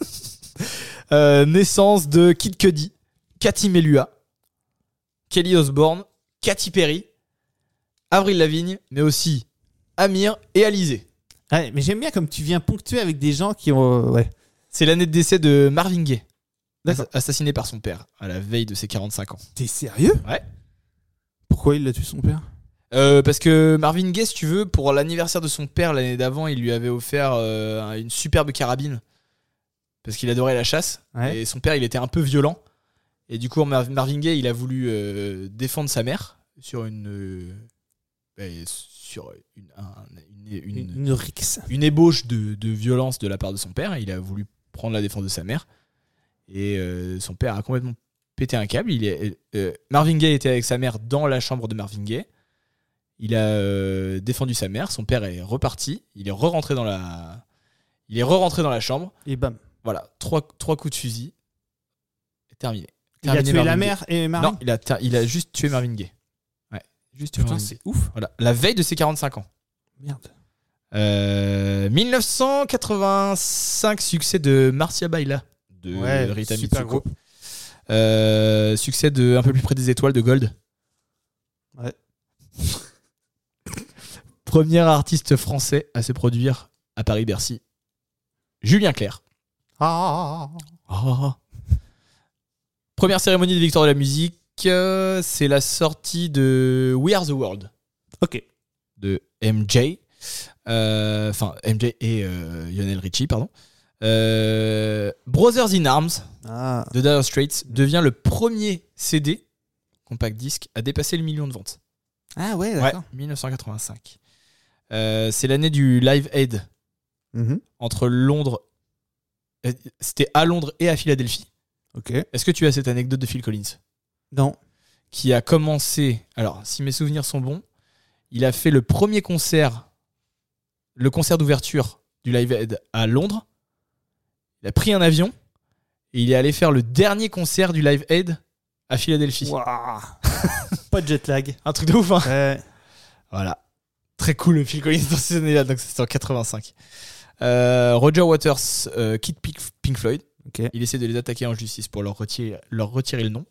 Euh, naissance de Kid Cudi, Cathy Melua, Kelly Osbourne, Katy Perry, Avril Lavigne, mais aussi Amir et Alizé. Ouais, mais j'aime bien comme tu viens ponctuer avec des gens qui ont. euh, Ouais. C'est l'année de décès de Marvin Gaye, D'accord. ass- assassiné par son père à la veille de ses 45 ans. T'es sérieux Ouais. Pourquoi il l'a tué son père Euh, parce que Marvin Gaye, si tu veux, pour l'anniversaire de son père l'année d'avant, il lui avait offert euh, une superbe carabine. Parce qu'il adorait la chasse. Ouais. Et son père, il était un peu violent. Et du coup, Mar- Marvin Gaye, il a voulu euh, défendre sa mère sur une. euh, ben, sur une, un- une- une- Une, une rixe. une ébauche de, de violence de la part de son père. Il a voulu prendre la défense de sa mère. Et euh, son père a complètement pété un câble. Il est, euh, Marvin Gaye était avec sa mère dans la chambre de Marvin Gaye. Il a euh, défendu sa mère. Son père est reparti. Il est re-rentré dans la, il est re-rentré dans la chambre. Et bam. Voilà, trois, trois coups de fusil. Terminé. Il a Terminé tué la Marvin mère et Gaye. Marie. Non, il a, ter- il a juste tué Marvin Gaye. Ouais, juste tué Putain, Marvin c'est Gaye. ouf. Voilà, la veille de ses 45 ans. Merde. Euh, 1985, succès de Marcia Baila de Rita super Mitsuko. groupe. Euh, succès de Un peu plus près des étoiles de Gold. Ouais. Premier artiste français à se produire à Paris-Bercy, Julien Clerc. Ah, ah, ah, ah. Première cérémonie de victoire de la musique, euh, c'est la sortie de We Are the World. Ok. de MJ. Euh, Enfin, MJ et euh, Lionel Richie, pardon. Euh, Brothers in Arms Ah. de Dire Straits devient le premier CD compact disque à dépasser le million de ventes. Ah ouais, Ouais, d'accord. 1985. Euh, c'est l'année du Live Aid Mhm. entre Londres. euh, C'était à Londres et à Philadelphie. Ok. Est-ce que tu as cette anecdote de Phil Collins Non. qui a commencé. Alors, si mes souvenirs sont bons, il a fait le premier concert, le concert d'ouverture du Live Aid à Londres. Il a pris un avion et il est allé faire le dernier concert du Live Aid à Philadelphie. Pas de jet lag. Un truc de ouf, hein Ouais. Voilà. Très cool le Phil Collins dans ces années-là, donc c'était en 85. Euh, Roger Waters euh, quitte Pink, Pink Floyd. Ok. Il essaie de les attaquer en justice pour leur retirer, leur retirer le nom.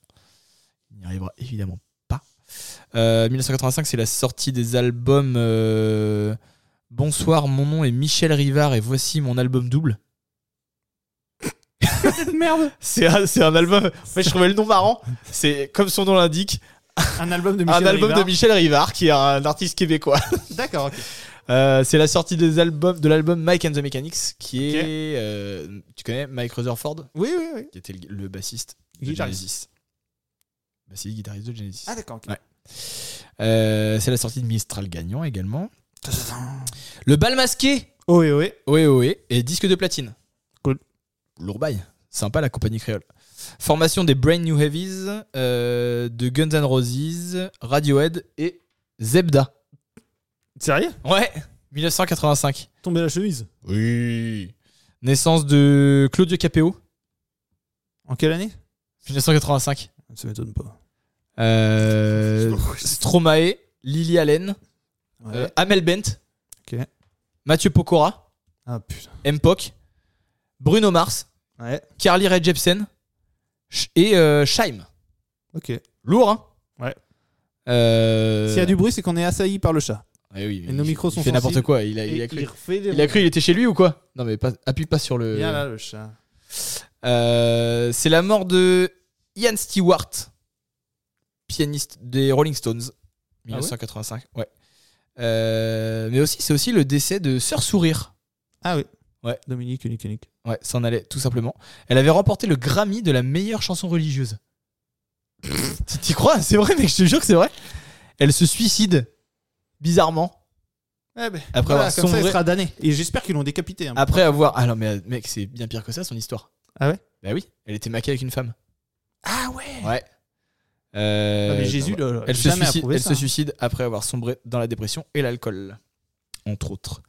Il n'y arrivera évidemment pas. Euh, 1985, c'est la sortie des albums euh, Bonsoir, mon nom est Michel Rivard et voici mon album double. Merde. C'est un, c'est un album. En fait, je trouvais le nom marrant. C'est comme son nom l'indique, Un album de un album de Michel Rivard qui est un artiste québécois. D'accord. ok. Euh, c'est la sortie des albums, de l'album Mike and the Mechanics, qui est. euh, tu connais Mike Rutherford, Oui, oui, oui. qui était le, le bassiste de Guitariste. Genesis. Bassiste, guitariste de Genesis. Ah d'accord. ok. Ouais. Euh, c'est la sortie de Mistral Gagnant également. Le bal masqué, Oh oui, oui. oui, oui, et disque de platine. Cool. Lourd bail. Sympa la compagnie créole. Formation des Brain New Heavies, euh, de Guns N' Roses, Radiohead et Zebda. Sérieux Ouais, 1985. Tomber la chemise. Oui. Naissance de Claudio Capéo, En quelle année 1985. Ça m'étonne pas. Euh, Stromae, Lily Allen, Ouais. euh, Amel Bent, Ok. Mathieu Pokora, Ah putain. M. Poc, Bruno Mars, Ouais. Carly Rae Jepsen Ch- et euh, Scheim. Ok. Lourd, hein Ouais. Euh, S'il y a du bruit, c'est qu'on est assailli par le chat. Eh oui, Et nos il- micros il sont fait n'importe sensibles. quoi. Il a, il a Et cru. refait des Il a cru, il était chez lui ou quoi Non mais pas- appuie pas sur le. Bien là le chat. Euh, c'est la mort de Ian Stewart, pianiste des Rolling Ah Stones, 1985. ouais. Euh, mais aussi, c'est aussi le décès de Sœur Sourire. Ah oui. Ouais. Dominique, unique, unique. Ouais, s'en allait tout simplement. Elle avait remporté le Grammy de la meilleure chanson religieuse. Tu- T'y crois C'est vrai, mec. Je te jure que c'est vrai. Elle se suicide bizarrement Eh ben. après Voilà, avoir comme ça, il sombré- sera damné. Et j'espère qu'ils l'ont décapité. hein. après avoir. Ah non, mais euh, mec, c'est bien pire que ça son histoire. Ah ouais Bah oui. Elle était maquée avec une femme. Ah ouais. Ouais. Ah, Euh, mais Jésus, là, Elle, se jamais suicide, approuvé elle ça. hein. se suicide après avoir sombré dans la dépression et l'alcool, entre autres.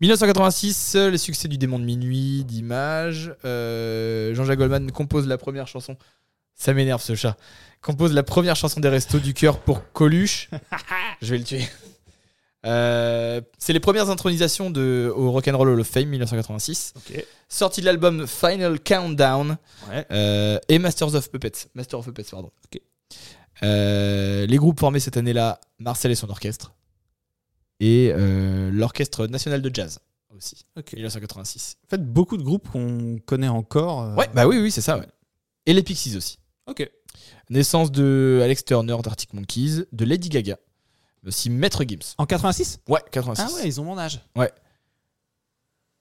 1986, euh, les succès du démon de minuit, d'image. euh, Jean-Jacques Goldman compose la première chanson. Ça m'énerve ce chat. Compose la première chanson des Restos du Cœur pour Coluche. Je vais le tuer. Euh, c'est les premières intronisations de, au Rock'n'Roll Hall of Fame 1986. Ok. Sortie de l'album Final Countdown Ouais. euh, et Masters of Puppets. Master of Puppets, pardon. Ok. Euh, les groupes formés cette année-là, Marcel et son orchestre, et euh, l'Orchestre National de Jazz aussi, Ok. 1986. En fait, beaucoup de groupes qu'on connaît encore. euh, Ouais, bah oui, oui, c'est ça. ouais. Et les Pixies aussi. Ok. Naissance de Alex Turner d'Arctic Monkeys, de Lady Gaga, mais aussi Maître Gims. En 86 Ouais, 86. Ah ouais, ils ont mon âge. Ouais,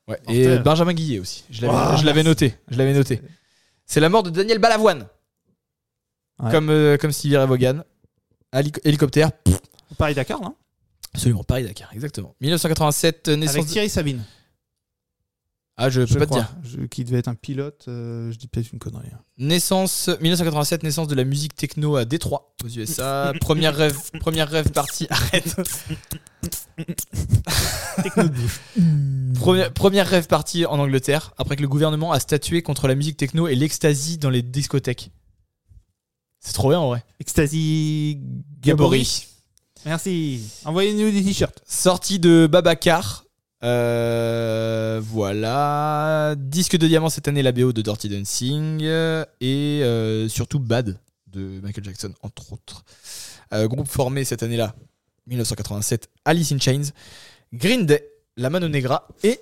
Mortel. Et euh, Benjamin Guillet aussi. Je l'avais, Oh, je l'avais noté. Je l'avais noté. C'est la mort de Daniel Balavoine. Ouais. Comme, euh, comme Stevie Ray Vaughan. Hélic- hélicoptère. pff, Paris-Dakar, non Absolument, Paris-Dakar, exactement. 1987, euh, naissance. Avec de- Thierry Sabine. Ah, je peux pas te dire. Je- qui devait être un pilote, euh, je dis peut-être une connerie. hein. Naissance 1987, naissance de la musique techno à Détroit, aux USA. première rêve, première rêve partie. Arrête. première, première rêve partie en Angleterre après que le gouvernement a statué contre la musique techno et l'ecstasy dans les discothèques. C'est trop bien en vrai. Ecstasy Gabory. Merci. Envoyez-nous des t-shirts. Sortie de Babacar. Euh, voilà. Disque de diamant cette année, la BO de Dirty Dancing. euh, Et euh, surtout Bad de Michael Jackson, entre autres. Euh, groupe formé cette année-là, 1987, Alice in Chains, Green Day, La Mano Negra et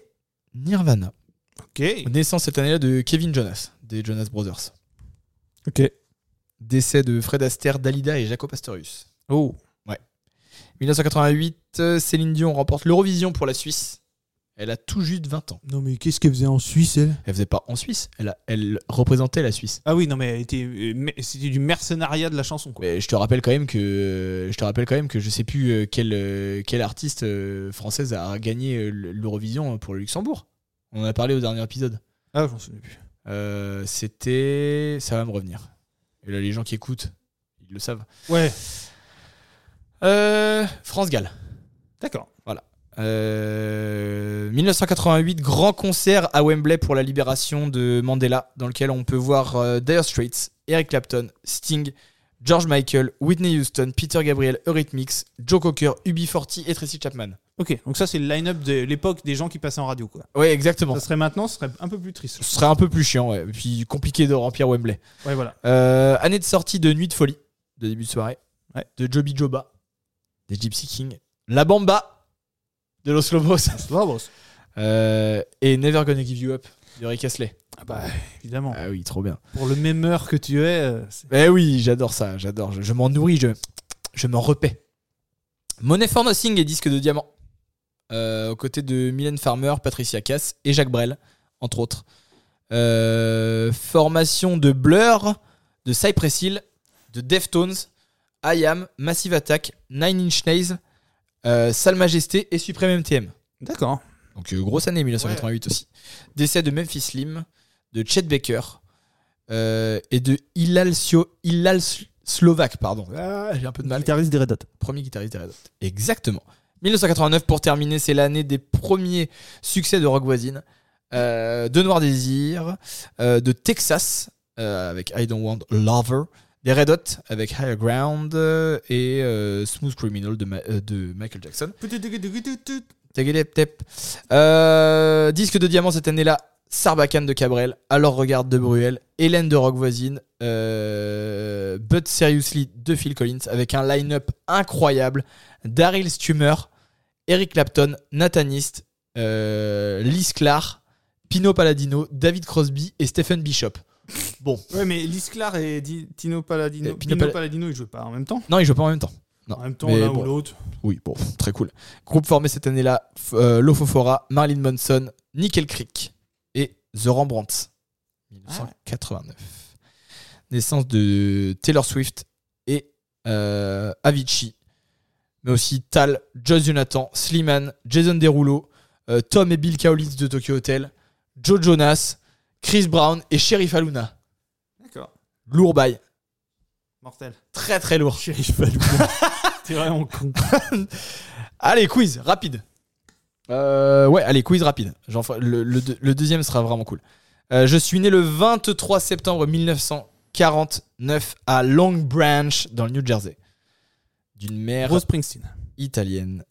Nirvana. Ok. Naissance cette année-là de Kevin Jonas, des Jonas Brothers. Ok. Décès de Fred Astaire, Dalida et Jaco Pastorius. Oh. 1988, euh, Céline Dion remporte l'Eurovision pour la Suisse. Elle a tout juste 20 ans. Non, mais qu'est-ce qu'elle faisait en Suisse, elle Elle faisait pas en Suisse, elle, a- elle représentait la Suisse. Ah oui, non, mais elle était, euh, mais c'était du mercenariat de la chanson, quoi. Mais je te rappelle quand même que je te rappelle quand même que je sais plus euh, quelle euh, quelle artiste euh, française a gagné euh, l'Eurovision pour le Luxembourg. On en a parlé au dernier épisode. Ah, j'en souviens plus. Euh, C'était ça va me revenir. Et là les gens qui écoutent, ils le savent. Ouais, Euh, France Gall. d'accord. Euh, 1988, grand concert à Wembley pour la libération de Mandela, dans lequel on peut voir euh, Dire Straits, Eric Clapton, Sting, George Michael, Whitney Houston, Peter Gabriel, Eurythmics, Joe Cocker, UB40 et Tracy Chapman. Ok, donc ça, c'est le line-up de l'époque des gens qui passaient en radio, quoi. Ouais, exactement. Ça serait maintenant, ce serait un peu plus triste. Ce serait un peu plus chiant, ouais. Et puis compliqué de remplir Wembley. Ouais, voilà. Euh, année de sortie de Nuit de folie, de début de soirée, Ouais. de Joby Joba, des Gypsy King, La Bamba, de Los Lobos. Euh, et Never Gonna Give You Up de Rick Astley. Ah bah, évidemment. Ah oui, trop bien. Pour le même heure que tu es, euh, c'est- Eh oui, j'adore ça, j'adore. Je, je m'en nourris, je, je m'en repais. Money for Nothing et disque de diamant. Euh, aux côtés de Mylène Farmer, Patricia Cass et Jacques Brel, entre autres. Euh, formation de Blur, de Cypress Hill, de Deftones, I Am, Massive Attack, Nine Inch Nails, euh, Salle Majesté et Supreme MTM. D'accord. Donc euh, grosse année 1988 aussi. Décès de Memphis Slim, de Chet Baker euh, et de Hilal, Sio, Hilal S- Slovak, pardon. Bah, Ah, j'ai un peu de mal. Guitariste des Red Hot. Premier guitariste des Red Hot. Exactement. 1989 pour terminer, c'est l'année des premiers succès de rock voisine, euh, de Noir Désir, euh, de Texas euh, avec I Don't Want a Lover, des Red Hot avec Higher Ground euh, et euh, Smooth Criminal de, Ma- euh, de Michael Jackson. Tagadep, tep. Euh, disque de diamant cette année-là, Sarbacane de Cabrel, Alors Regarde de Bruel, Hélène de Rock Voisine, euh, But Seriously de Phil Collins, avec un line-up incroyable, Daryl Stummer, Eric Clapton, Nathanist, euh, Liz Clar, Pino Palladino, David Crosby et Stephen Bishop. Bon, Ouais, mais Liz Clar et Di- Tino Et Palladino. Pino Pino Pal- Palladino, ils jouaient pas en même temps. non, ils jouent pas en même temps. Non, En même temps, mais l'un bon. ou l'autre. Oui, bon, très cool. Groupe formé cette année-là, F- euh, Lofofora, Marilyn Manson, Nickel Creek et The Rembrandt. Ah 1989. Naissance de Taylor Swift et euh, Avicii. Mais aussi Tal, Joss Jonathan, Slimane, Jason Derulo, euh, Tom et Bill Kaolitz de Tokyo Hotel, Joe Jonas, Chris Brown et Sheriff Aluna. D'accord. Lourd bail. Mortel. Très très lourd. Sheriff Aluna. T'es vraiment con. Allez, quiz, rapide. Euh, ouais, allez, quiz rapide. J'en ferai- le, le deux- le deuxième sera vraiment cool. Euh, je suis né le 23 septembre 1949 à Long Branch, dans le New Jersey. D'une mère Rose Springsteen. italienne.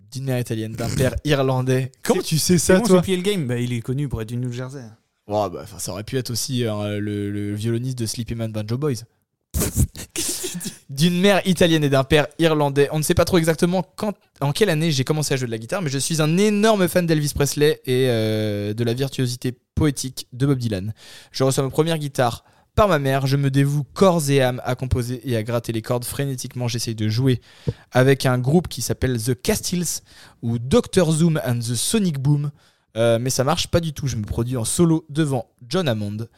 D'une mère italienne, d'un père irlandais. Comment tu sais C'est ça, bon, j'ai toi plié le game. Bah, il est connu pour être du New Jersey. Ouais, bah, enfin, Ça aurait pu être aussi euh, le, le violoniste de Sleepy Man Banjo Boys. D'une mère italienne et d'un père irlandais. On ne sait pas trop exactement quand, en quelle année j'ai commencé à jouer de la guitare, mais je suis un énorme fan d'Elvis Presley et euh, de la virtuosité poétique de Bob Dylan. Je reçois ma première guitare par ma mère. Je me dévoue corps et âme à composer et à gratter les cordes frénétiquement. J'essaye de jouer avec un groupe qui s'appelle The Castles ou Dr. Zoom and the Sonic Boom. Euh, mais ça marche pas du tout. Je me produis en solo devant John Hammond,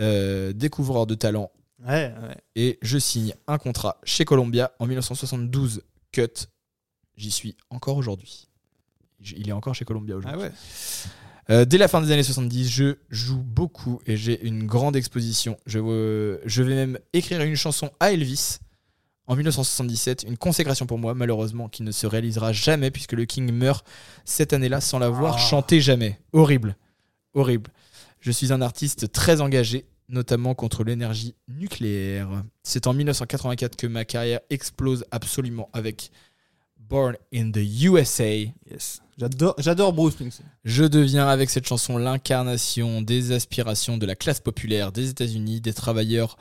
euh, découvreur de talent, Ouais, ouais. et je signe un contrat chez Columbia en 1972. Cut. J'y suis encore aujourd'hui. J- Il est encore chez Columbia aujourd'hui. Ah ouais. Euh, dès la fin des années 70, je joue beaucoup et j'ai une grande exposition. Je, veux- je vais même écrire une chanson à Elvis en 1977, une consécration pour moi, malheureusement, qui ne se réalisera jamais puisque le King meurt cette année-là sans l'avoir Ah. chanté jamais. Horrible, horrible. Je suis un artiste très engagé, notamment contre l'énergie nucléaire. C'est en 1984 que ma carrière explose absolument avec Born in the USA. Yes. Ah, J'adore, j'adore Bruce Springsteen. Je deviens avec cette chanson l'incarnation des aspirations de la classe populaire des États-Unis, des travailleurs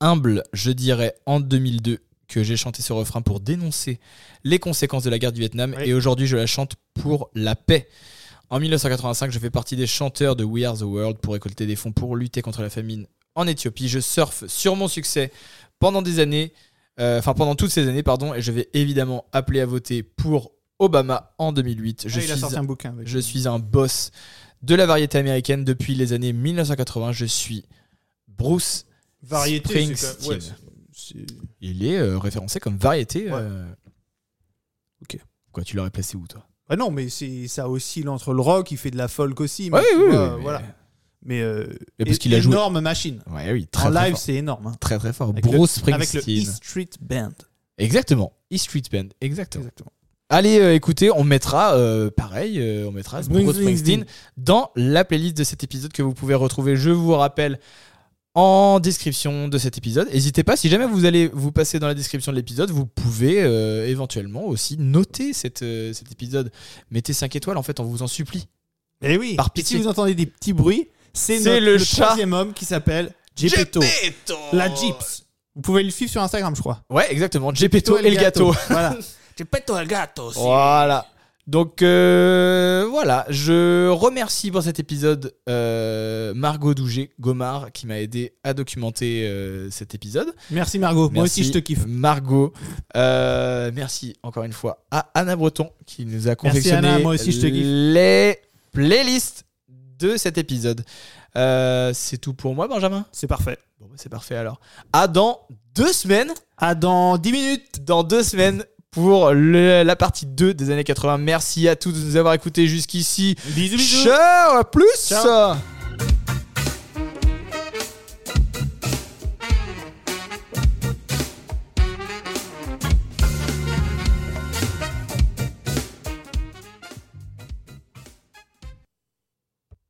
humbles. Je dirais en 2002 que j'ai chanté ce refrain pour dénoncer les conséquences de la guerre du Vietnam Oui. et aujourd'hui je la chante pour la paix. En 1985, je fais partie des chanteurs de We Are the World pour récolter des fonds pour lutter contre la famine en Éthiopie. Je surfe sur mon succès pendant des années. Euh, Enfin, pendant toutes ces années, pardon, et je vais évidemment appeler à voter pour Obama en 2008. Je, Ah, il a suis, sorti un bouquin. Avec je suis un boss de la variété américaine depuis les années 1980. Je suis Bruce. variété. Springsteen. c'est quand même- ouais, c'est- c'est- Il est euh, référencé comme variété. Ouais. euh. Ok. Quoi, tu l'aurais placé où, toi Bah non, mais c'est ça oscille entre le rock, il fait de la folk aussi. Ouais, mais tu oui, vois, oui, mais- voilà. Mais, euh, Mais parce é- qu'il a joué- énorme machine. Ouais, oui, très en très live, fort. c'est énorme. hein. Très très fort. Avec Bruce le, avec le Springsteen. E Street Band. Exactement. E Street Band. Exactement. Exactement. Allez, euh, écoutez, on mettra, euh, pareil, euh, on mettra Bruce Bruce Springsteen dans la playlist de cet épisode que vous pouvez retrouver, je vous rappelle, en description de cet épisode. N'hésitez pas, si jamais vous allez vous passer dans la description de l'épisode, vous pouvez euh, éventuellement aussi noter cette, euh, cet épisode. Mettez 5 étoiles, en fait, on vous en supplie. Et oui, Par et si pitié. vous entendez des petits bruits, c'est C'est notre- le le, chat. troisième homme qui s'appelle Gepetto. La Jeeps. Vous pouvez le suivre sur Instagram, je crois. Ouais, exactement. Gepetto et le gâteau. Voilà. Voilà. Donc euh, voilà, je remercie pour cet épisode euh, Margot Douget Gomard qui m'a aidé à documenter euh, cet épisode. Merci Margot. Moi Merci, aussi, je te kiffe. Margot. Euh, merci encore une fois à Anna Breton qui nous a confectionné Anna, moi aussi, je te kiffe. les playlists de cet épisode. Euh, c'est tout pour moi Benjamin. C'est parfait. Bon bah, c'est parfait alors. À dans deux semaines À dans 10 minutes. dans deux semaines pour le- la partie 2 des années 80. Merci à tous de nous avoir écoutés jusqu'ici. Bisous, bisous. Ciao, à plus Ciao.